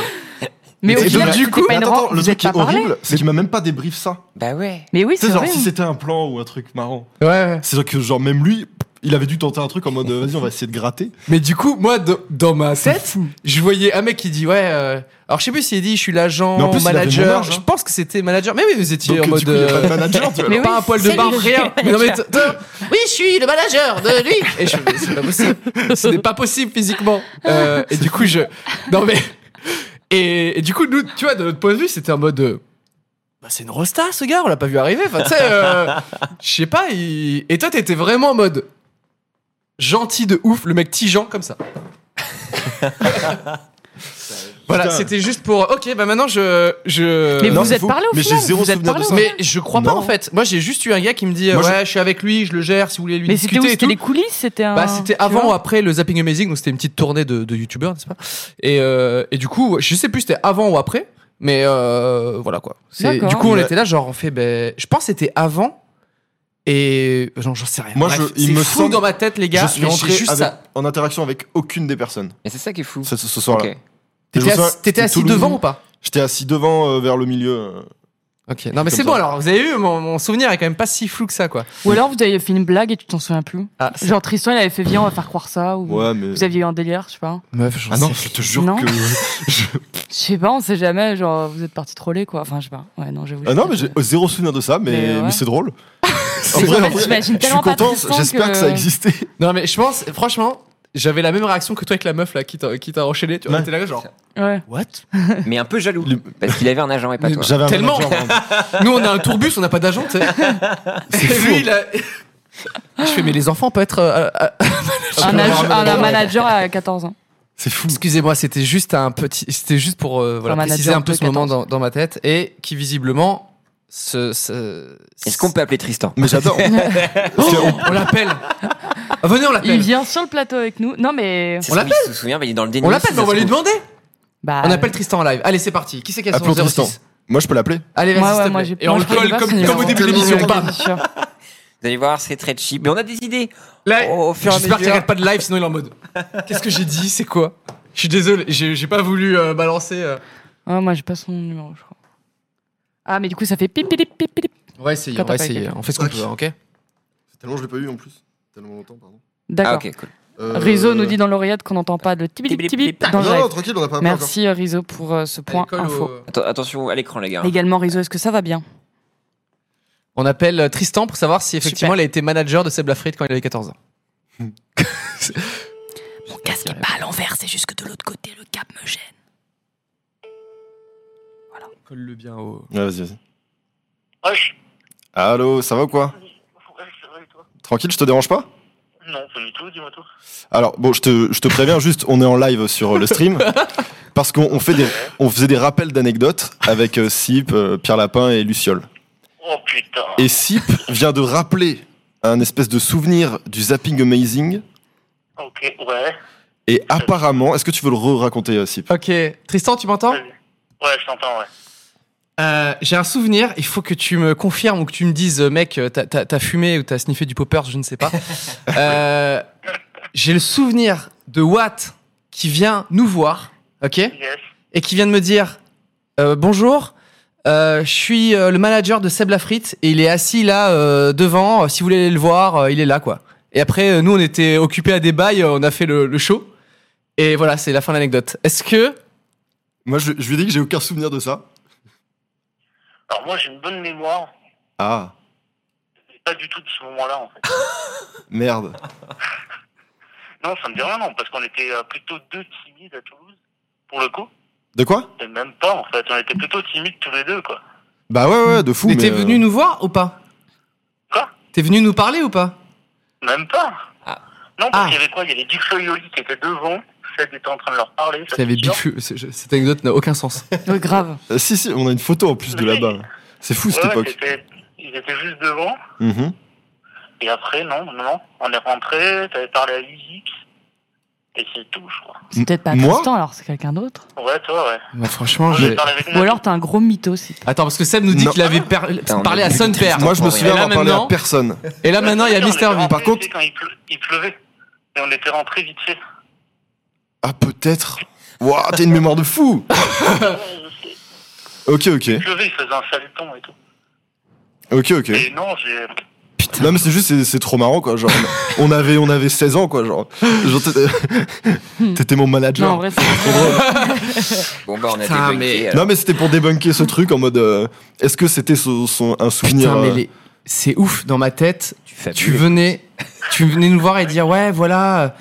Mais au
et
final,
donc,
du coup, pas une
attends,
rente,
le
vous
truc
êtes
qui
pas
est
parlé.
horrible, c'est qu'il m'a même pas débrief ça.
Bah ouais.
Mais oui,
Tu
c'est
sais, genre,
vrai.
si c'était un plan ou un truc marrant.
Ouais, ouais.
C'est sûr que, genre, même lui, il avait dû tenter un truc en mode, euh, vas-y, on va essayer de gratter.
Mais du coup, moi, de- dans ma tête, je voyais un mec qui dit ouais. euh, alors je sais plus s'il a dit je suis l'agent,
Mais en plus, il avait mon
manager.
âge, hein.
Je pense que c'était manager. Mais oui, vous étiez
Donc,
en
euh,
mode.
du coup, il y a pas
euh,
de manager, tu vois.
Mais oui,
pas un poil de
c'est
barbe,
lui,
rien.
le
Mais non, mais
manager.
t- t- oui, je suis le manager de lui. Et je fais, c'est pas possible. Ce n'est pas possible physiquement. Euh, et du coup, je. Non, mais. Et, et du coup, nous, tu vois, de notre point de vue, c'était en mode. euh, Bah, c'est une rosta, ce gars, on l'a pas vu arriver. Enfin, tu sais, euh, je sais pas. il- Et toi, t'étais vraiment en mode. Gentil de ouf, le mec tigeant comme ça. voilà,
Putain.
c'était juste pour. Ok, bah maintenant je. je...
Mais
Non,
vous
c'est
êtes
faux.
parlé au
Mais
final,
j'ai zéro
vous êtes
souvenir de
parlé
ça.
au
Mais je crois
Non.
pas en fait. Moi j'ai juste eu un gars qui me dit euh,
Moi, je-
ouais je... suis avec lui, je le gère, si vous voulez lui
Mais c'était
discuter
où
et
C'était
tout.
les coulisses C'était un.
Bah c'était
Hein, tu
avant ou
vois
après le Zapping Amazing donc c'était une petite tournée de, de youtubeurs n'est-ce pas et, euh, et du coup je sais plus c'était avant ou après mais euh, voilà quoi. C'est-
D'accord.
Du coup on
Ouais.
était là genre on fait ben je pense que c'était avant et genre j'en sais rien.
Moi,
Bref,
je- il
c'est
me
fou
semble-
dans ma tête les gars.
je suis
mais
rentré
j'ai juste
avec-
ça.
en interaction avec aucune des personnes
Mais c'est ça qui est fou.
ce, ce- ce
Ok.
soir-là. Et je
T'étais
me souviens,
assis, t'étais
c'était
assis
Toulouse.
devant ou pas
J'étais assis devant, euh, vers le milieu. euh.
Ok. Non
Comme
mais c'est bon
ça.
alors vous avez vu mon, mon souvenir est quand même pas si flou que ça quoi.
Ou alors vous avez fait une blague et tu t'en souviens plus.
Ah,
Genre Tristan, il avait fait viens, on va faire croire ça. Ou
Ouais, mais.
vous aviez eu un délire, je sais pas.
meuf j'en
Ah non, je te jure
Non.
que.
Je sais pas, on sait jamais. Genre vous êtes parti troller quoi. Enfin, je sais pas. Ouais, non, j'avoue.
Ah non, mais
je-
j'ai zéro souvenir de ça, mais,
Mais ouais.
mais c'est drôle. En
En
vrai, en
fait,
vrai,
j'imagine
je suis
tellement pas
content,
Tristan
j'espère que... ça existait.
Non mais je pense, franchement, j'avais la même réaction que toi avec la meuf là qui t'a qui t'a enchaîné. Tu vois,
Ouais.
t'es là genre.
Ouais.
What
Mais un peu jaloux.
Le-
Parce qu'il avait un agent et pas toi.
J'avais un
Tellement.
manager, hein.
Nous on a un tourbus, on n'a pas d'agent. tu sais. Et lui il a. Je fais mais les enfants peuvent être. euh, euh, euh,
Un,
Ouais.
âge- un- un
Ouais.
manager à 14 ans.
C'est fou.
Excusez-moi, c'était juste un petit, c'était juste pour euh, voilà,
Un manager
préciser un peu
de
ce moment
14.
dans, dans ma tête et qui visiblement. Ce, ce-
Est-ce qu'on peut appeler Tristan
Mais j'adore. Parce que-
On l'appelle. Ah, venez on
Il
l'appelle.
vient sur le plateau avec nous. Non mais.
C'est
On
ça,
l'appelle
Il se souvient, mais il est dans le déni.
On l'appelle,
si
mais on
ça
va
se
lui
trouve.
demander.
Bah,
On appelle Tristan en live. Allez, c'est parti. Qui c'est qui a son
Appelons
06
Tristan. Moi, je peux l'appeler.
Allez,
Ouais,
vas-y, s'il
ouais,
te
moi
plaît.
j'ai
Et on
moi,
le
je connais
colle
pas ce
comme,
numéro.
comme au début de
Ouais,
l'émission.
ouais,
Bam.
c'est sûr.
Vous allez voir, c'est très cheap. Mais on a des idées.
Là,
Au- au fur et à
j'espère qu'il
mesure.
regarde pas de live, sinon il est en mode. Qu'est-ce que j'ai dit C'est quoi Je suis désolé, j'ai j'ai pas voulu euh, balancer. euh.
Ouais, Ah, moi j'ai pas son numéro, je crois. Ah, mais du coup, ça fait pip, pip, pip, pip.
On va essayer,
Quand
on va
t'as pas
essayer.
quelqu'un.
On fait ce qu'on
Ok.
peut, hein. ok
Tellement je l'ai pas eu en plus. Tellement longtemps, pardon. Euh,
D'accord.
Ah, ok, cool.
Euh,
Rizzo nous dit dans l'oreillette qu'on n'entend pas le tibili tibili dans le live.
tranquille, on n'a pas
Merci euh, Rizzo pour euh, ce point
Allez, colle
info.
au-
Atten- attention à l'écran, les gars.
Également Rizzo, est-ce que ça va bien
On appelle euh, Tristan pour savoir si effectivement il a été manager de Seb Lafrite quand il avait 14 ans. Hmm.
Mon casque est Euh, pas à l'envers, c'est juste que de l'autre côté, le cap me gêne.
Colle-le bien au.
Ouais, vas-y, vas-y.
Wesh.
Allô, ça va ou quoi
Ouais, c'est vrai, et toi
Tranquille, je te dérange pas
Non, pas du tout, dis-moi tout.
Alors, bon, je te, je te préviens juste, on est en live sur euh, le stream. Parce qu'on on fait des, on faisait des rappels d'anecdotes avec euh, Sip, euh, Pierre Lapin et Luciole.
Oh putain.
Et Sip vient de rappeler un espèce de souvenir du zapping amazing.
Ok, ouais.
Et apparemment, est-ce que tu veux le re-raconter, euh, Sip
Ok, Tristan, tu m'entends
vas-y. Ouais, je t'entends, ouais.
Euh, J'ai un souvenir, il faut que tu me confirmes ou que tu me dises, euh, mec, euh, t'as- t'as t'as fumé ou t'as sniffé du poppers, je ne sais pas. Euh, J'ai le souvenir de Watt qui vient nous voir, ok
Yes.
et qui vient de me dire euh, bonjour. euh, je suis euh, le manager de Seb Lafrite et il est assis là euh, devant. Euh, Si vous voulez aller le voir, euh, il est là quoi. Et après, euh, nous, on était occupés à des bails, euh, on a fait le, le show. Et voilà, c'est la fin de l'anecdote. Est-ce que.
Moi, je, je lui ai dit que j'ai aucun souvenir de ça.
Alors moi, j'ai une bonne mémoire,
Ah,
mais pas du tout de ce moment-là, en fait.
merde.
Non, ça me dit rien, non, parce qu'on était euh, plutôt deux timides à Toulouse, pour le coup.
De quoi
Et même pas, en fait. On était plutôt timides tous les deux, quoi.
Bah ouais, ouais, de fou.
Mais
Mais
t'es
euh,
venu nous voir ou pas
Quoi
T'es venu nous parler ou pas
Même pas.
Ah.
Non, parce
Ah.
qu'il y avait quoi Il y avait Dick Foyoli qui était devant, Seb était en train de leur parler. ça,
Il y avait
c'est sûr.
Big Fu- c'est- je- Cette anecdote n'a aucun sens.
Ouais, grave.
euh, si, si, on a une photo en plus de là-bas. C'est fou cette
Ouais, ouais,
époque.
c'était- ils étaient juste devant.
Mhm.
Et après, non, non, non. On est rentré, t'avais parlé à Uzik. Et c'est tout, je crois.
C'est peut-être pas
Moi
Tristan, alors c'est quelqu'un d'autre.
Ouais, toi, ouais.
Bah, franchement,
Moi,
j'ai.
j'ai parlé avec
Ou
Nathan.
alors t'as un gros mytho aussi.
Attends, parce que Seb nous dit
Non.
qu'il avait per-
Ah,
on
parlé
a
à
plus
son
de
père.
Tristan.
Moi, je me
Et
souviens
là,
avoir parlé à
maintenant-
personne.
Et là maintenant, il y a
On était
Mister V.
rentrés,
Par contre-
tu sais, quand il, pleu- il pleuvait. Et on était rentrés vite fait.
Ah, peut-être. Waouh, t'as une mémoire de fou
il
Ok, ok.
pleuvait, il faisait un sale temps et tout.
Ok, ok.
Et non, j'ai.
Non, mais c'est juste, c'est- c'est trop marrant, quoi. Genre, on avait, on avait 16 ans, quoi. Genre, Genre, t'étais- t'étais mon
Non, en
manager.
vrai, c'est
Bon, bah, on a
Putain,
débunké.
mais-
alors.
Non, mais c'était pour débunker ce truc en mode. euh, Est-ce que c'était son- son- un souvenir
Putain, mais
euh,
les- c'est ouf dans ma tête.
tu fais
Tu venais, tu venais nous voir et dire ouais, voilà,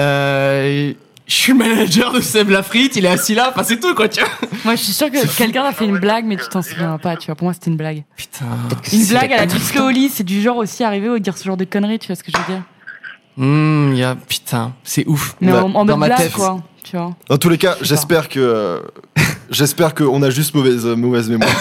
euh, je suis le manager de Seb Lafrite, il est assis là, enfin c'est tout quoi, tu vois.
Moi, je suis sûre que quelqu'un a fait une blague, mais tu t'en souviens pas, tu vois. Pour moi, c'était une blague. Une blague à la triple au lit, c'est du genre aussi arrivé à dire ce genre de conneries, tu vois ce que je veux dire.
Hum, y a- putain, c'est ouf.
Bah,
Mais en, en mode
dans ma
blague,
tête.
quoi. Tu vois.
Dans tous les cas,
Je sais
j'espère que. euh, J'espère qu'on a juste mauvaise, euh, mauvaise mémoire.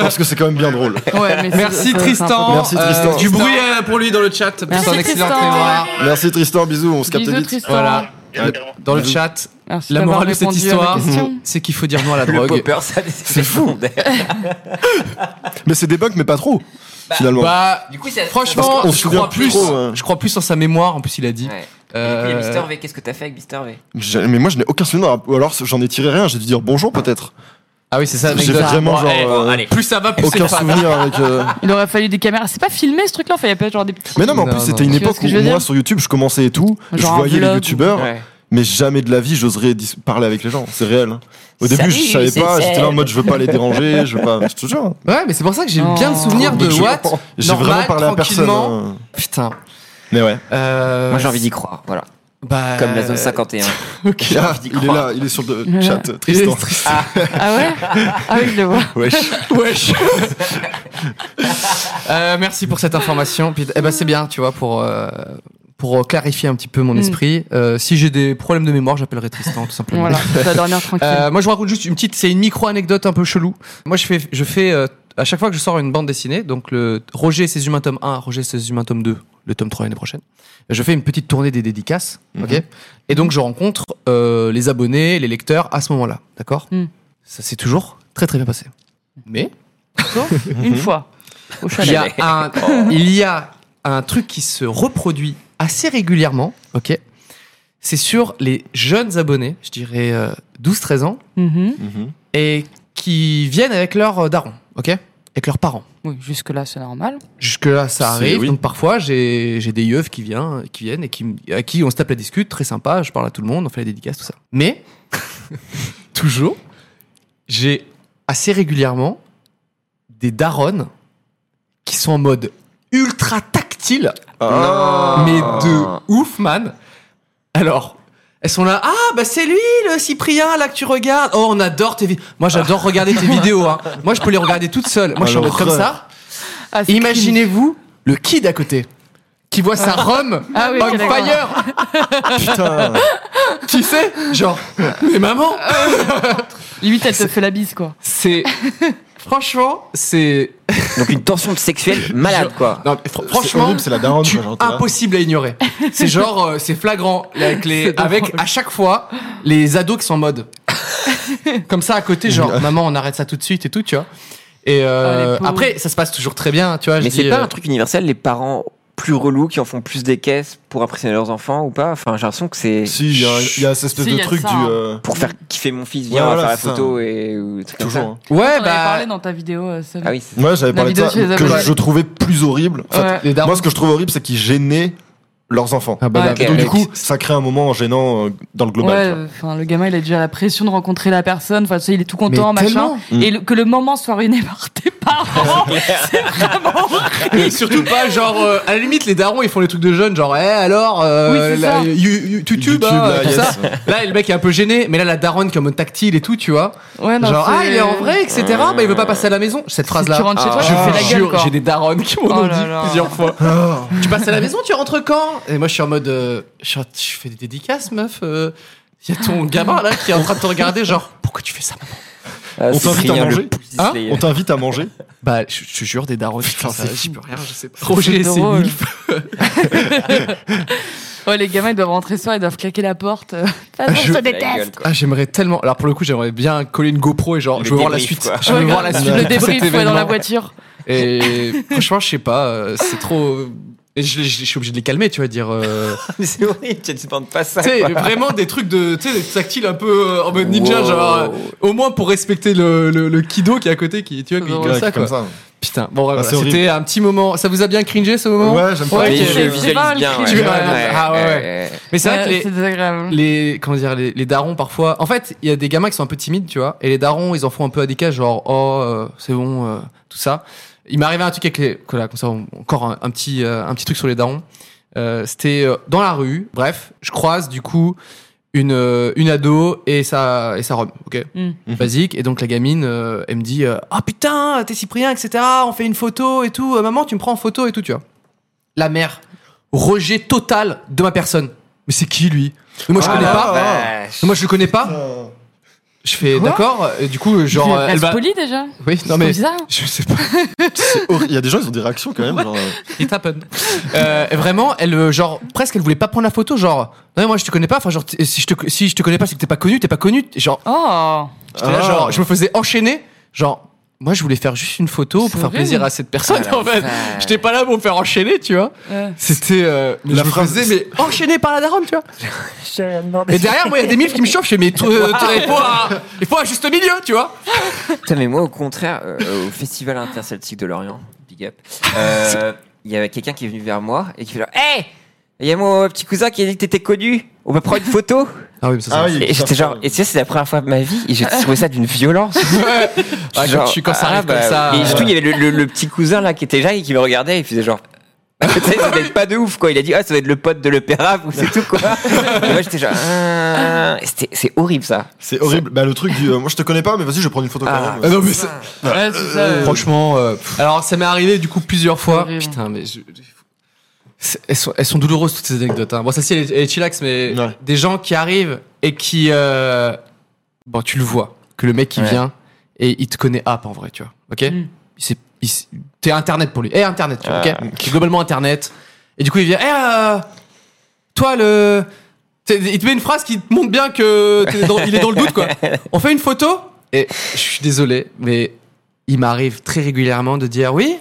parce que c'est quand même bien drôle.
Ouais, mais c'est- c'est-
Merci
c'est un
Tristan.
peu-
Merci, Tristan.
Euh, du bruit euh, pour lui dans le chat.
Merci,
C'est un excellent
Tristan.
mémoire.
Merci Tristan, bisous, on se capte
Bisous,
vite.
Tristan.
Voilà.
Bien
Dans le
Bisous.
chat,
Merci
la
d'avoir
morale de cette
répondu à ma
histoire,
question.
c'est qu'il faut dire non à la
Le
drogue.
popper, ça, c'est fou.
Mais c'est des bugs, mais pas trop, finalement.
Bah,
Du coup, ça-
Parce
franchement,
qu'on se
je crois
souvient plus
plus,
trop, hein.
je crois plus en sa mémoire. En plus, il a dit.
Ouais.
Euh,
Et Mister V, qu'est-ce que t'as fait avec Mister V
J'ai- Mais moi, je n'ai aucun souvenir. Ou alors, j'en ai tiré rien, j'ai dû dire bonjour, peut-être.
Ah oui, c'est ça.
J'ai
l'anecdote.
vraiment, genre,
eh,
euh,
allez. Plus ça va, plus
Aucun
c'est pas.
souvenir avec. euh,
Il aurait fallu des caméras. C'est pas filmé ce truc-là, enfin, il y a pas genre des petits.
Mais non, mais en
Non,
plus,
non.
c'était une
Tu vois
époque
ce
où
que je veux
moi,
dire
sur YouTube, je commençais et tout.
Genre
je
un
voyais les
vlog ou-
youtubeurs, mais jamais de la vie, j'oserais dis- parler avec les gens. C'est réel. hein. Au début, je
Salut,
savais pas.
c'est
J'étais là en mode, je veux pas les déranger, je veux pas. Je te jure.
Ouais, mais c'est pour ça que j'ai
Oh.
bien le souvenir de
Je-
Watt.
J'ai vraiment
normal,
parlé à personne.
tranquillement.
hein.
Putain.
Mais ouais.
Euh,
Moi, j'ai envie d'y croire. Voilà.
bah,
Comme la zone 51.
Ah,
d'y
il est
croire.
là, il est sur le
Ouais.
Euh, chat. hein. Tristan.
Ah ouais Ah oui, je le vois.
Wesh.
Wesh. Euh, merci pour cette information. Puis, eh ben, c'est bien, tu vois, pour euh, pour clarifier un petit peu mon
Mm.
esprit. Euh, si j'ai des problèmes de mémoire, j'appellerai Tristan tout simplement.
Voilà, tu vas dormir tranquille.
Euh, moi, je vous raconte juste une petite, c'est une micro anecdote un peu chelou. Moi, je fais, je fais euh, à chaque fois que je sors une bande dessinée, donc le Roger et ses humains tome 1, Roger et ses humains tome 2, le tome 3 l'année prochaine. Je fais une petite tournée des dédicaces, ok. Et donc, je rencontre euh, les abonnés, les lecteurs à ce moment-là, d'accord.
Mhm.
Ça s'est toujours très très bien passé. Mais
Sauf une fois. Au
il y
chalet.
a un, il y a un truc qui se reproduit assez régulièrement, ok. C'est sur les jeunes abonnés, je dirais euh, 12-13 ans,
Mhm.
et qui viennent avec leur euh, daron, ok Avec leurs parents.
Oui, jusque-là, c'est normal.
Jusque-là, ça
C'est-
arrive.
oui.
Donc parfois, j'ai j'ai des yeux qui, viennent- qui viennent et qui, me- à qui on se tape la discute, très sympa, je parle à tout le monde, on fait la dédicace, tout ça. Mais, toujours, j'ai assez régulièrement des daronnes qui sont en mode ultra tactile,
Ah.
mais de ouf, man. Alors. Elles sont là, ah bah c'est lui le Cyprien là que tu regardes. Oh on adore tes vidéos. Moi j'adore regarder tes vidéos. Hein. Moi je peux les regarder toute seule. Moi je suis en mode
euh,
comme ça.
Ah, c'est
Imaginez-vous le kid à côté qui voit sa Rome
Ah oui,
on
ok, d'accord.
fire,
Putain.
tu sais, genre mais maman,
cringe. Limite, elle te fait la bise, quoi.
c'est franchement c'est
Donc, une tension sexuelle malade, quoi.
non, mais fr-
Franchement,
franchement
c'est la daronne.
tu-
quoi, genre, t'es là.
impossible à ignorer. C'est genre euh, c'est flagrant avec les avec à chaque fois les ados qui sont en mode comme ça à côté genre maman on arrête ça tout de suite et tout tu vois. Et euh,
Ah, les pauvres.
après ça se passe toujours très bien tu vois.
Mais
je
c'est
dis,
pas
euh,
un truc universel, les parents plus relous qui en font plus des caisses pour impressionner leurs enfants ou pas Enfin, j'ai l'impression que c'est
Si, il y, a- il y a cette espèce
Si, il
de
y a
truc
ça,
du.
hein.
euh,
pour faire kiffer mon fils, viens,
Ouais,
on va
voilà,
faire la
c'est ça.
photo et ou des trucs comme
Toujours.
ça.
hein.
Ouais
T'en avais
bah
parlé dans ta vidéo, euh, Seb.
Ah oui, c'est-
Moi, j'avais
La
parlé de
vidéo
ça,
chez les
que je,
abonnés.
je trouvais plus horrible. En fait,
Ouais.
les darons.
Moi, ce que je trouve horrible, c'est qu'ils gênaient leurs enfants.
Ah, bah,
Ouais,
bah,
ok.
Donc,
donc,
du
Ouais.
coup, ça crée un moment gênant euh, dans le global.
Ouais,
tu vois.
euh, enfin, le gamin, il a déjà la pression de rencontrer la personne. Enfin, tu sais, il est tout content,
Mais
machin.
tellement.
Et le- que le moment soit ruiné par tes parents, c'est vraiment horrible.
Et surtout pas genre euh, à la limite les darons ils font les trucs de jeunes genre eh alors
Oui,
euh,
c'est
la-
ça.
you- you- YouTube,
YouTube,
hein,
là,
tout
yes.
ça. Là le mec est un peu gêné mais là la daronne comme tactile et tout tu vois.
Ouais, non,
genre ah
c'est-
il est en vrai etc bah il veut pas passer à la maison cette phrase là.
Tu rentres chez toi, tu fais
je
la
vous
gueule,
jure,
quoi.
j'ai des darons qui m'ont
Oh
dit
là là.
plusieurs fois. tu passes à la maison tu rentres quand Et moi je suis en mode euh, je, suis en- je fais des euh. dédicaces meuf. Il y a ton gamin là qui est en train de te regarder genre pourquoi tu fais ça maman
Euh,
On
c'est
t'invite à
Cyprien, le
manger
Pussy
Hein
Slayer.
On t'invite à manger
Bah, je je te jure, des darons, qui font
Putain,
ça,
c'est
j'y
fou.
peux rien, je sais pas.
C'est
Roger, c'est
drôle.
mille.
Ouais, les gamins, ils doivent rentrer soir, ils doivent claquer la porte. De toute façon,
Ah, Je-
je te
Ta gueule,
déteste.
quoi.
Ah, j'aimerais tellement. Alors, pour le coup, j'aimerais bien coller une GoPro et genre,
Le
je veux voir la
débrief,
suite.
quoi.
Je veux
Ouais,
voir la
grave.
suite.
Le
de cet
débrief ouais, dans la
événement.
voiture.
Et franchement, je sais pas, euh, c'est trop. Et je, les- je suis obligé de les calmer, tu vois, dire. euh,
Mais c'est horrible, tu ne demandes pas ça.
tu sais,
quoi.
vraiment des trucs de. Tu sais, des tactiles un peu euh, en mode ninja,
Wow.
genre. euh, au moins pour respecter le, le, le kiddo qui est à côté, qui, tu vois, qui est
Ouais,
comme
Ouais,
ça,
comme
quoi.
ça.
Putain, bon, voilà,
Ah, c'est horrible.
c'était un petit moment. Ça vous a bien cringé ce moment
Ouais, j'aime pas.
Ouais,
Mais
ok.
je
C'est
pas
visualise
le
bien.
cri.
Tu vois, ah ouais, Mais c'est
Ouais,
vrai que les-
C'est désagréable.
les comment dire les, les darons parfois en fait il y a des gamins qui sont un peu timides tu vois et les darons ils en font un peu à des cas genre oh euh, c'est bon euh, tout ça il m'est arrivé un truc avec les voilà, comme ça on- encore un, un petit euh, un petit truc sur les darons Euh, c'était euh, dans la rue bref je croise du coup une euh, une ado et sa et sa robe ok
Mm.
basique et donc la gamine euh, elle me dit euh, ah putain t'es Cyprien etc Ah, on fait une photo et tout Euh, maman tu me prends en photo et tout tu vois la mère rejet total de ma personne mais c'est qui lui Mais moi je
Ah
connais
la
pas
vache.
mais Moi, je le connais pas. Je fais d'accord. Et du coup, genre, euh, elle
elle
va.
polie déjà.
Oui, non
C'est
mais.
bizarre.
Je sais pas.
C'est horrible. Il y a des gens, ils ont des réactions quand même. genre, euh,
It happened. Euh, vraiment, elle, euh, genre, presque, elle voulait pas prendre la photo. Genre, non, mais moi, je te connais pas. Enfin, genre, t- si je te, si je te connais pas, c'est que t'es pas connu, t'es pas connu. Genre,
Oh.
j'étais là,
Ah.
genre, je me faisais enchaîner. Genre, moi, je voulais faire juste une photo
C'est
pour faire
vrai,
plaisir
mais-
à cette personne,
Ah, la
en fait.
vache.
J'étais pas là pour me faire enchaîner, tu vois.
Ouais.
C'était euh, mais
La
je me
phrase-
faisais, mais enchaîné par la daronne, tu vois. Et derrière, moi, il y a des milfs qui me chauffent. Je fais, mais tu- euh, tu- il faut un- il faut un juste milieu, tu vois.
Putain, mais moi, au contraire, euh, au Festival Interceltique de Lorient, big up, euh, il y avait quelqu'un qui est venu vers moi et qui fait genre, Hey Il y a mon euh, petit cousin qui a dit que t'étais connu, on peut prendre une photo
Ah oui, mais ça,
Ah oui, il y a
Et
une
j'étais genre,
personne.
et tu sais, c'est la première fois de ma vie, et j'ai trouvé ça d'une violence.
Ah, quand tu- quand ça arrive comme ça,
Et
euh,
surtout, il y avait le, le- le petit cousin là qui était là et qui me regardait et il faisait genre. bah, Tu sais, ça doit être pas de ouf quoi. Il a dit ah ça va être le pote de l'opéra ou c'est tout quoi. Et moi j'étais genre Ah. Et c'était- c'est horrible ça.
C'est horrible. Bah, le truc du. euh, moi, je te connais pas, mais vas-y, je vais prendre une photo
Ah.
quand
Ah
même.
non, mais c'est-
Ouais, c'est ça. euh.
franchement. euh, alors, ça m'est arrivé du coup plusieurs fois.
Horrible.
Putain, mais je- C'est- Elles sont, elles sont douloureuses toutes ces anecdotes. hein. Bon, ça, si elle est, elle est chillax, mais
Ouais.
des gens qui arrivent et qui. euh, Bon, tu le vois, que le mec qui
Ouais.
vient et il te connaît app en vrai, tu vois. Ok
Mm.
Il s'est- il s'est- T'es internet pour lui. Eh, internet, tu vois.
Ah.
ok C'est globalement internet. Et du coup, il vient. Eh, euh, toi, le. t'es- Il te met une phrase qui te montre bien que t'es dans- il est dans le doute, quoi. On fait une photo et je suis désolé, mais il m'arrive très régulièrement de dire oui.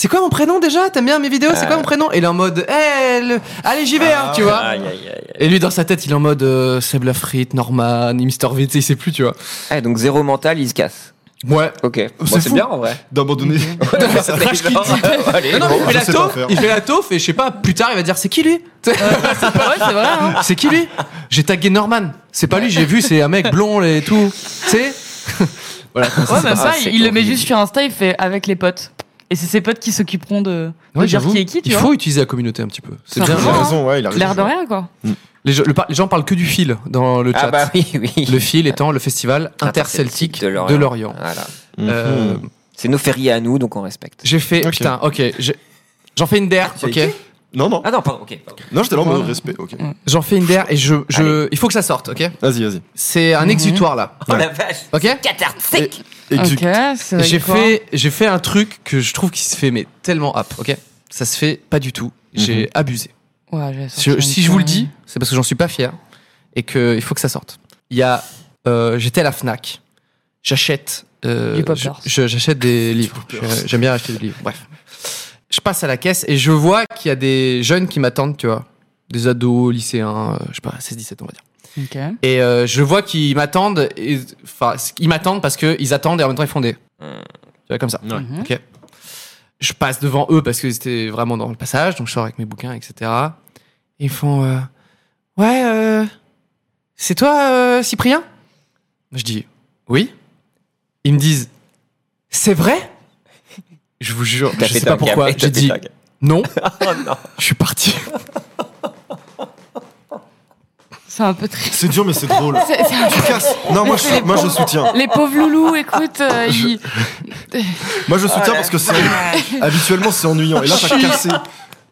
C'est quoi mon prénom déjà T'aimes bien mes vidéos C'est quoi
Ah.
mon prénom Et il est en mode, Eh, le- allez j'y vais, hein, tu vois.
Aïe, aïe, aïe.
Et lui dans sa tête, il est en mode euh, Seb Lafrite, Norman, Mister V, tu sais, il sait plus, tu vois.
Ah, donc zéro mental, il se casse.
Ouais.
Ok. Bon,
C'est
c'est
fou.
bien en vrai.
D'abandonner.
Crash
Genre, allez,
Non, non,
bon,
mais il fait
je
la
sais pas
taufe,
faire.
il fait la taufe et je sais pas, plus tard il va dire c'est qui lui Tu sais,
Ouais, c'est vrai. hein.
C'est qui lui J'ai tagué Norman. C'est pas lui, j'ai vu, c'est un mec blond et tout. Tu sais Voilà. comme ça,
Ouais,
c'est
même
pas-
pas.
c'est
Il il le met
horrible.
juste sur Insta, il fait avec les potes. Et c'est ses potes qui s'occuperont de de
Ouais,
dire
j'avoue.
qui est qui, tu
Il
vois.
faut utiliser la communauté un petit peu. C'est bien.
Il a
Vraiment,
raison, ouais, il a raison.
L'air de rien, quoi.
Les, gens- le par- les gens parlent que du fil dans le chat.
Ah bah oui, oui.
Le fil étant le festival interceltique de Lorient.
Voilà.
Euh,
Mhm. C'est nos fériés à nous, donc on respecte.
J'ai fait
Mhm. Ok.
putain, ok, j'ai- j'en fais une der,
tu as
ok,
été
Non, non.
Ah non, pardon, ok. pardon.
Non, j'étais là en mode respect. Ok.
j'en fais une der et je, je, il faut que ça sorte, ok.
Mm. Vas-y, vas-y. Mm-hmm.
C'est un exutoire là,
Oh la vache
ok.
Cathartique
Exu-
Ok, c'est avec
J'ai
quoi
fait, j'ai fait un truc que je trouve qui se fait mais tellement hop, ok. Ça se fait pas du tout. J'ai
Mhm.
abusé.
Ouais, j'ai
Si,
sorti un
si je vous le
petit-
dis, c'est parce que j'en suis pas fier et que il faut que ça sorte. Il y a, euh, j'étais à la Fnac, j'achète, euh,
Du Poppers.
je- je- j'achète des livres. Je- J'aime bien acheter des livres. Bref, je passe à la caisse et je vois qu'il y a des jeunes qui m'attendent, tu vois, des ados, lycéens, euh, je sais pas, 16-17 on va dire.
Ok.
Et euh, je vois qu'ils m'attendent, et- enfin, ils m'attendent parce qu'ils attendent et en même temps ils font des. Tu vois, comme ça.
Ouais.
Mhm.
Ok. Je passe devant eux parce qu'ils étaient vraiment dans le passage, donc je sors avec mes bouquins, etc. Ils font euh, Ouais, euh, c'est toi, euh, Cyprien Je dis Oui. Ils me disent C'est vrai Je vous jure, je sais pas pourquoi. J'ai dit Non, je suis parti.
C'est un peu triste.
C'est dur, mais c'est drôle.
C'est- c'est un-
Tu casses. Non, moi, je, moi, je soutiens.
Les pauvres loulous, écoute, euh, ils- Oh
Moi, je soutiens parce que c'est. Habituellement, c'est ennuyant. Et là, t'as cassé.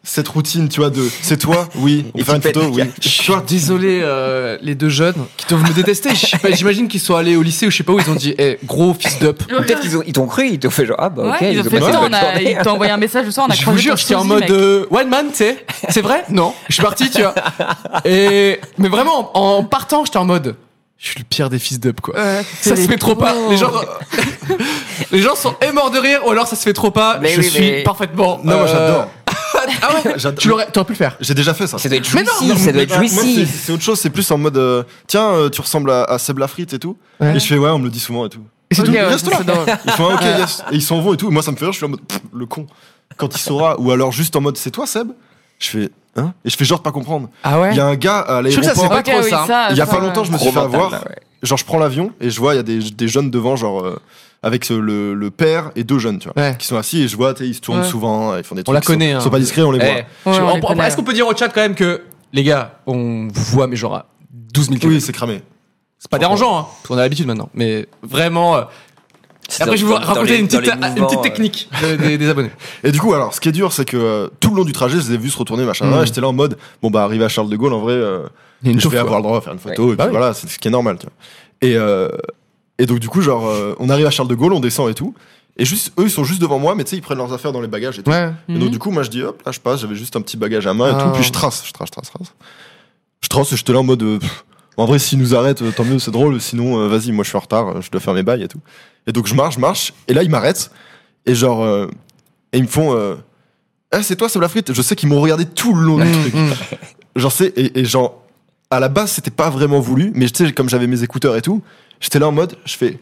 cette routine, tu vois, de c'est toi, oui, on
Et
fait une
tu
photo, oui.
pètes,
Je suis désolé euh, les deux jeunes qui doivent me détester. Je sais pas, J'imagine qu'ils sont allés au lycée ou je sais pas où ils ont dit Eh, gros fils d'up.
Peut-être qu'ils ont- ils t'ont cru, ils t'ont fait genre, ah bah
Ouais,
ok,
ils ont
ont
fait
passé
une
ça,
bonne
on a,
journée.
ils t'ont envoyé un message le soir, on a
Je vous
croisé
jure,
ton
j'étais en
sosie,
mode
mec.
euh, one man, tu sais. C'est vrai Non. Je suis parti, tu vois. Et mais vraiment, en en partant, j'étais en mode. Je suis le pire des fils d'up, quoi.
Ouais,
Ça
c'est-
se fait trop pas. Les gens, les gens sont et morts de rire, ou alors ça se fait trop
ah,
pas.
Mais
je
oui,
suis
mais-
parfaitement.
Non, moi,
euh,
j'adore.
Ah ouais.
J'adore.
Tu l'aurais, t'aurais pu le faire.
J'ai déjà fait ça.
Ça doit être
Mais non,
jouissif,
non,
ça doit être
Bah, moi, c'est-
jouissif.
c'est autre chose, c'est plus en mode euh, tiens, euh, tu ressembles à, à Seb Lafrite et tout.
Ouais.
Et je fais ouais, on me le dit souvent et tout.
Et c'est
Ok,
tout.
ouais,
Reste là.
c'est Ils font ah, ok, yes. Et ils s'en vont et tout. Et moi, ça me fait rire, je suis en mode Pff, le con. Quand il saura, ou alors juste en mode c'est toi Seb Je fais hein Et je fais genre de pas comprendre.
Ah
Il
ouais.
y a un gars à
Je trouve que ça, c'est
l'aéroport.
pas
Ok,
trop
oui,
ça. hein.
Il y a pas longtemps, je me suis
Gros
fait
mental,
avoir.
là, ouais.
Genre, je prends l'avion et je vois, il y a des, des jeunes devant, genre euh, avec euh, le, le père et deux jeunes, tu vois,
Ouais.
qui sont assis et je vois, tu sais, ils se tournent
Ouais.
souvent, euh, ils font des trucs.
la
qui sont-
connaît, hein.
Sont, pas discrets, on les voit.
Eh,
Je-
Ouais, on
on-
les
on-
connaît,
Est-ce qu'on peut dire au chat quand même que les gars, on vous voit mais genre à 12 000
Oui,
km.
c'est cramé.
C'est pas dérangeant, hein. parce qu'on a l'habitude maintenant. Mais vraiment. euh,
C'est
Et après,
dans-
je vais vous
dans- dans
raconter
les-
une
dans les
petite, une
mouvements,
petite
euh,
technique de- des, des abonnés.
Et du coup, alors, ce qui est dur, c'est que euh, tout le long du trajet, je les ai vus se retourner, machin.
Mm.
Et J'étais là en mode, bon, bah, arrivé à Charles de Gaulle, en vrai, euh,
Il y a une
je vais
chauffe,
avoir le droit à faire une photo, et
Bah
puis
oui.
voilà, c'est ce qui est normal, tu vois. Et, euh, et donc, du coup, genre, euh, on arrive à Charles de Gaulle, on descend et tout. Et juste, eux, ils sont juste devant moi, mais tu sais, ils prennent leurs affaires dans les bagages et tout.
Ouais. Mm.
Et donc, du coup, moi, je dis, hop, là, je passe, j'avais juste un petit bagage à main et
Ah.
tout, puis je trace, je trace, je trace, je trace. Je trace, et j'étais là en mode, euh, pff, en vrai, s'ils nous arrêtent, euh, tant mieux, c'est drôle, sinon, euh, vas-y, moi, je suis en retard, euh, je dois faire mes bails et tout. Et donc, je marche, je marche, et là, ils m'arrêtent, et genre, euh, et ils me font, euh, ah, c'est toi, c'est la frite. Je sais qu'ils m'ont regardé tout le long du
Mm,
truc. Genre, c'est, et, et genre, à la base, c'était pas vraiment voulu, mais tu sais, comme j'avais mes écouteurs et tout, j'étais là en mode, je fais,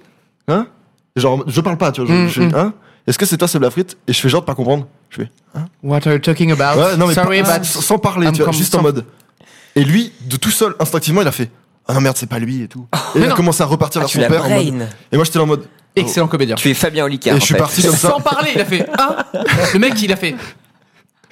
hein? Genre, je parle pas, tu vois, je,
Mm,
je-
mm.
hein? Est-ce que c'est toi, c'est la frite? Et je fais genre de pas comprendre. Je fais,
What are you talking about?
Ouais, Ah non, mais
Sorry,
pas-
but.
sans sans parler,
I'm
tu vois,
comme-
juste en
sans-
mode. Et lui, de tout seul, instinctivement, il a fait Ah non, merde, c'est pas lui et tout. Et
mais
il a
non.
commencé à repartir
Ah,
vers
tu
son
la
père. en mode-
brain.
Et moi, j'étais là en mode. oh.
Excellent comédien.
Tu es Fabien Olicard.
Et
en
je suis
fait.
parti comme ça.
Sans parler, il a fait un. Le mec, il a fait.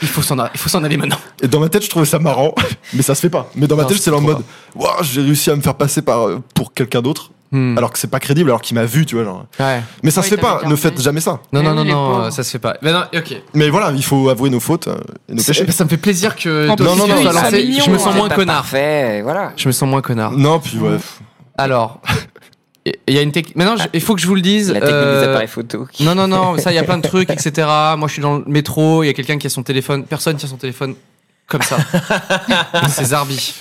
Il faut s'en, a- il faut s'en aller maintenant.
Et dans ma tête, je trouvais ça marrant, mais ça se fait pas. Mais dans ma
Non,
tête, j'étais là en
c'est trop
mode Waouh, j'ai réussi à me faire passer par, euh, pour quelqu'un d'autre,
Hmm.
alors que c'est pas crédible, alors qu'il m'a vu, tu vois. Genre.
Ouais.
Mais ça
Ouais,
se fait
t'avais
pas, ne
gardé.
faites jamais ça.
Mais
Non, non,
Eh oui,
non,
les
non,
pauvres.
euh, ça se fait pas. Mais non, ok.
Mais voilà, il faut avouer nos fautes euh, et nos péchés.
Ça- Ça me fait plaisir que.
En plus,
de- que
non,
tu
non,
sois
ils sont
lancé.
mignons,
je me
hein.
sens moins
Pas
connard.
Parfait, et voilà.
Ah, Je me sens moins connard.
Non, puis ouais.
Alors, il y a une technique. Maintenant, je- il faut que je vous le dise.
La technique des
euh,
appareils photo. qui-
Non, non, non, ça, il y a plein de trucs, etc. Moi, je suis dans le métro, il y a quelqu'un qui a son téléphone. Personne tient son téléphone comme ça. C'est Zarbi.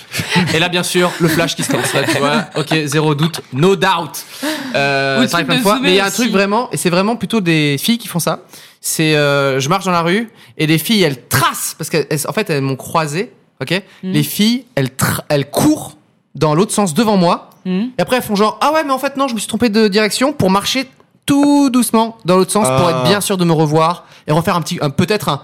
Et là, bien sûr, le flash qui se lance. Là, tu vois, ok, zéro doute, no doubt. Euh,
Ou le
ça
truc
arrive plein de
de
fois.
zoomer
Mais il y a un
aussi.
truc vraiment, et c'est vraiment plutôt des filles qui font ça. C'est, euh, je marche dans la rue, et les filles, elles tracent, parce qu'en fait, elles m'ont croisé, ok
Hmm.
Les filles, elles, tra- elles courent dans l'autre sens devant moi.
Mhm.
Et après, elles font genre, ah ouais, mais en fait, non, je me suis trompé de direction pour marcher tout doucement dans l'autre sens pour
Ah.
être bien sûr de me revoir et refaire un petit, un- peut-être un.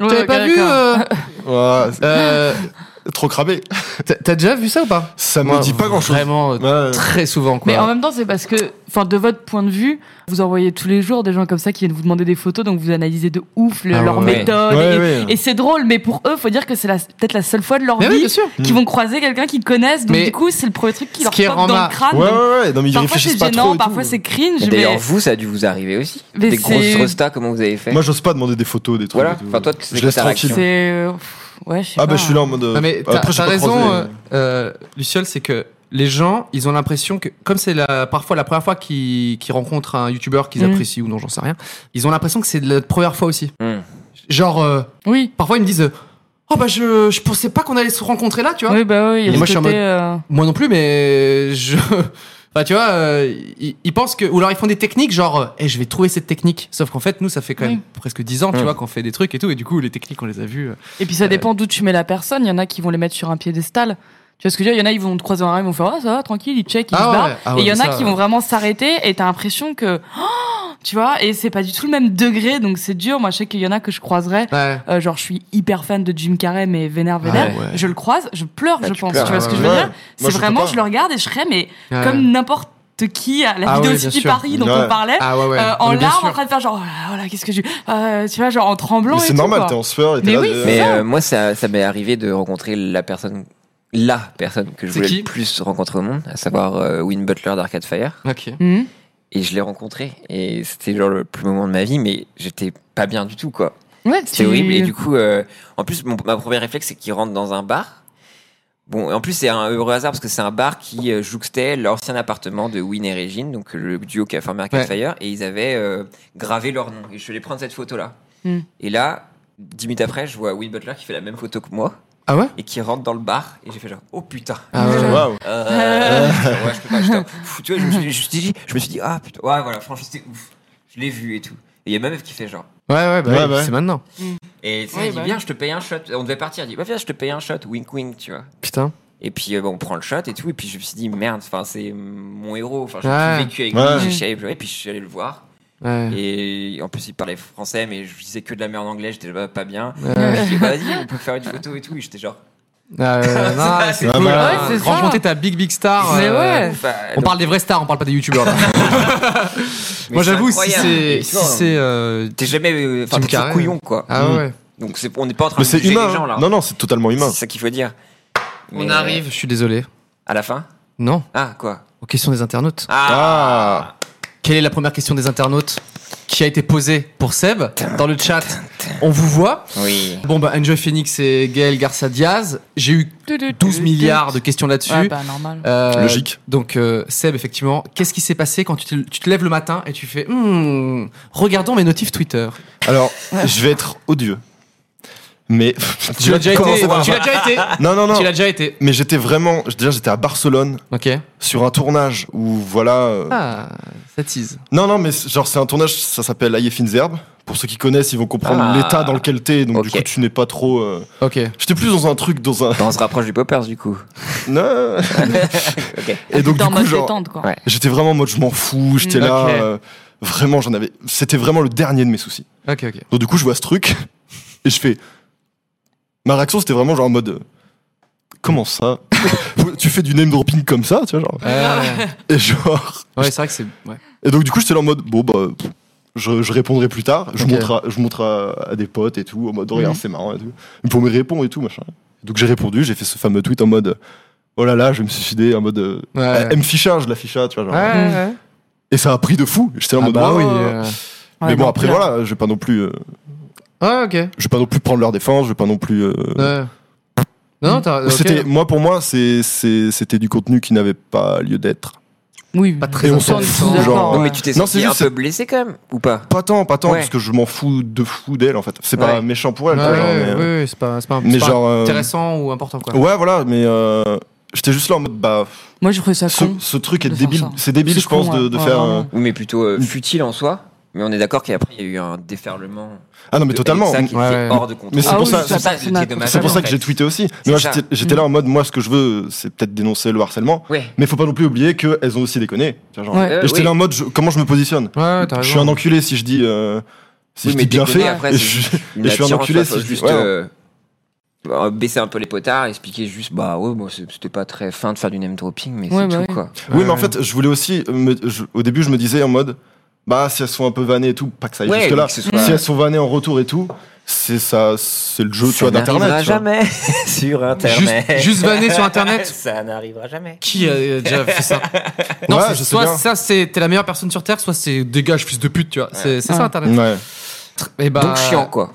Ouais, bah,
T'avais
ok,
pas vu
d'accord.
euh,
Ouais, c'est
euh,
Trop cramé.
t'as- T'as déjà vu ça ou pas
Ça me
Moi,
dit pas grand chose.
Vraiment, euh, très souvent quoi.
Mais en même temps, c'est parce que, enfin, de votre point de vue, vous envoyez tous les jours des gens comme ça qui viennent vous demander des photos, donc vous analysez de ouf le-
Ah
leur
ouais.
méthode.
Ouais,
et
ouais.
et c'est drôle, mais pour eux, faut dire que c'est la- peut-être la seule fois de leur
Mais oui,
vie
bien sûr.
qu'ils vont croiser quelqu'un qu'ils connaissent. Donc
Mais
du coup, c'est le premier truc qui
ce
leur
qui est
pop dans
rama-
le crâne.
Ouais, ouais,
donc
ouais. Non, mais ils
Parfois
réfléchissent
c'est
pas trop.
gênant,
et
parfois
tout.
c'est cringe,
Mais
mais,
D'ailleurs, vous, ça a dû vous arriver aussi.
Mais
Des grosses
c'est-
restas, comment vous avez fait
Moi, j'ose pas demander des photos, des trucs.
Voilà.
et tout.
Enfin, toi, c'est
je
quoi
laisse
ta
tranquille.
réaction
c'est euh, pff, ouais, je sais
Ah,
pas. hein.
bah, je suis là en mode. euh,
Non, mais t'as
après, j'ai
t'as
pas
raison,
croisé,
euh, euh, Luciole, c'est que les gens, ils ont l'impression que, comme c'est la, parfois la première fois qu'ils qu'ils rencontrent un youtubeur qu'ils
Mm.
apprécient ou non, j'en sais rien, ils ont l'impression que c'est la première fois aussi.
Mm.
Genre, euh,
Oui.
parfois ils me disent Oh bah je, je pensais pas qu'on allait se rencontrer là, tu vois.
Oui, bah oui. il y a
Et
ce
moi, je suis en
côté,
mode-
euh,
Moi non plus, mais je. Enfin, tu vois, euh, ils, ils pensent que. Ou alors ils font des techniques genre, euh, Eh, je vais trouver cette technique. Sauf qu'en fait, nous, ça fait quand même presque 10 ans, tu
Mm.
vois, qu'on fait des trucs et tout. Et du coup, les techniques, on les a vues. euh,
Et puis ça dépend d'où tu mets la personne. Il y en a qui vont les mettre sur un piédestal. Tu vois ce que je veux dire Il y en a, ils vont te croiser en rue, ils vont faire Ah, ça va, tranquille, ils check, ils
Ah
se
ouais,
barrent.
ah
et
ouais,
il y en a
ça,
qui
ouais.
vont vraiment s'arrêter et t'as l'impression que. Oh tu vois, et c'est pas du tout le même degré, donc c'est dur. Moi, je sais qu'il y en a que je croiserais.
Ouais.
Euh, genre, je suis hyper fan de Jim Carrey, mais vénère, vénère.
Ah ouais.
Je le croise, je pleure,
Ah,
je
tu
pense.
pleures,
tu vois ce que
ouais.
je veux
Ouais.
dire
Moi,
C'est
je peux
vraiment,
pas.
je le regarde et je serais, mais
Ouais.
comme n'importe qui, à la
Ah
vidéo
ouais, bien
City
sûr.
Paris dont
Ouais.
on parlait.
Ah ouais, ouais.
euh, en
Mais bien
larmes,
sûr.
en train de faire genre, oh là, oh là, qu'est-ce que j'ai. Euh, tu vois, genre en tremblant.
Mais
et
c'est
tout,
normal,
quoi.
t'es en sueur et t'es
Mais
là.
oui,
de-
c'est
Mais
ça.
euh, moi, ça, ça m'est arrivé de rencontrer la personne, la personne que je
C'est
voulais
qui
le plus rencontrer au monde, à savoir euh, Win Butler d'Arcade Fire.
Ok.
Mhm.
Et je l'ai rencontré. Et c'était genre le plus moment de ma vie, mais j'étais pas bien du tout, quoi.
Ouais,
C'est
tu-
horrible. Et du coup, euh, en plus, mon, ma première réflexe, c'est qu'il rentre dans un bar. Bon, et en plus, c'est un heureux hasard parce que c'est un bar qui euh, jouxtait l'ancien appartement de Win et Régine, donc euh, le duo qui a formé Arcade
Ouais.
Fire, et ils avaient euh, gravé leur nom. Et je suis allé prendre cette photo-là.
Hmm.
Et là, dix minutes après, je vois Will Butler qui fait la même photo que moi
Ah ouais
et qui rentre dans le bar. Et j'ai fait genre, oh putain.
Ah ouais.
Waouh. Ah.
Euh, ouais, je peux pas, j'étais un- pff, tu vois, je me, suis, je, me suis dit, je me suis dit, ah putain, ouais, voilà, franchement, c'était ouf. Je l'ai vu et tout. Et il y a ma meuf qui fait genre.
Ouais, ouais, bah
Ouais,
oui,
ouais.
c'est maintenant.
Et ça,
Oui,
il dit,
bah
viens, je te paye un shot. On devait partir. Il dit, bah, viens, je te paye un shot. Wink, wink, tu vois.
Putain.
Et puis, euh, bon, on prend le shot et tout. Et puis, je me suis dit, merde, enfin, c'est mon héros. Enfin, j'ai
Ouais.
tout vécu avec
Ouais.
lui. J'ai chialé, pleuré. Puis, je suis allé le voir.
Ouais.
Et en plus, il parlait français, mais je disais que de la merde en anglais. J'étais là, bah, pas bien.
Ouais.
Je dis, bah, vas-y, on peut faire une photo et tout. Et j'étais genre,
Ah, ouais, non, c'est
Ah
cool.
bah,
hein.
ouais, c'est ça.
Franchement, t'es ta big, big star.
Mais
euh,
ouais.
Enfin,
On
donc,
parle des vrais stars, on parle pas des youtubeurs. là.
mais c'est
Moi, j'avoue, si
incroyable.
c'est.
Et tu
Si
vois,
c'est. euh,
T'es jamais. euh, Enfin,
Jim
t'es toujours
Carrey.
couillon, quoi. Mm.
Ah ouais.
Donc, c'est- on n'est pas en train
Mais
de
c'est
juger
humain.
les gens, là.
Non, non, c'est totalement humain.
C'est ça qu'il faut dire. Mais,
On arrive, je suis désolé.
euh, À la fin
Non,
Ah, quoi
aux questions des internautes.
Ah.
Quelle est la première question des internautes qui a été posée pour Seb dans le chat On vous voit.
Oui.
Bon, bah, Enjoy Phoenix et Gaël Garcia Diaz. J'ai eu 12 milliards de questions là-dessus.
Ouais, bah, normal.
Euh,
Logique.
Donc euh, Seb, effectivement, qu'est-ce qui s'est passé quand tu te, tu te lèves le matin et tu fais Hmm, regardons mes notifs Twitter.
Alors, je vais être odieux. Mais
Tu l'as déjà
Comment
été.
ça va
Tu l'as déjà été.
Non, non, non.
Tu l'as déjà été.
Mais j'étais vraiment. Déjà, j'étais à Barcelone
Ok.
sur un tournage où voilà. euh,
Ah, ça tease.
Non, non, mais c'est- genre c'est un tournage, ça s'appelle Aïe Finzerbe. Pour ceux qui connaissent, ils vont comprendre
Ah.
l'état dans lequel t'es. Donc du
Ok.
coup, tu n'es pas trop. euh,
Ok.
J'étais plus dans un truc, dans un.
On se rapproche du poppers, du coup.
Non.
Ok.
Et donc
T'es
du
en
coup,
mode
genre,
détente, quoi.
Ouais.
j'étais vraiment en mode je m'en fous. J'étais
Mm,
là.
ok.
euh, Vraiment, j'en avais. C'était vraiment le dernier de mes soucis.
Ok, ok.
Donc du coup, je vois ce truc et je fais. Ma réaction, c'était vraiment genre en mode. euh, Comment ça Tu fais du name dropping comme ça, tu vois genre.
Euh,
Et genre.
ouais, c'est vrai que c'est. Ouais.
Et donc du coup, j'étais là en mode bon bah pff, je, je répondrai plus tard, je
Ok. Mm.
montre à, je montre à, à des potes et tout en mode regarde c'est marrant et tout. Et Pour me répondre et tout machin. Donc j'ai répondu, j'ai fait ce fameux tweet en mode oh là là, je vais me suicider en mode euh,
Ouais.
M ficha, je l'afficha, tu vois genre.
Ouais.
Et ça a pris de fou, j'étais en
Ah
mode
bah
oh.
oui. euh.
Mais
Ouais,
bon
donc,
après
là,
voilà, je vais pas non plus euh,
Ouais, ok.
je vais pas non plus prendre leur défense, je vais pas non plus euh,
Euh. Non, non, t'as. ah, ok.
C'était moi pour moi c'est c'est- c'était du contenu qui n'avait pas lieu d'être.
Oui,
Pas
oui.
très
Et on
s'en
intéressant.
fout, genre.
Non,
Ouais.
mais tu t'es
Non,
senti
c'est
un
juste-
peu blessé, quand même, ou pas
Pas tant, pas tant
Ouais.
parce que je m'en fous de fou d'elle en fait. C'est pas
Ouais.
méchant pour
Ouais,
elle. tu vois, genre, mais,
ouais,
euh,
ouais, c'est pas, c'est pas, un-
mais
c'est pas
genre, euh,
intéressant ou important quoi.
Ouais, voilà, mais euh, j'étais juste là en mode bah,
Moi, je trouvais ça
ce,
con.
ce truc est
de faire
débile.
ça.
C'est débile,
C'est
je pense,
con,
de,
ouais.
de
Ouais,
faire.
vraiment.
euh,
Ou mais plutôt euh, futile en soi mais on est d'accord qu'après il y a eu un déferlement.
Ah non, mais
de
totalement.
Alexa qui
Ouais,
était
ouais.
hors de contrôle.
Mais c'est Ah pour oui, ça-
ça
ça,
passe, on a-
dommage.
C'est pour ça
en
que
fait.
j'ai tweeté aussi.
C'est
Mais moi,
ça.
j'étais j'étais là en mode, moi, ce que je veux, c'est peut-être dénoncer le harcèlement.
Ouais.
Mais faut pas non plus oublier qu'elles ont aussi déconné. Tu vois, genre.
Ouais.
Et
Euh,
j'étais
oui.
là en mode, je- comment je me positionne
Ouais, ouais, t'as
Je
raison.
suis un enculé si je dis. euh, si
Oui,
je
mais
dis bien
déconner,
fait.
après, c'est
et je,
Une
et je suis un
attirance,
enculé
là,
si
faut
je dis.
juste
ouais,
euh, bah, baisser un peu les potards, expliquer juste bah ouais bon c'est- c'était pas très fin de faire du name dropping mais
Ouais,
c'est
bah
tout
ouais.
quoi.
Oui, mais en
Ouais.
fait, je voulais aussi. euh, me- je- au début, je me disais en mode, bah, si elles sont un peu vannées et tout, pas que ça aille
Ouais,
jusque-là.
mais que ce soit-
Si elles sont vannées en retour et tout, c'est ça, c'est le jeu, tu
ça
vois, d'internet.
n'arrivera
tu vois.
jamais sur internet.
Juste- juste vanner sur Internet.
ça n'arrivera jamais.
Qui a déjà fait ça Non,
Ouais,
c'est-
je sais
soit
bien.
ça, c'est t'es la meilleure personne sur terre, soit c'est dégage fils de pute, tu vois. C'est c'est ça
Ouais.
Internet.
Ouais.
Et bah,
Donc chiant quoi.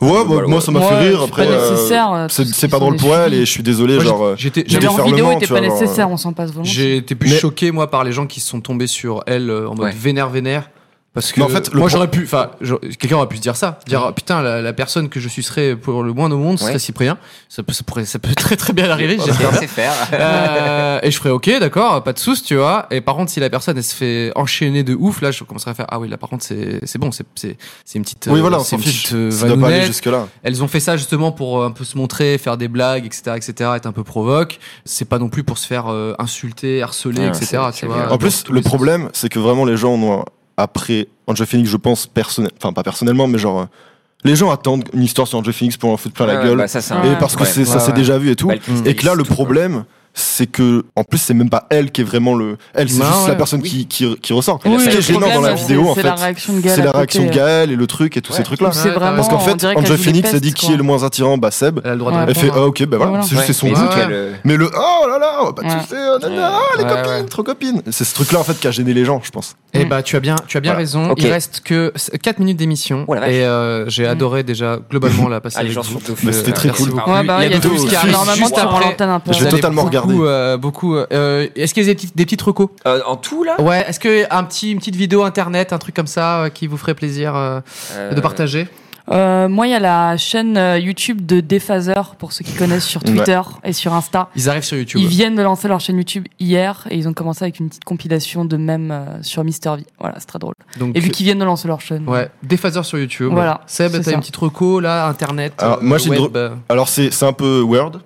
Ouais, bah,
Voilà,
moi
ouais.
ça m'a
Ouais,
fait rire.
c'est
Après,
pas
euh,
nécessaire, euh,
c'est
tout ce
c'est
qui
pas
sont
drôle
des
pour elle
filles.
et je suis désolé.
Moi,
genre, euh,
J'étais,
J'ai
Mais
des
j'étais-
leur vidéo
fermements,
était
tu
pas
vois, genre, euh,
nécessaire, on s'en passe vraiment.
j'ai été plus
Mais-
choqué moi par les gens qui se sont tombés sur elle euh, en mode
Ouais.
vénère vénère. Parce que
Mais en fait, le pro-
moi j'aurais pu, enfin j'aurais- quelqu'un aurait pu se dire ça, dire ah, putain la, la personne que je sucerais pour le moins au monde,
Ouais.
c'est Cyprien. Ça peut, ça pourrait, ça peut très très bien arriver.
Je
j'espère.
sais faire.
Euh, et je ferais ok d'accord pas de souce tu vois et par contre si la personne elle se fait enchaîner de ouf là je commencerai à faire ah oui là par contre c'est c'est bon c'est c'est c'est une petite
oui,
euh,
voilà, on s'en
c'est une
fiche.
petite euh,
Ça doit pas aller
vanounette.
jusque-là.
Elles ont fait ça justement pour euh, un peu se montrer, faire des blagues, etc., etc., être un peu provoque. C'est pas non plus pour se faire euh, insulter, harceler,
Ouais, c'est-
etc.
Ah, c'est
Tu
bien.
vois.
En plus, le problème, c'est que vraiment les gens en ont après Angel Phoenix, je pense, personnel, enfin pas personnellement, mais genre, euh, les gens attendent une histoire sur Angel Phoenix pour en foutre plein la
Ouais,
gueule.
bah, ça, c'est un
Et
Ouais.
parce que
problème.
c'est ça
Ouais,
s'est
ouais.
déjà vu et tout.
Bah, le
Et que là,
cristalise
le
tout, quoi.
problème, c'est que en plus c'est même pas elle qui est vraiment le elle c'est
Bah
juste
ouais,
la personne
oui.
qui, qui qui ressort
Oui,
ce qui
le
est gênant dans
problème,
la
c'est-
vidéo en
c'est
fait
la réaction de Gaël
c'est
à
la
côté,
réaction de
ouais.
Gaël et le truc et tous ces
Ouais.
trucs là
Ouais,
C'est vraiment.
parce qu'en
on
fait
dirait qu'elle
Angel
joue des
Phoenix a
pestes,
dit qui
quoi.
est le moins attirant bah Seb
Elle a le droit
Ouais.
de
elle fait
répondre.
ah ok bah voilà
Voilà.
c'est juste c'est son
mais
goût
donc,
ouais.
elle, euh,
mais le oh là là on va pas
Ouais.
tous les euh, nanana, les
Ouais,
copines
ouais.
trop copines c'est ce truc là en fait qui a gêné les gens je pense
Eh
Mm.
bah tu as bien, tu as bien
Voilà.
raison.
Ok.
Il reste que 4 minutes d'émission
Oh la vache.
et euh, j'ai
Mm.
adoré déjà globalement la passer
Ah, les
avec
gens
vous.
sont
Bah, c'était très
euh, merci
cool.
beaucoup.
Ouais, bah,
il y a
deux
d'autres choses qui
filles.
arrivent
Normalement,
juste
tu prends
après.
l'antenne un peu.
Je vais
Vous allez
totalement
beaucoup,
regarder.
euh, beaucoup. euh, Est-ce qu'il y a des petits, des petits recos
Euh, en tout là
Ouais. Est-ce que un petit, une petite vidéo internet, un truc comme ça, euh, qui vous ferait plaisir euh, de
Euh,
partager
Euh, moi, il y a la chaîne euh, YouTube de Déphaseur, pour ceux qui connaissent sur Twitter et sur Insta.
Ils arrivent sur YouTube.
Ils viennent de lancer leur chaîne YouTube hier et ils ont commencé avec une petite compilation de mèmes euh, sur Mister V. Voilà, c'est très drôle.
Donc euh,
Et vu qu'ils viennent de lancer leur chaîne.
ouais, déphaseur sur YouTube.
Voilà,
Seb,
c'est
t'as
ça.
une petite reco là, internet.
Alors, moi, j'ai une
web, euh,
alors c'est c'est un peu weird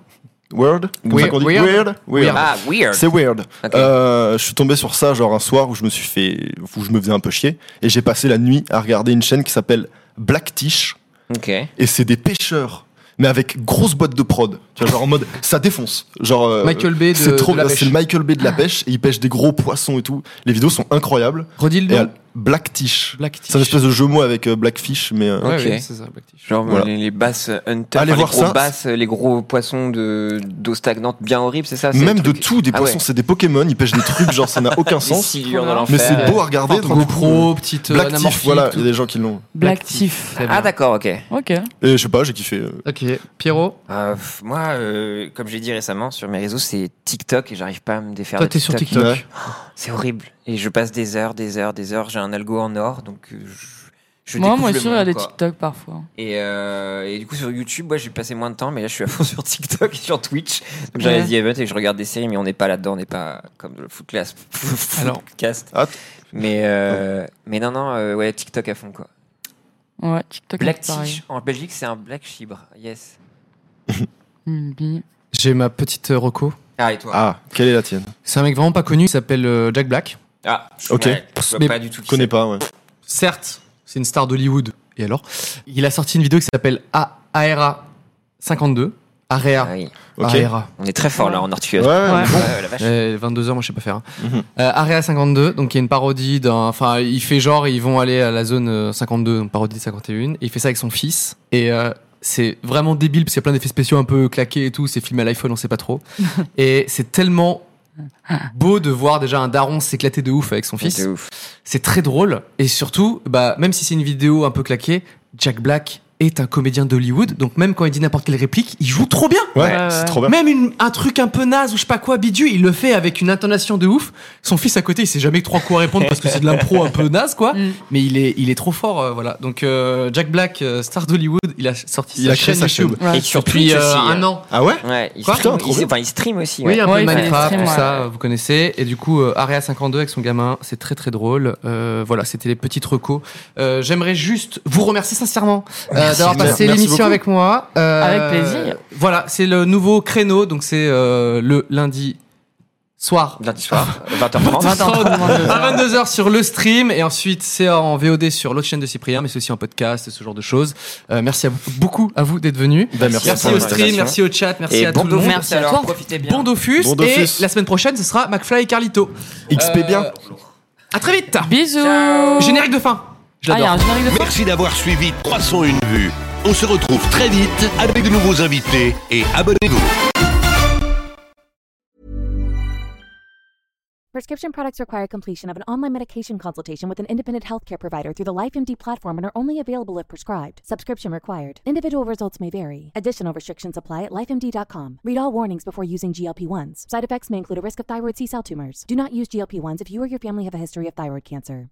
weird comme ça
Weird-
qu'on dit
weird.
weird weird
Ah, weird.
C'est weird.
Ok.
Euh, je suis tombé sur ça genre un soir où je me suis fait, où je me faisais un peu chier, et j'ai passé la nuit à regarder une chaîne qui s'appelle Black Tish,
Ok.
et c'est des pêcheurs, mais avec grosse boîte de prod. Tu vois, genre en mode, ça défonce. Genre euh,
Michael Bay de,
C'est trop,
de la
bien, c'est le
pêche. Ah.
Michael Bay de la pêche, et il pêche des gros poissons et tout. Les vidéos sont incroyables.
Redis le
Et
nom.
elle- Black Tish.
Black Tish.
C'est un espèce de jeu mot avec euh, Blackfish, mais euh,
Ouais,
Ok.
ouais, c'est ça, Black Tish.
Genre
Voilà.
les, les basses hunter,
Allez
enfin,
voir
les gros
ça.
basses, les gros poissons de d'eau stagnante bien horrible, c'est ça c'est
même
le
de
truc
tout, des
Ah ouais.
poissons, c'est des Pokémon, ils pêchent des trucs, genre ça n'a aucun
Des
sens.
silures dans
Mais
l'enfer.
c'est beau à regarder. donc, du coup,
Pro, petite euh,
Black Tish,
anamorphique,
voilà, il
tout.
y a des gens qui l'ont.
Black Thief.
Très bien.
Ah d'accord, ok.
Ok.
Et je sais pas, j'ai kiffé. euh,
Ok, Pierrot,
Euh, pff, moi, euh, comme j'ai dit récemment sur mes réseaux, c'est TikTok et j'arrive pas à me défaire
toi
de
t'es sur
TikTok.
TikTok.
C'est horrible. Et je passe des heures, des heures, des heures. J'ai un algo en or, donc euh, je, je
Moi,
découvre
moi
le
aussi,
monde,
a des
quoi.
TikTok parfois.
Et, euh, et du coup, sur YouTube, ouais, j'ai passé moins de temps, mais là, je suis à fond sur TikTok et sur Twitch. Donc, j'avais
Ouais.
dit Event et je regarde des séries, mais on n'est pas là-dedans, on n'est pas comme le Footcast.
Alors.
Footcast.
Ah, Oh.
Mais, euh, mais non, non, euh, ouais, TikTok à fond, quoi.
Ouais, TikTok.
Black
c'est pareil.
Tiche. En Belgique, c'est un Black Chibre. Yes.
Mm, bi.
J'ai ma petite euh, reco.
Ah, et toi
Ah, quelle est la tienne
C'est un mec vraiment pas connu, il s'appelle euh, Jack Black.
Ah, je
Ok.
ouais, je vois
Mais
pas du tout
Je
qui
connais pas, ouais.
Certes, c'est une star d'Hollywood. Et alors Il a sorti une vidéo qui s'appelle A- ARA 52.
c'est.
AREA.
Ah oui.
Ok.
AREA.
On est très fort là en
Ouais,
ortueuse.
mais bon.
la vache.
Euh, 22h, moi je sais pas faire. hein.
Mhm.
Euh, Area 52, donc il y a une parodie d'un. Enfin, il fait genre, ils vont aller à la zone euh, 52, donc parodie de 51. Et il fait ça avec son fils. Et euh, c'est vraiment débile parce qu'il y a plein d'effets spéciaux un peu claqués et tout. C'est filmé à l'iPhone, on sait pas trop. et c'est tellement beau de voir déjà un daron s'éclater de ouf avec son fils.
De ouf.
C'est très drôle et surtout, bah, même si c'est une vidéo un peu claquée, Jack Black est un comédien d'Hollywood, donc même quand il dit n'importe quelle réplique, il joue trop bien.
Ouais,
Ouais,
c'est
ouais.
trop bien.
Même une- un truc un peu naze ou je sais pas quoi, bidu, il le fait avec une intonation de ouf. Son fils à côté, il sait jamais trop à quoi répondre parce que c'est de l'impro un peu naze, quoi.
Mm.
Mais il est, il est trop fort, euh, voilà. Donc euh, Jack Black, euh, star d'Hollywood, il a sorti
Il
sa,
a créé
chaîne
sa chaîne.
YouTube
Ouais.
Et sur
depuis
Twitch
euh,
aussi.
un an.
Ah ouais
Ouais, il
Quoi
stream,
Putain, trop
il-
bien.
enfin, il stream aussi.
Oui,
ouais.
un
Ouais,
peu
il fait des
Minecraft,
streams,
tout
ouais.
ça, vous connaissez. Et du coup, euh, Area 52 avec son gamin, c'est très très drôle. Euh, voilà, c'était les petites recos. Euh, J'aimerais juste vous remercier sincèrement euh,
Merci,
d'avoir
mer-
passé
merci
l'émission
beaucoup.
avec moi. Euh,
Avec plaisir.
Voilà, c'est le nouveau créneau, donc c'est euh, le lundi soir.
Lundi soir, 20h30.
20h30,
à
22h.
22h sur le stream et ensuite c'est en VOD sur l'autre chaîne de Cyprien mais c'est aussi en podcast et ce genre de choses Euh, merci à vous- beaucoup à vous d'être venus
Bah, merci
merci
à toi,
au
Marie.
stream merci au chat merci
Et
à
bon
tout le monde
Dofus,
Merci à
alors,
toi.
profitez bien.
Bon Dofus,
Bon Dofus.
et la semaine prochaine ce sera McFly et Carlito.
XP
Euh,
bien.
À très vite.
Bisous.
Générique de fin. Je
Ah, il y
l'adore.
a un générique de fin.
Merci d'avoir suivi 301 vues. On se retrouve très vite avec de nouveaux invités et abonnez-vous.
Prescription products require completion of an online medication consultation with an independent healthcare provider through the LifeMD platform and are only available if prescribed. Subscription required. Individual results may vary. Additional restrictions apply at lifemd.com. Read all warnings before using GLP-1s. Side effects may include a risk of thyroid C-cell tumors. Do not use GLP-1s if you or your family have a history of thyroid cancer.